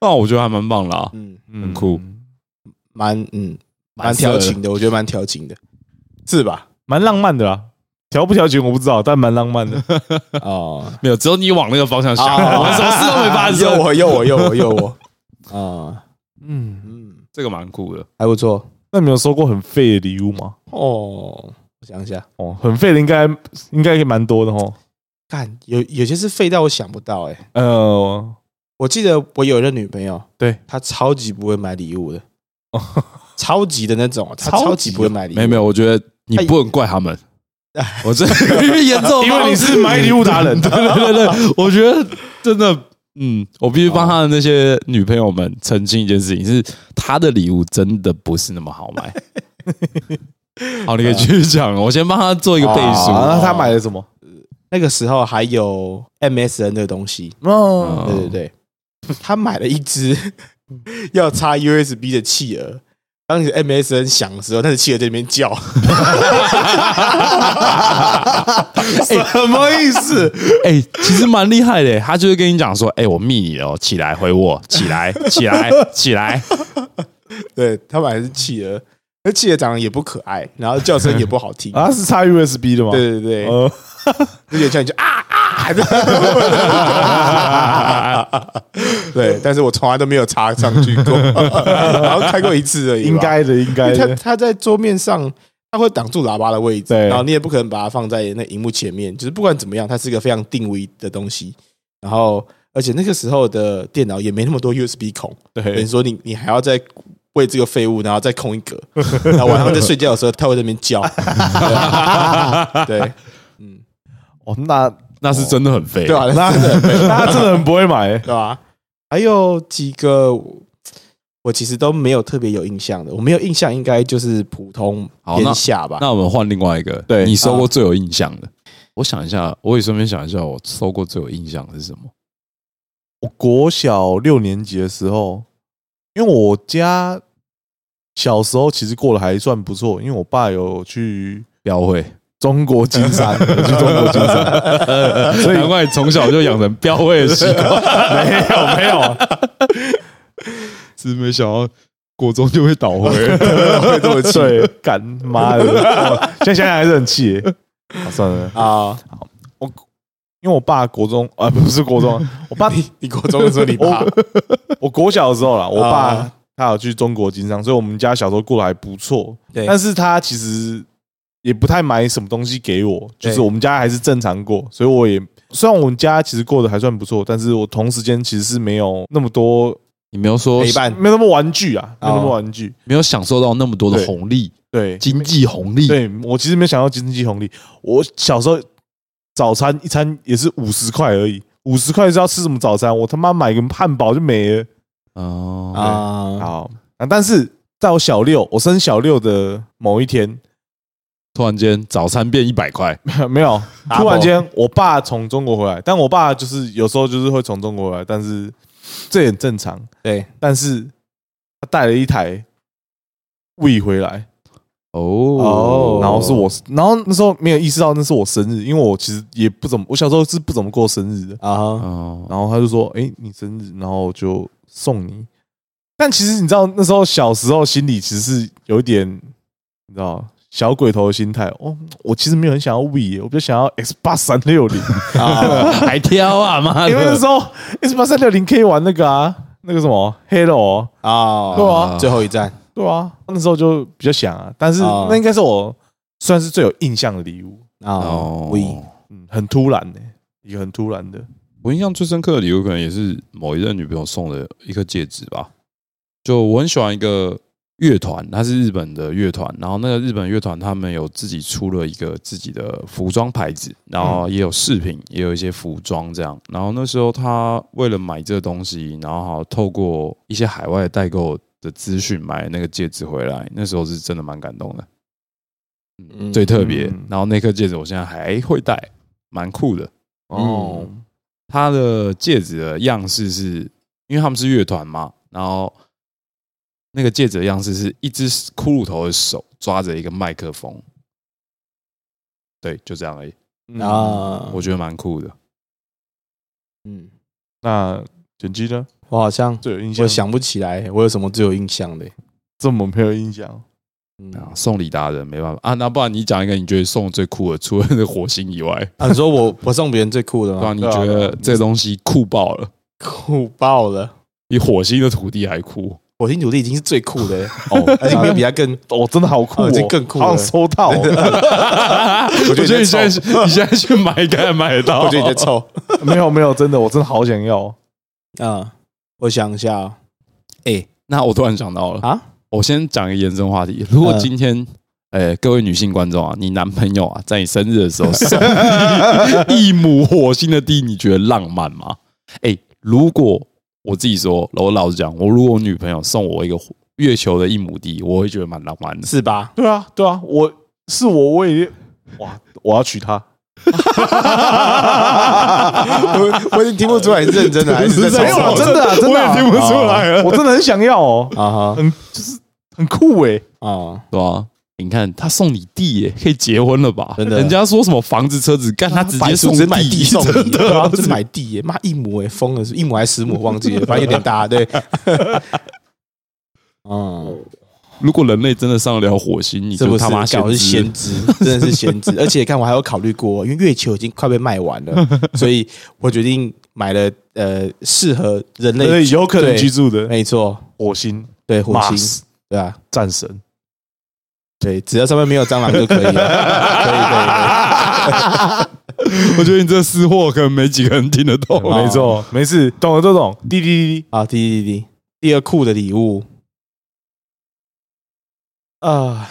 Speaker 2: 那我觉得还蛮棒啊啦，
Speaker 3: 嗯，
Speaker 1: 很
Speaker 2: 酷，
Speaker 3: 蛮嗯蛮调情的，我觉得蛮调情的，是吧？
Speaker 1: 蛮浪漫的啦。调不调情我不知道，但蛮浪漫的。
Speaker 3: 哦，
Speaker 2: 没有，只有你往那个方向想，
Speaker 3: 啊
Speaker 2: 我 *laughs* 们什么事都没发
Speaker 3: *laughs* 有
Speaker 2: 生。
Speaker 3: 我有我有我 *laughs* 有我，啊，
Speaker 1: 嗯，
Speaker 3: 嗯，
Speaker 2: 这个蛮酷的，
Speaker 3: 还不错
Speaker 1: 那你有收过很废的礼物吗？
Speaker 3: 哦。我想一下，
Speaker 1: 哦，很废的应该应该也蛮多的哦。
Speaker 3: 看有有些是废到我想不到哎。
Speaker 1: 呃，
Speaker 3: 我记得我有一个女朋友，
Speaker 1: 对
Speaker 3: 她超级不会买礼物的
Speaker 1: 哦，
Speaker 3: 超级的那种，她
Speaker 1: 超级
Speaker 3: 超级不会买礼物。
Speaker 2: 没有没有，我觉得你不能怪他们，我真的严
Speaker 1: *laughs*
Speaker 2: 重，*laughs*
Speaker 1: 因为你是买礼物达人
Speaker 2: 对对对，我觉得真的嗯，我必须帮他的那些女朋友们澄清一件事情：是他的礼物真的不是那么好买。好，你可以继续讲了，我先帮他做一个背书。
Speaker 1: 啊那他买了什么？
Speaker 3: 那个时候还有 MSN 的东西，
Speaker 1: 哦，嗯
Speaker 2: 嗯
Speaker 3: 对对对，他买了一只要插 USB 的企鹅。当你的 MSN 响的时候，那只企鹅在那边叫， *laughs*
Speaker 1: 什么意思？
Speaker 2: 哎、其实蛮厉害的，他就会跟你讲说：“哎、我密你了哦，起来回我，起来，起来，起来。
Speaker 3: 对他买的是企鹅，那企鹅长得也不可爱，然后叫声也不
Speaker 1: *laughs*
Speaker 3: 好听，
Speaker 1: 啊，是插 USB 的吗？
Speaker 3: 对对对，
Speaker 1: 呃，
Speaker 3: 有点像你就啊
Speaker 1: *laughs*
Speaker 3: 啊，对，但是我从来都没有插上去过， *laughs* 然后开过一次而已吧，
Speaker 1: 应该的，应
Speaker 3: 因
Speaker 1: 该
Speaker 3: 为它
Speaker 1: 的。
Speaker 3: 它在桌面上，它会挡住喇叭的位置，
Speaker 1: 对
Speaker 3: 然后你也不可能把它放在那荧幕前面，就是不管怎么样，它是一个非常定位的东西。然后，而且那个时候的电脑也没那么多 USB 孔，等于
Speaker 1: 对，
Speaker 3: 说你你还要再为这个废物，然后再空一
Speaker 1: *laughs*
Speaker 3: 格，然后晚上在睡觉的时候，它会在那边叫，对对
Speaker 1: 哦，那”
Speaker 2: 那是真的很废。
Speaker 3: 对啊吧？
Speaker 1: 那
Speaker 3: 真的
Speaker 1: 那他真的很不会买。
Speaker 3: 对吧？还有几个我其实都没有特别有印象的，我没有印象应该就是普通
Speaker 2: 好那
Speaker 3: 偏下吧。
Speaker 2: 那我们换另外一个，
Speaker 1: 对
Speaker 2: 你收过最有印象的。我想一下，我也顺便想一下，我收过最有印象的是什么？
Speaker 1: *laughs* 我国小六年级的时候，因为我家小时候其实过得还算不错，因为我爸有去
Speaker 2: 标会，
Speaker 1: 中国金山，有去中国金山，所以
Speaker 2: *laughs* 难怪你从小就养成标会的习 *laughs* 惯。
Speaker 1: *laughs* 没有没有，
Speaker 2: 只是没想到国中就会倒回。
Speaker 1: 会这么气？对，干 *laughs* 妈的，哦现在想想还是很气 *laughs* 耶。啊算了，
Speaker 3: 啊，
Speaker 1: 因为我爸国中啊，不是国中，我爸
Speaker 3: 你国中的时候你爸
Speaker 1: 我国小的时候啦，我爸
Speaker 3: 啊
Speaker 1: 他有去中国经商，所以我们家小时候过得还不错。
Speaker 3: 对
Speaker 1: 但是他其实也不太买什么东西给我，
Speaker 3: 对
Speaker 1: 就是我们家还是正常过，所以我也虽然我们家其实过得还算不错，但是我同时间其实是没有那么多，
Speaker 2: *laughs* 你没有说
Speaker 3: 陪伴
Speaker 1: 没有那么玩具啊，没
Speaker 3: 哦
Speaker 1: 有那么玩具。
Speaker 2: 没有享受到那么多的红利，
Speaker 1: 对，
Speaker 2: 经济红利。
Speaker 1: 对我其实没有想到经济红利，我小时候早餐一餐也是五十块而已。五十块是要吃什么早餐？我他妈买个汉堡就没了。
Speaker 2: 哦，
Speaker 3: 啊，
Speaker 1: 好啊，但是在我小六，我升小六的某一天， *laughs*
Speaker 2: 突然间早餐变一百块，
Speaker 1: 没有，
Speaker 3: Double
Speaker 1: 突然间我爸从中国回来，但我爸就是有时候就是会从中国回来，但是这也很正常。
Speaker 3: 对，
Speaker 1: 但是他带了一台 We 回来，
Speaker 2: 哦
Speaker 3: 哦
Speaker 1: 然后是我，然后那时候没有意识到那是我生日，因为我其实也不怎么，我小时候是不怎么过生日的。
Speaker 3: 啊，
Speaker 2: 哦，
Speaker 1: 然后他就说：“哎、你生日，然后就送你。”但其实你知道，那时候小时候心里其实是有一点，你知道小鬼头的心态。哦，我其实没有很想要 V，、我比较想要 X 八三六零，
Speaker 3: 啊
Speaker 2: 还挑啊妈的！
Speaker 1: *laughs* 因为那时候 X 八三六零可以玩那个啊，那个什么 Halo，哦、
Speaker 3: 啊，
Speaker 1: 对啊，
Speaker 3: *laughs* 最后一站
Speaker 1: 对啊，那时候就比较想啊。但是
Speaker 3: 啊
Speaker 1: 那应该是我算是最有印象的礼物，
Speaker 3: 啊
Speaker 2: 哦，，
Speaker 3: We
Speaker 1: 嗯，很突然呢、一个很突然的。
Speaker 2: 我印象最深刻的礼物，可能也是某一任女朋友送的一个戒指吧。就我很喜欢一个乐团，它是日本的乐团，然后那个日本乐团他们有自己出了一个自己的服装牌子，然后也有饰品，也有一些服装这样。然后那时候他为了买这个东西，然后好像透过一些海外的代购的资讯买那个戒指回来，那时候是真的蛮感动的，嗯，
Speaker 3: 嗯
Speaker 2: 最特别
Speaker 1: 嗯。
Speaker 2: 然后那颗戒指我现在还会戴，蛮酷的。
Speaker 1: 哦，
Speaker 2: 它的戒指的样式是，因为他们是乐团嘛，然后那个戒指的样式是一只骷髅头的手抓着一个麦克风，对，就这样而已，
Speaker 1: 嗯
Speaker 3: 啊，
Speaker 2: 我觉得蛮酷的。
Speaker 3: 嗯，
Speaker 1: 那卷鸡呢？
Speaker 3: 我好像
Speaker 1: 最有印象？
Speaker 3: 我想不起来我有什么最有印象的，
Speaker 1: 这么没有印象。
Speaker 3: 嗯，
Speaker 2: 啊，送礼达人没办法啊，那不然你讲一个你觉得送的最酷的，除了那个火星以外，
Speaker 3: 啊，你说我我送别人最酷的
Speaker 2: 不然
Speaker 3: 吗？
Speaker 2: 你
Speaker 1: 对啊
Speaker 2: 觉
Speaker 1: 对
Speaker 2: 得
Speaker 1: 啊
Speaker 2: 这个东西酷爆了，
Speaker 3: 酷爆了！
Speaker 2: 比火星的土地还酷。
Speaker 3: 火星土地已经是最酷的，
Speaker 1: 哦，
Speaker 3: 而且没有比它更，
Speaker 1: 哦，真的好酷、哦，
Speaker 3: 哦这更酷了
Speaker 1: 好想收到、哦。
Speaker 2: *laughs* 我觉得你现在去你现在去买，应该买得 *laughs* 到。
Speaker 3: 我觉得你在臭
Speaker 1: *laughs* 没有没有，真的，我真的好想要。
Speaker 3: 啊。我想一下哦
Speaker 2: 哎，那我突然想到了
Speaker 3: 啊，
Speaker 2: 我先讲一个延伸话题。如果
Speaker 3: 嗯
Speaker 2: 今天，呃，各位女性观众啊，你男朋友啊，在你生 *laughs* 日的时候送你一亩火星的地，你觉得浪漫吗？哎、如果我自己说，我老实讲，我如果我女朋友送我一个月球的一亩地，我会觉得蛮浪漫的。
Speaker 3: 是吧？
Speaker 1: 对啊，对啊，我是我，我也哇，我要娶她。
Speaker 3: *laughs* 我我已经听不出来是认真的还是 *laughs*
Speaker 1: *laughs*
Speaker 3: 在
Speaker 1: 没有
Speaker 3: 吵
Speaker 1: 啦
Speaker 3: 架
Speaker 1: 真的啊真的啊
Speaker 2: 我也听不出来了，
Speaker 1: 我真的很想要哦，
Speaker 3: 啊哈
Speaker 1: 很就是很酷欸诶、
Speaker 3: 啊！
Speaker 2: 对啊，你看他送你地耶，可以结婚了吧？
Speaker 3: 真的
Speaker 2: 人家说什么房子、车子，干他直接
Speaker 3: 白
Speaker 2: 送
Speaker 3: 送直接买地送
Speaker 2: 真 *laughs*
Speaker 3: 你，
Speaker 2: 的
Speaker 3: 对啊，就是买地耶，妈一亩哎，疯了是一亩还是十亩忘记了，反正有点大，对。嗯，
Speaker 2: 如果人类真的上得了火星，你
Speaker 3: 这
Speaker 2: 就
Speaker 3: 不是
Speaker 2: 他妈
Speaker 3: 搞是
Speaker 2: 先
Speaker 3: 先知，真的是先知。而且看我还有考虑过，因为月球已经快被卖完了，所以我决定买了呃适合人
Speaker 1: 那
Speaker 3: 类，
Speaker 1: 有可能
Speaker 3: 对
Speaker 1: 居住的
Speaker 3: 没错，
Speaker 1: 火星、
Speaker 3: 对火
Speaker 1: Mars
Speaker 3: 星，对啊，
Speaker 1: 战神，
Speaker 3: 对，只要上面没有蟑螂就可以了，可以可以可以。
Speaker 2: 我觉得你这私货可能没几个人听得懂。
Speaker 3: 哦
Speaker 1: 没错，没事，懂了都懂。滴滴滴滴，
Speaker 3: 好，滴滴滴滴，第二酷的礼物啊，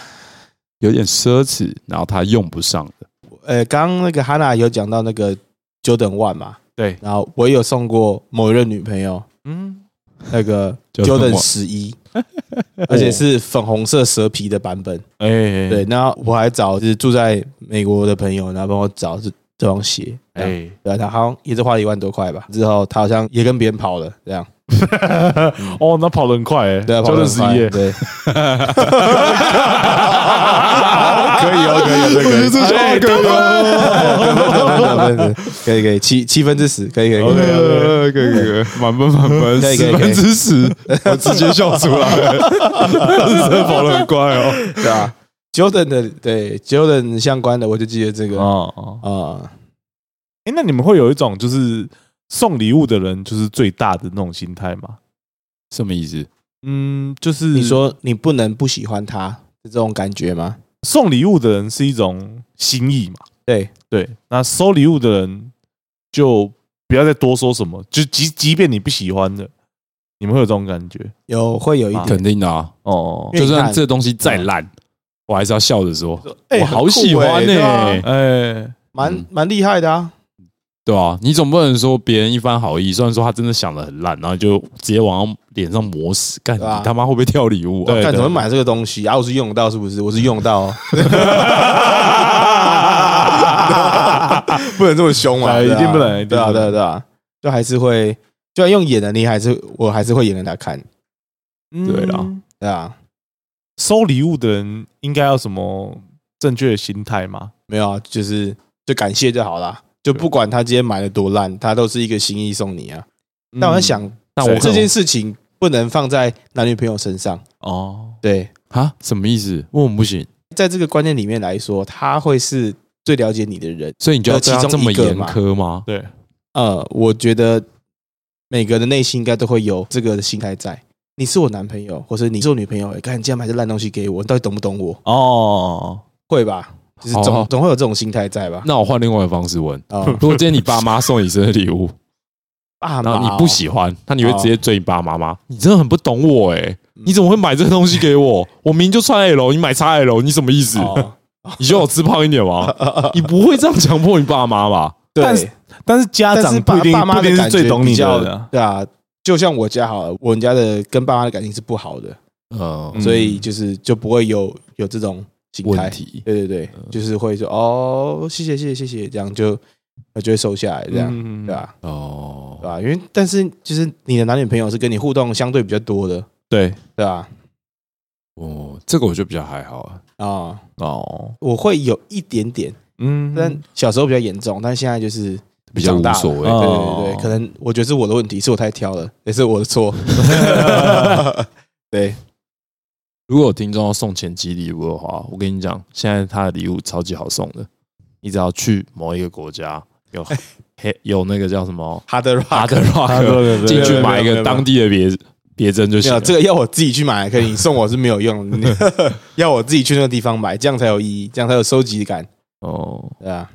Speaker 2: 有点奢侈，然后他用不上的。
Speaker 3: 呃，刚刚那个哈娜有讲到那个 Jordan One 嘛，
Speaker 1: 对，
Speaker 3: 然后我也有送过某一任女朋友
Speaker 1: 嗯，*laughs*
Speaker 3: 那个
Speaker 2: Jordan
Speaker 3: Jordan
Speaker 2: One
Speaker 3: 十一，而且是粉红色蛇皮的版本。
Speaker 1: 哎、哎
Speaker 3: 对，，那我还找就是住在美国的朋友，然后帮我找这这双鞋，
Speaker 1: 哎、
Speaker 3: 哎，对啊，他好像也是花了一万多块吧。之后他好像也跟别人跑了，这
Speaker 1: *laughs*
Speaker 3: 样，
Speaker 1: 哦，那跑得很快诶、欸，
Speaker 3: 对啊，跑
Speaker 1: 就
Speaker 3: 了
Speaker 1: 认识
Speaker 3: 很快
Speaker 1: 一耶，
Speaker 3: 对，
Speaker 1: 可以哦，可以，可以，可以，
Speaker 2: 这
Speaker 1: 哎
Speaker 2: 小哥
Speaker 3: 啊 *laughs* 可以可以，七七分之十，可以可以可以。 *laughs*
Speaker 2: 呃，可以可以，满分满分，
Speaker 3: 可以可
Speaker 2: 十
Speaker 3: 以可
Speaker 2: 分
Speaker 3: 以
Speaker 2: 之十，我直接笑出来了，真的跑得很快哦。
Speaker 3: 对啊，Jordan 的对 Jordan 相关的，我就记得这个啊、
Speaker 1: 哦哦，哎、那你们会有一种就是送礼物的人就是最大的那种心态吗？
Speaker 2: 什么意思？
Speaker 1: 嗯，就是
Speaker 3: 你说你不能不喜欢他是这种感觉吗？
Speaker 1: 送礼物的人是一种心意嘛，
Speaker 3: 对，
Speaker 1: 对，那收礼物的人就不要再多说什么，就即即便你不喜欢的，你们会有这种感觉
Speaker 3: 有会有一点，
Speaker 2: 肯定的啊，
Speaker 1: 哦
Speaker 3: 因。为
Speaker 2: 就
Speaker 3: 你看
Speaker 2: 算这东西再烂，我还是要笑着说，
Speaker 3: 哎
Speaker 2: 我好喜欢
Speaker 3: 很酷欸对啊
Speaker 2: 呢。
Speaker 1: 哎，
Speaker 3: 蛮蛮厉害的啊。
Speaker 2: 对啊，你总不能说别人一番好意，虽然说他真的想的很烂，然后就直接往他脸上抹屎，干你
Speaker 3: 对啊
Speaker 2: 他妈会不会跳礼物啊？
Speaker 1: 对
Speaker 3: 看怎么买这个东西啊？我是用得到是不是？我是用得到、哦，
Speaker 1: *laughs*
Speaker 3: 不能这么凶嘛，
Speaker 1: 哎
Speaker 3: 对啊
Speaker 1: 一定不能一定
Speaker 3: 对啊，
Speaker 1: 不能
Speaker 3: 对啊，对啊，就还是会，就算用演的，你还是我还是会演给他看，
Speaker 2: 对啦
Speaker 1: 嗯
Speaker 3: 对啊，
Speaker 1: 收礼物的人应该要什么正确的心态吗？
Speaker 3: 没有啊，就是就感谢就好啦，就不管他今天买的多烂，他都是一个心意送你啊。
Speaker 1: 嗯
Speaker 3: 但我在想，
Speaker 2: 但我
Speaker 3: 这件事情不能放在男女朋友身上。
Speaker 2: 哦
Speaker 3: 对，
Speaker 2: 啊，什么意思？为什么不行？
Speaker 3: 在这个观念里面来说，他会是最了解你的人。
Speaker 2: 所以你就要对他这么
Speaker 3: 啊其中一
Speaker 2: 严
Speaker 3: 个嘛
Speaker 2: 苛吗？
Speaker 1: 对，
Speaker 3: 呃，我觉得每个人的内心应该都会有这个心态在。你是我男朋友，或者你是我女朋友，哎，看你竟然买这烂东西给我，你到底懂不懂我？
Speaker 1: 哦，
Speaker 3: 会吧？就是
Speaker 2: 好
Speaker 3: 总
Speaker 2: 好
Speaker 3: 总会有这种心态在吧？
Speaker 2: 那我换另外的方式问：
Speaker 3: 啊，
Speaker 2: 如果今天你爸妈送你生日礼物，
Speaker 3: 爸
Speaker 2: 然
Speaker 3: 妈
Speaker 2: 后
Speaker 3: 哦
Speaker 2: 你不，喜
Speaker 3: *laughs*
Speaker 2: 欢，那你会直接追你爸妈
Speaker 3: 啊
Speaker 2: 吗？你真的很不懂我哎、
Speaker 3: 嗯
Speaker 2: 你怎么会买这个东西给
Speaker 3: *laughs*
Speaker 2: 我？我明明就穿 L，你买 XL，你什么意思？
Speaker 3: 哦
Speaker 2: 你觉得我吃胖一点吗？你不会这样强迫你爸妈吧？
Speaker 1: 但是
Speaker 3: *laughs* 对，
Speaker 1: 但是家
Speaker 3: 但
Speaker 1: 长
Speaker 3: 是
Speaker 1: 不
Speaker 3: 爸
Speaker 1: 一定
Speaker 3: 爸妈
Speaker 1: 不
Speaker 3: 的
Speaker 1: 一定是
Speaker 3: 感觉
Speaker 1: 最懂
Speaker 3: 比
Speaker 1: 你
Speaker 3: 较
Speaker 1: 的人啊，
Speaker 3: 对啊，就像我家好了，我们家的跟爸妈的感情是不好的，
Speaker 2: 呃，
Speaker 1: 嗯
Speaker 3: 所以就是就不会有有这种心态
Speaker 2: 问。题嗯
Speaker 3: 对对对，就是会说哦，谢谢谢谢谢谢，这样就我就会收下来，这样、
Speaker 1: 嗯
Speaker 3: 对啊吧、
Speaker 2: 哦
Speaker 3: 对，吧、因为但是就是你的男女朋友是跟你互动相对比较多的，
Speaker 1: 对
Speaker 3: 对啊吧、
Speaker 2: 哦，这个我就比较还好啊。
Speaker 3: 啊？
Speaker 1: 哦，
Speaker 3: 我会有一点点，
Speaker 1: 嗯
Speaker 3: 但小时候比较严重，但现在就是
Speaker 2: 比较
Speaker 3: 长
Speaker 2: 无
Speaker 3: 大了嗯
Speaker 2: 所谓
Speaker 3: 对
Speaker 1: 哦
Speaker 3: 对对，可能我觉得是我的问题，是我太挑了，也是我的
Speaker 2: *laughs*
Speaker 3: 错。 *laughs* 对，
Speaker 2: 如果有听众要送前妻礼物的话，我跟你讲，现在他的礼物超级好送的，你只要去某一个国家有
Speaker 3: *laughs*
Speaker 2: 黑有那个叫什么
Speaker 3: 哈德
Speaker 2: 阿
Speaker 3: rock，
Speaker 2: 德 rock 进去买一
Speaker 3: 没有没有没
Speaker 2: 个
Speaker 3: 有
Speaker 2: 当地的别别针就
Speaker 3: 没
Speaker 2: 行
Speaker 3: 有
Speaker 2: 了。
Speaker 3: 这个要我自己去买，可以你送我是没有用的，你 *laughs* 要我自己去那个地方买，这样才有意义，这样才有收集感，
Speaker 2: 哦，
Speaker 3: 对啊。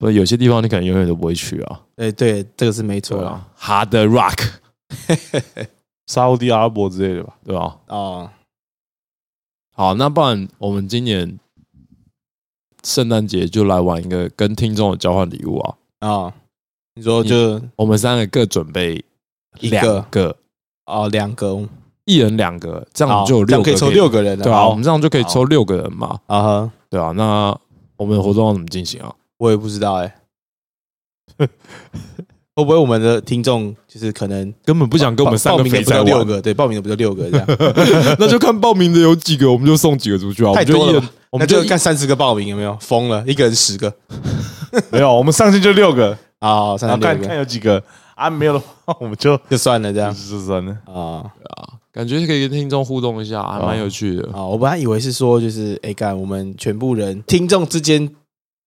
Speaker 2: 不，有些地方你可能永远都不会去啊。
Speaker 3: 哎，对，这个是没错啦。
Speaker 2: 啊，Hard Rock，
Speaker 1: 沙烏地阿拉伯之类的吧。
Speaker 2: 对
Speaker 1: *laughs*
Speaker 2: 吧？
Speaker 3: 哦，
Speaker 2: 好，那不然我们今年圣诞节就来玩一个跟听众的交换礼物啊。
Speaker 3: 哦，你说就
Speaker 2: 我们三个各准备
Speaker 3: 一
Speaker 2: 两
Speaker 3: 个
Speaker 2: 个，
Speaker 3: 哦两个，好
Speaker 2: 一人两个，这样我们就有
Speaker 3: 这
Speaker 2: 六
Speaker 3: 样
Speaker 2: 个
Speaker 3: 可以抽
Speaker 2: 以
Speaker 3: 六个人了。
Speaker 2: 对啊，
Speaker 3: 好
Speaker 2: 我们这样就可以抽六个人嘛，
Speaker 3: 啊哈，
Speaker 2: 对啊，那我们的活动要怎么进行啊？
Speaker 3: 我也不知道哎， *laughs* 会不会我们的听众就是可能
Speaker 2: 根本不想跟我们三
Speaker 3: 报
Speaker 2: 个
Speaker 3: 名的
Speaker 2: 肥
Speaker 3: 不就
Speaker 2: 仔
Speaker 3: 六
Speaker 2: 玩，
Speaker 3: 个，对，报名的不就六 *laughs* 个这样，
Speaker 2: *laughs* 那就看报名的有几个，我们就送几个出去啊。我
Speaker 3: 太
Speaker 2: 们
Speaker 3: 多
Speaker 2: 就一
Speaker 3: 了
Speaker 2: 人
Speaker 3: 吧，
Speaker 2: 我
Speaker 3: 那
Speaker 2: 们
Speaker 3: 就
Speaker 2: 就一
Speaker 3: 干三十个报名有没有？疯了，一个人十个
Speaker 1: 没有，我们上线就六个，
Speaker 3: 啊，三
Speaker 1: 然
Speaker 3: 十
Speaker 1: 后看
Speaker 3: 六
Speaker 1: 看
Speaker 3: 个
Speaker 1: 有几个啊，没有的话 *laughs* 我们就
Speaker 3: 就算了这样
Speaker 1: 就算了。
Speaker 3: 啊
Speaker 2: 感觉可以跟听众互动一下，还蛮有趣的。
Speaker 3: 啊！我本来以为是说就是哎干，我们全部人听众之间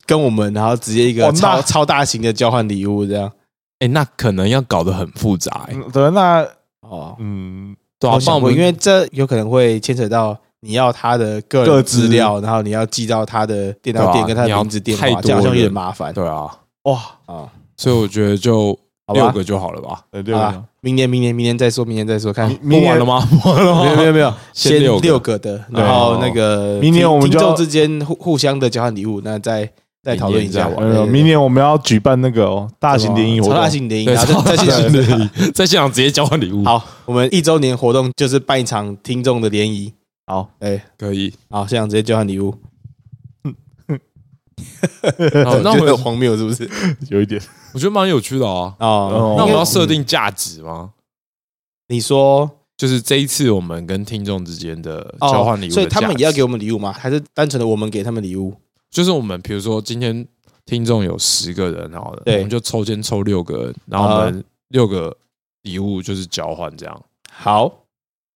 Speaker 3: 跟我们，然后直接一
Speaker 1: 哦
Speaker 3: 个
Speaker 1: 那
Speaker 3: 超超大型的交换礼物这样
Speaker 2: 哎，那可能要搞得很复杂，哎，
Speaker 1: 嗯对，那
Speaker 3: 哦。
Speaker 1: 嗯，
Speaker 2: 对啊，帮
Speaker 3: 我
Speaker 2: 我们
Speaker 3: 因为这有可能会牵扯到你要他的个
Speaker 1: 各
Speaker 3: 人
Speaker 1: 自
Speaker 3: 资料，然后你要记到他的
Speaker 2: 对
Speaker 3: 电脑
Speaker 2: 啊
Speaker 3: 店跟他
Speaker 2: 你
Speaker 3: 的
Speaker 2: 要
Speaker 3: 名字电
Speaker 2: 太多
Speaker 3: 话，这样好像有
Speaker 2: 人
Speaker 3: 点麻烦
Speaker 2: 对啊，
Speaker 1: 哇，
Speaker 3: 啊。
Speaker 2: 所以我觉得就
Speaker 3: 好
Speaker 2: 六
Speaker 3: 吧，
Speaker 2: 个就好了吧？
Speaker 1: 对六
Speaker 3: 好
Speaker 1: 个
Speaker 3: 吧
Speaker 1: 人，
Speaker 3: 明年明年明年再说，明年再说，看
Speaker 1: 明
Speaker 2: 不玩了
Speaker 1: 年
Speaker 2: 吗？不玩了
Speaker 3: 没有没
Speaker 2: 吗？
Speaker 3: 有没有，
Speaker 2: 先
Speaker 3: *laughs* 先
Speaker 2: 六个
Speaker 3: 六个的，
Speaker 1: 对
Speaker 3: 然后那个
Speaker 1: 明年
Speaker 3: 听
Speaker 1: 我们就
Speaker 3: 听
Speaker 1: 要
Speaker 3: 众之间互互相的交换礼物，那再再讨论一下
Speaker 2: 明年再
Speaker 3: 吧。
Speaker 2: 玩
Speaker 1: 没有，明年我们要举办那个哦大
Speaker 3: 大
Speaker 1: 型联谊活
Speaker 3: 大
Speaker 1: 动，
Speaker 3: 型联谊，
Speaker 2: 对，
Speaker 3: 然后再
Speaker 2: 在
Speaker 3: 再
Speaker 2: 现
Speaker 3: 去
Speaker 2: 场在现场直接交换礼物，，
Speaker 3: 好， *laughs* 我们一周年活动就是办一场听众的联谊，
Speaker 1: 好，
Speaker 3: 哎，
Speaker 2: 可
Speaker 3: *laughs*
Speaker 2: 以。
Speaker 3: 好，现场直接交换礼物，
Speaker 2: 好哦
Speaker 3: *laughs*
Speaker 2: 那我
Speaker 3: 觉得很
Speaker 2: 们
Speaker 3: 荒谬是不是？
Speaker 1: 有一点，
Speaker 2: 我觉得蛮有趣的啊。
Speaker 3: 哦
Speaker 1: 哦，
Speaker 2: 那我们要
Speaker 3: 因为
Speaker 2: 设定价值吗？
Speaker 3: 你说
Speaker 2: 就是这一次我们跟听众之间的
Speaker 3: 哦
Speaker 2: 交换礼物的价值，
Speaker 3: 所以他们也要给我们礼物吗？还是单纯的我们给他们礼物？
Speaker 2: 就是我们比如说今天听众有十个人好了，
Speaker 3: 对啊
Speaker 2: 我们就抽签抽六个人，然后我们六个礼物就是交换这样，
Speaker 3: 好，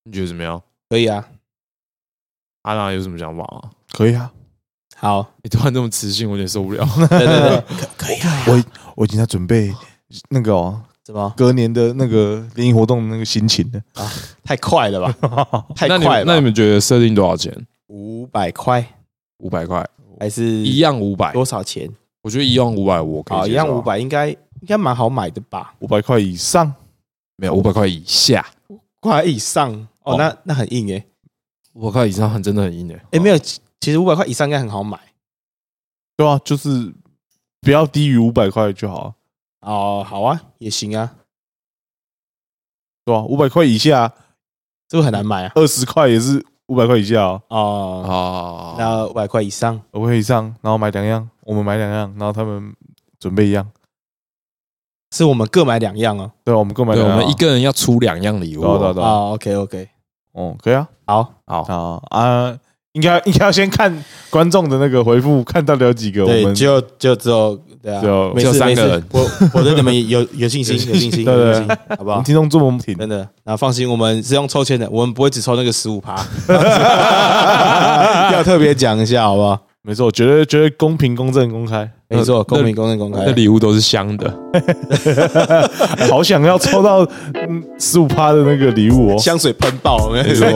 Speaker 2: 你觉得怎么样？
Speaker 3: 可以啊，
Speaker 2: 阿郎有什么想法吗？
Speaker 1: 可
Speaker 3: *laughs*
Speaker 1: 以啊，
Speaker 3: 好，
Speaker 2: 你突然这么磁性，我有点受不了。
Speaker 3: 对
Speaker 2: *laughs*
Speaker 3: 对对，可可以啊，
Speaker 1: 我我已经在准备那个哦
Speaker 3: 怎么
Speaker 1: 隔年的那个联谊活动的那个心情了。
Speaker 3: 太快了吧？太
Speaker 2: *laughs* 那你
Speaker 3: 快
Speaker 2: 们
Speaker 3: 了吧，
Speaker 2: 那你们觉得设定多少钱？
Speaker 3: 五百块
Speaker 2: 五百块，
Speaker 3: 还是
Speaker 2: 一样五百，
Speaker 3: 多少钱？
Speaker 2: 我觉得一样五百我可以
Speaker 3: 嗯啊，
Speaker 2: 接
Speaker 3: 一
Speaker 2: 受
Speaker 3: 样五，百应该应该蛮好买的吧？
Speaker 1: 五百块以上，
Speaker 2: 没有五百块以下，
Speaker 3: 块以上
Speaker 2: 哦
Speaker 3: 哦，那那很硬诶、欸。
Speaker 2: 五百块以上很真的很硬诶。
Speaker 3: 诶，没有，其其实五百块以上应该很好买
Speaker 1: 对啊，就是不要低于五百块就好啊，
Speaker 3: 哦。好啊，也行啊，
Speaker 1: 对吧、五百块以下，
Speaker 3: 这个很难买啊。
Speaker 1: 二十块也是五百块以下哦，
Speaker 2: 啊，
Speaker 3: 哦，那五百块以上，
Speaker 1: 五百块以上，然后买两样，我们买两样，然后他们准备一样，
Speaker 3: 是我们各买两样哦。
Speaker 1: 对啊、我们购买
Speaker 2: 对，
Speaker 1: 两
Speaker 2: 我
Speaker 1: 样啊，
Speaker 2: 们一个人要出两样礼物
Speaker 1: 对啊，对啊，
Speaker 2: 哦。
Speaker 1: 对啊，
Speaker 3: 哦，OK OK，
Speaker 1: 哦，可以啊，
Speaker 3: 好，
Speaker 2: 好，
Speaker 1: 啊啊，应该 *laughs* 应该要先看观众的那个回复，看到底有几个，我
Speaker 3: 对，
Speaker 1: 们
Speaker 3: 就啊就只有对啊，
Speaker 1: 就
Speaker 3: 没
Speaker 2: 只有
Speaker 3: 事
Speaker 2: 三
Speaker 3: 没
Speaker 2: 个
Speaker 3: 事
Speaker 2: 人，
Speaker 3: 我我对你们有有信心，有信
Speaker 1: *laughs*
Speaker 3: 心，
Speaker 1: 对
Speaker 3: 有信
Speaker 1: 对
Speaker 3: 心，好不
Speaker 1: 我
Speaker 3: 好
Speaker 1: 们？听众这么挺，
Speaker 3: 真的，那放心，我们是用抽签的，我们不会只抽那个十
Speaker 1: *laughs*
Speaker 3: 五趴，要特别讲一下，好不好？
Speaker 1: 没错，绝对绝对公平、公正、公开， *laughs*
Speaker 3: 没错，
Speaker 2: 那
Speaker 3: 公平、公正、公
Speaker 2: 那
Speaker 3: 开。啊
Speaker 2: 礼物都是香的，
Speaker 1: 哎好想要抽到嗯十五趴的那个礼物哦，
Speaker 3: 香水喷爆，我跟你说，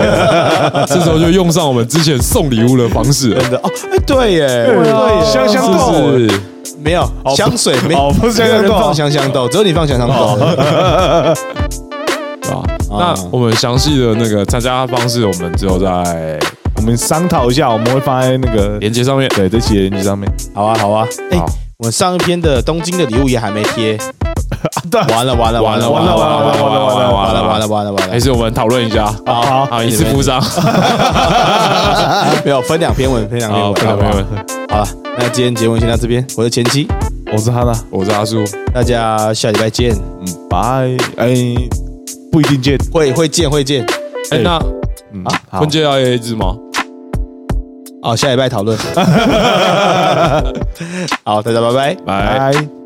Speaker 2: 这时候就用上我们之前送礼物的方式了，
Speaker 3: *laughs* 真的哦，哎，对耶，
Speaker 1: 对啊香香豆
Speaker 2: 是不是？
Speaker 3: 没有
Speaker 1: 哦
Speaker 3: 香水，没
Speaker 1: 哦不是香
Speaker 3: 没有
Speaker 1: 香
Speaker 3: 人
Speaker 1: 豆啊
Speaker 3: 放香香豆，只有你放香香豆。
Speaker 2: 对吧？那我们详细的那个参加方式，我们之后在
Speaker 1: 我们商讨一下，我们会放在那个
Speaker 2: 连接上面。
Speaker 1: 对这期的链接上面。
Speaker 3: 好啊，好啊，哎
Speaker 2: 好，
Speaker 3: 我们上一篇的东京的礼物也还没贴，
Speaker 1: 对
Speaker 3: 完了完了完了
Speaker 1: 完了完了完了完了完了
Speaker 3: 完了完了完了完了
Speaker 2: 没，事，我们讨论一下。
Speaker 1: 好啊好
Speaker 2: 好，一次付账。
Speaker 3: 没有分两篇文，分两篇
Speaker 2: 好，
Speaker 3: 文，
Speaker 2: 朋
Speaker 3: 好
Speaker 2: 友
Speaker 3: 不好？
Speaker 2: 们，
Speaker 3: 好了，那今天节目先到这边，我是前妻，
Speaker 1: 我是哈娜，
Speaker 2: 我是阿树，
Speaker 3: 大家下礼拜见，
Speaker 1: 嗯，拜，哎，不一定见，
Speaker 3: 会会见会见，
Speaker 2: 哎，
Speaker 1: 哎
Speaker 2: 那
Speaker 1: 嗯，好
Speaker 2: 婚，戒要 A A 制吗？
Speaker 3: 哦，下礼拜讨论，好，大家拜拜。
Speaker 2: 拜。
Speaker 1: 拜。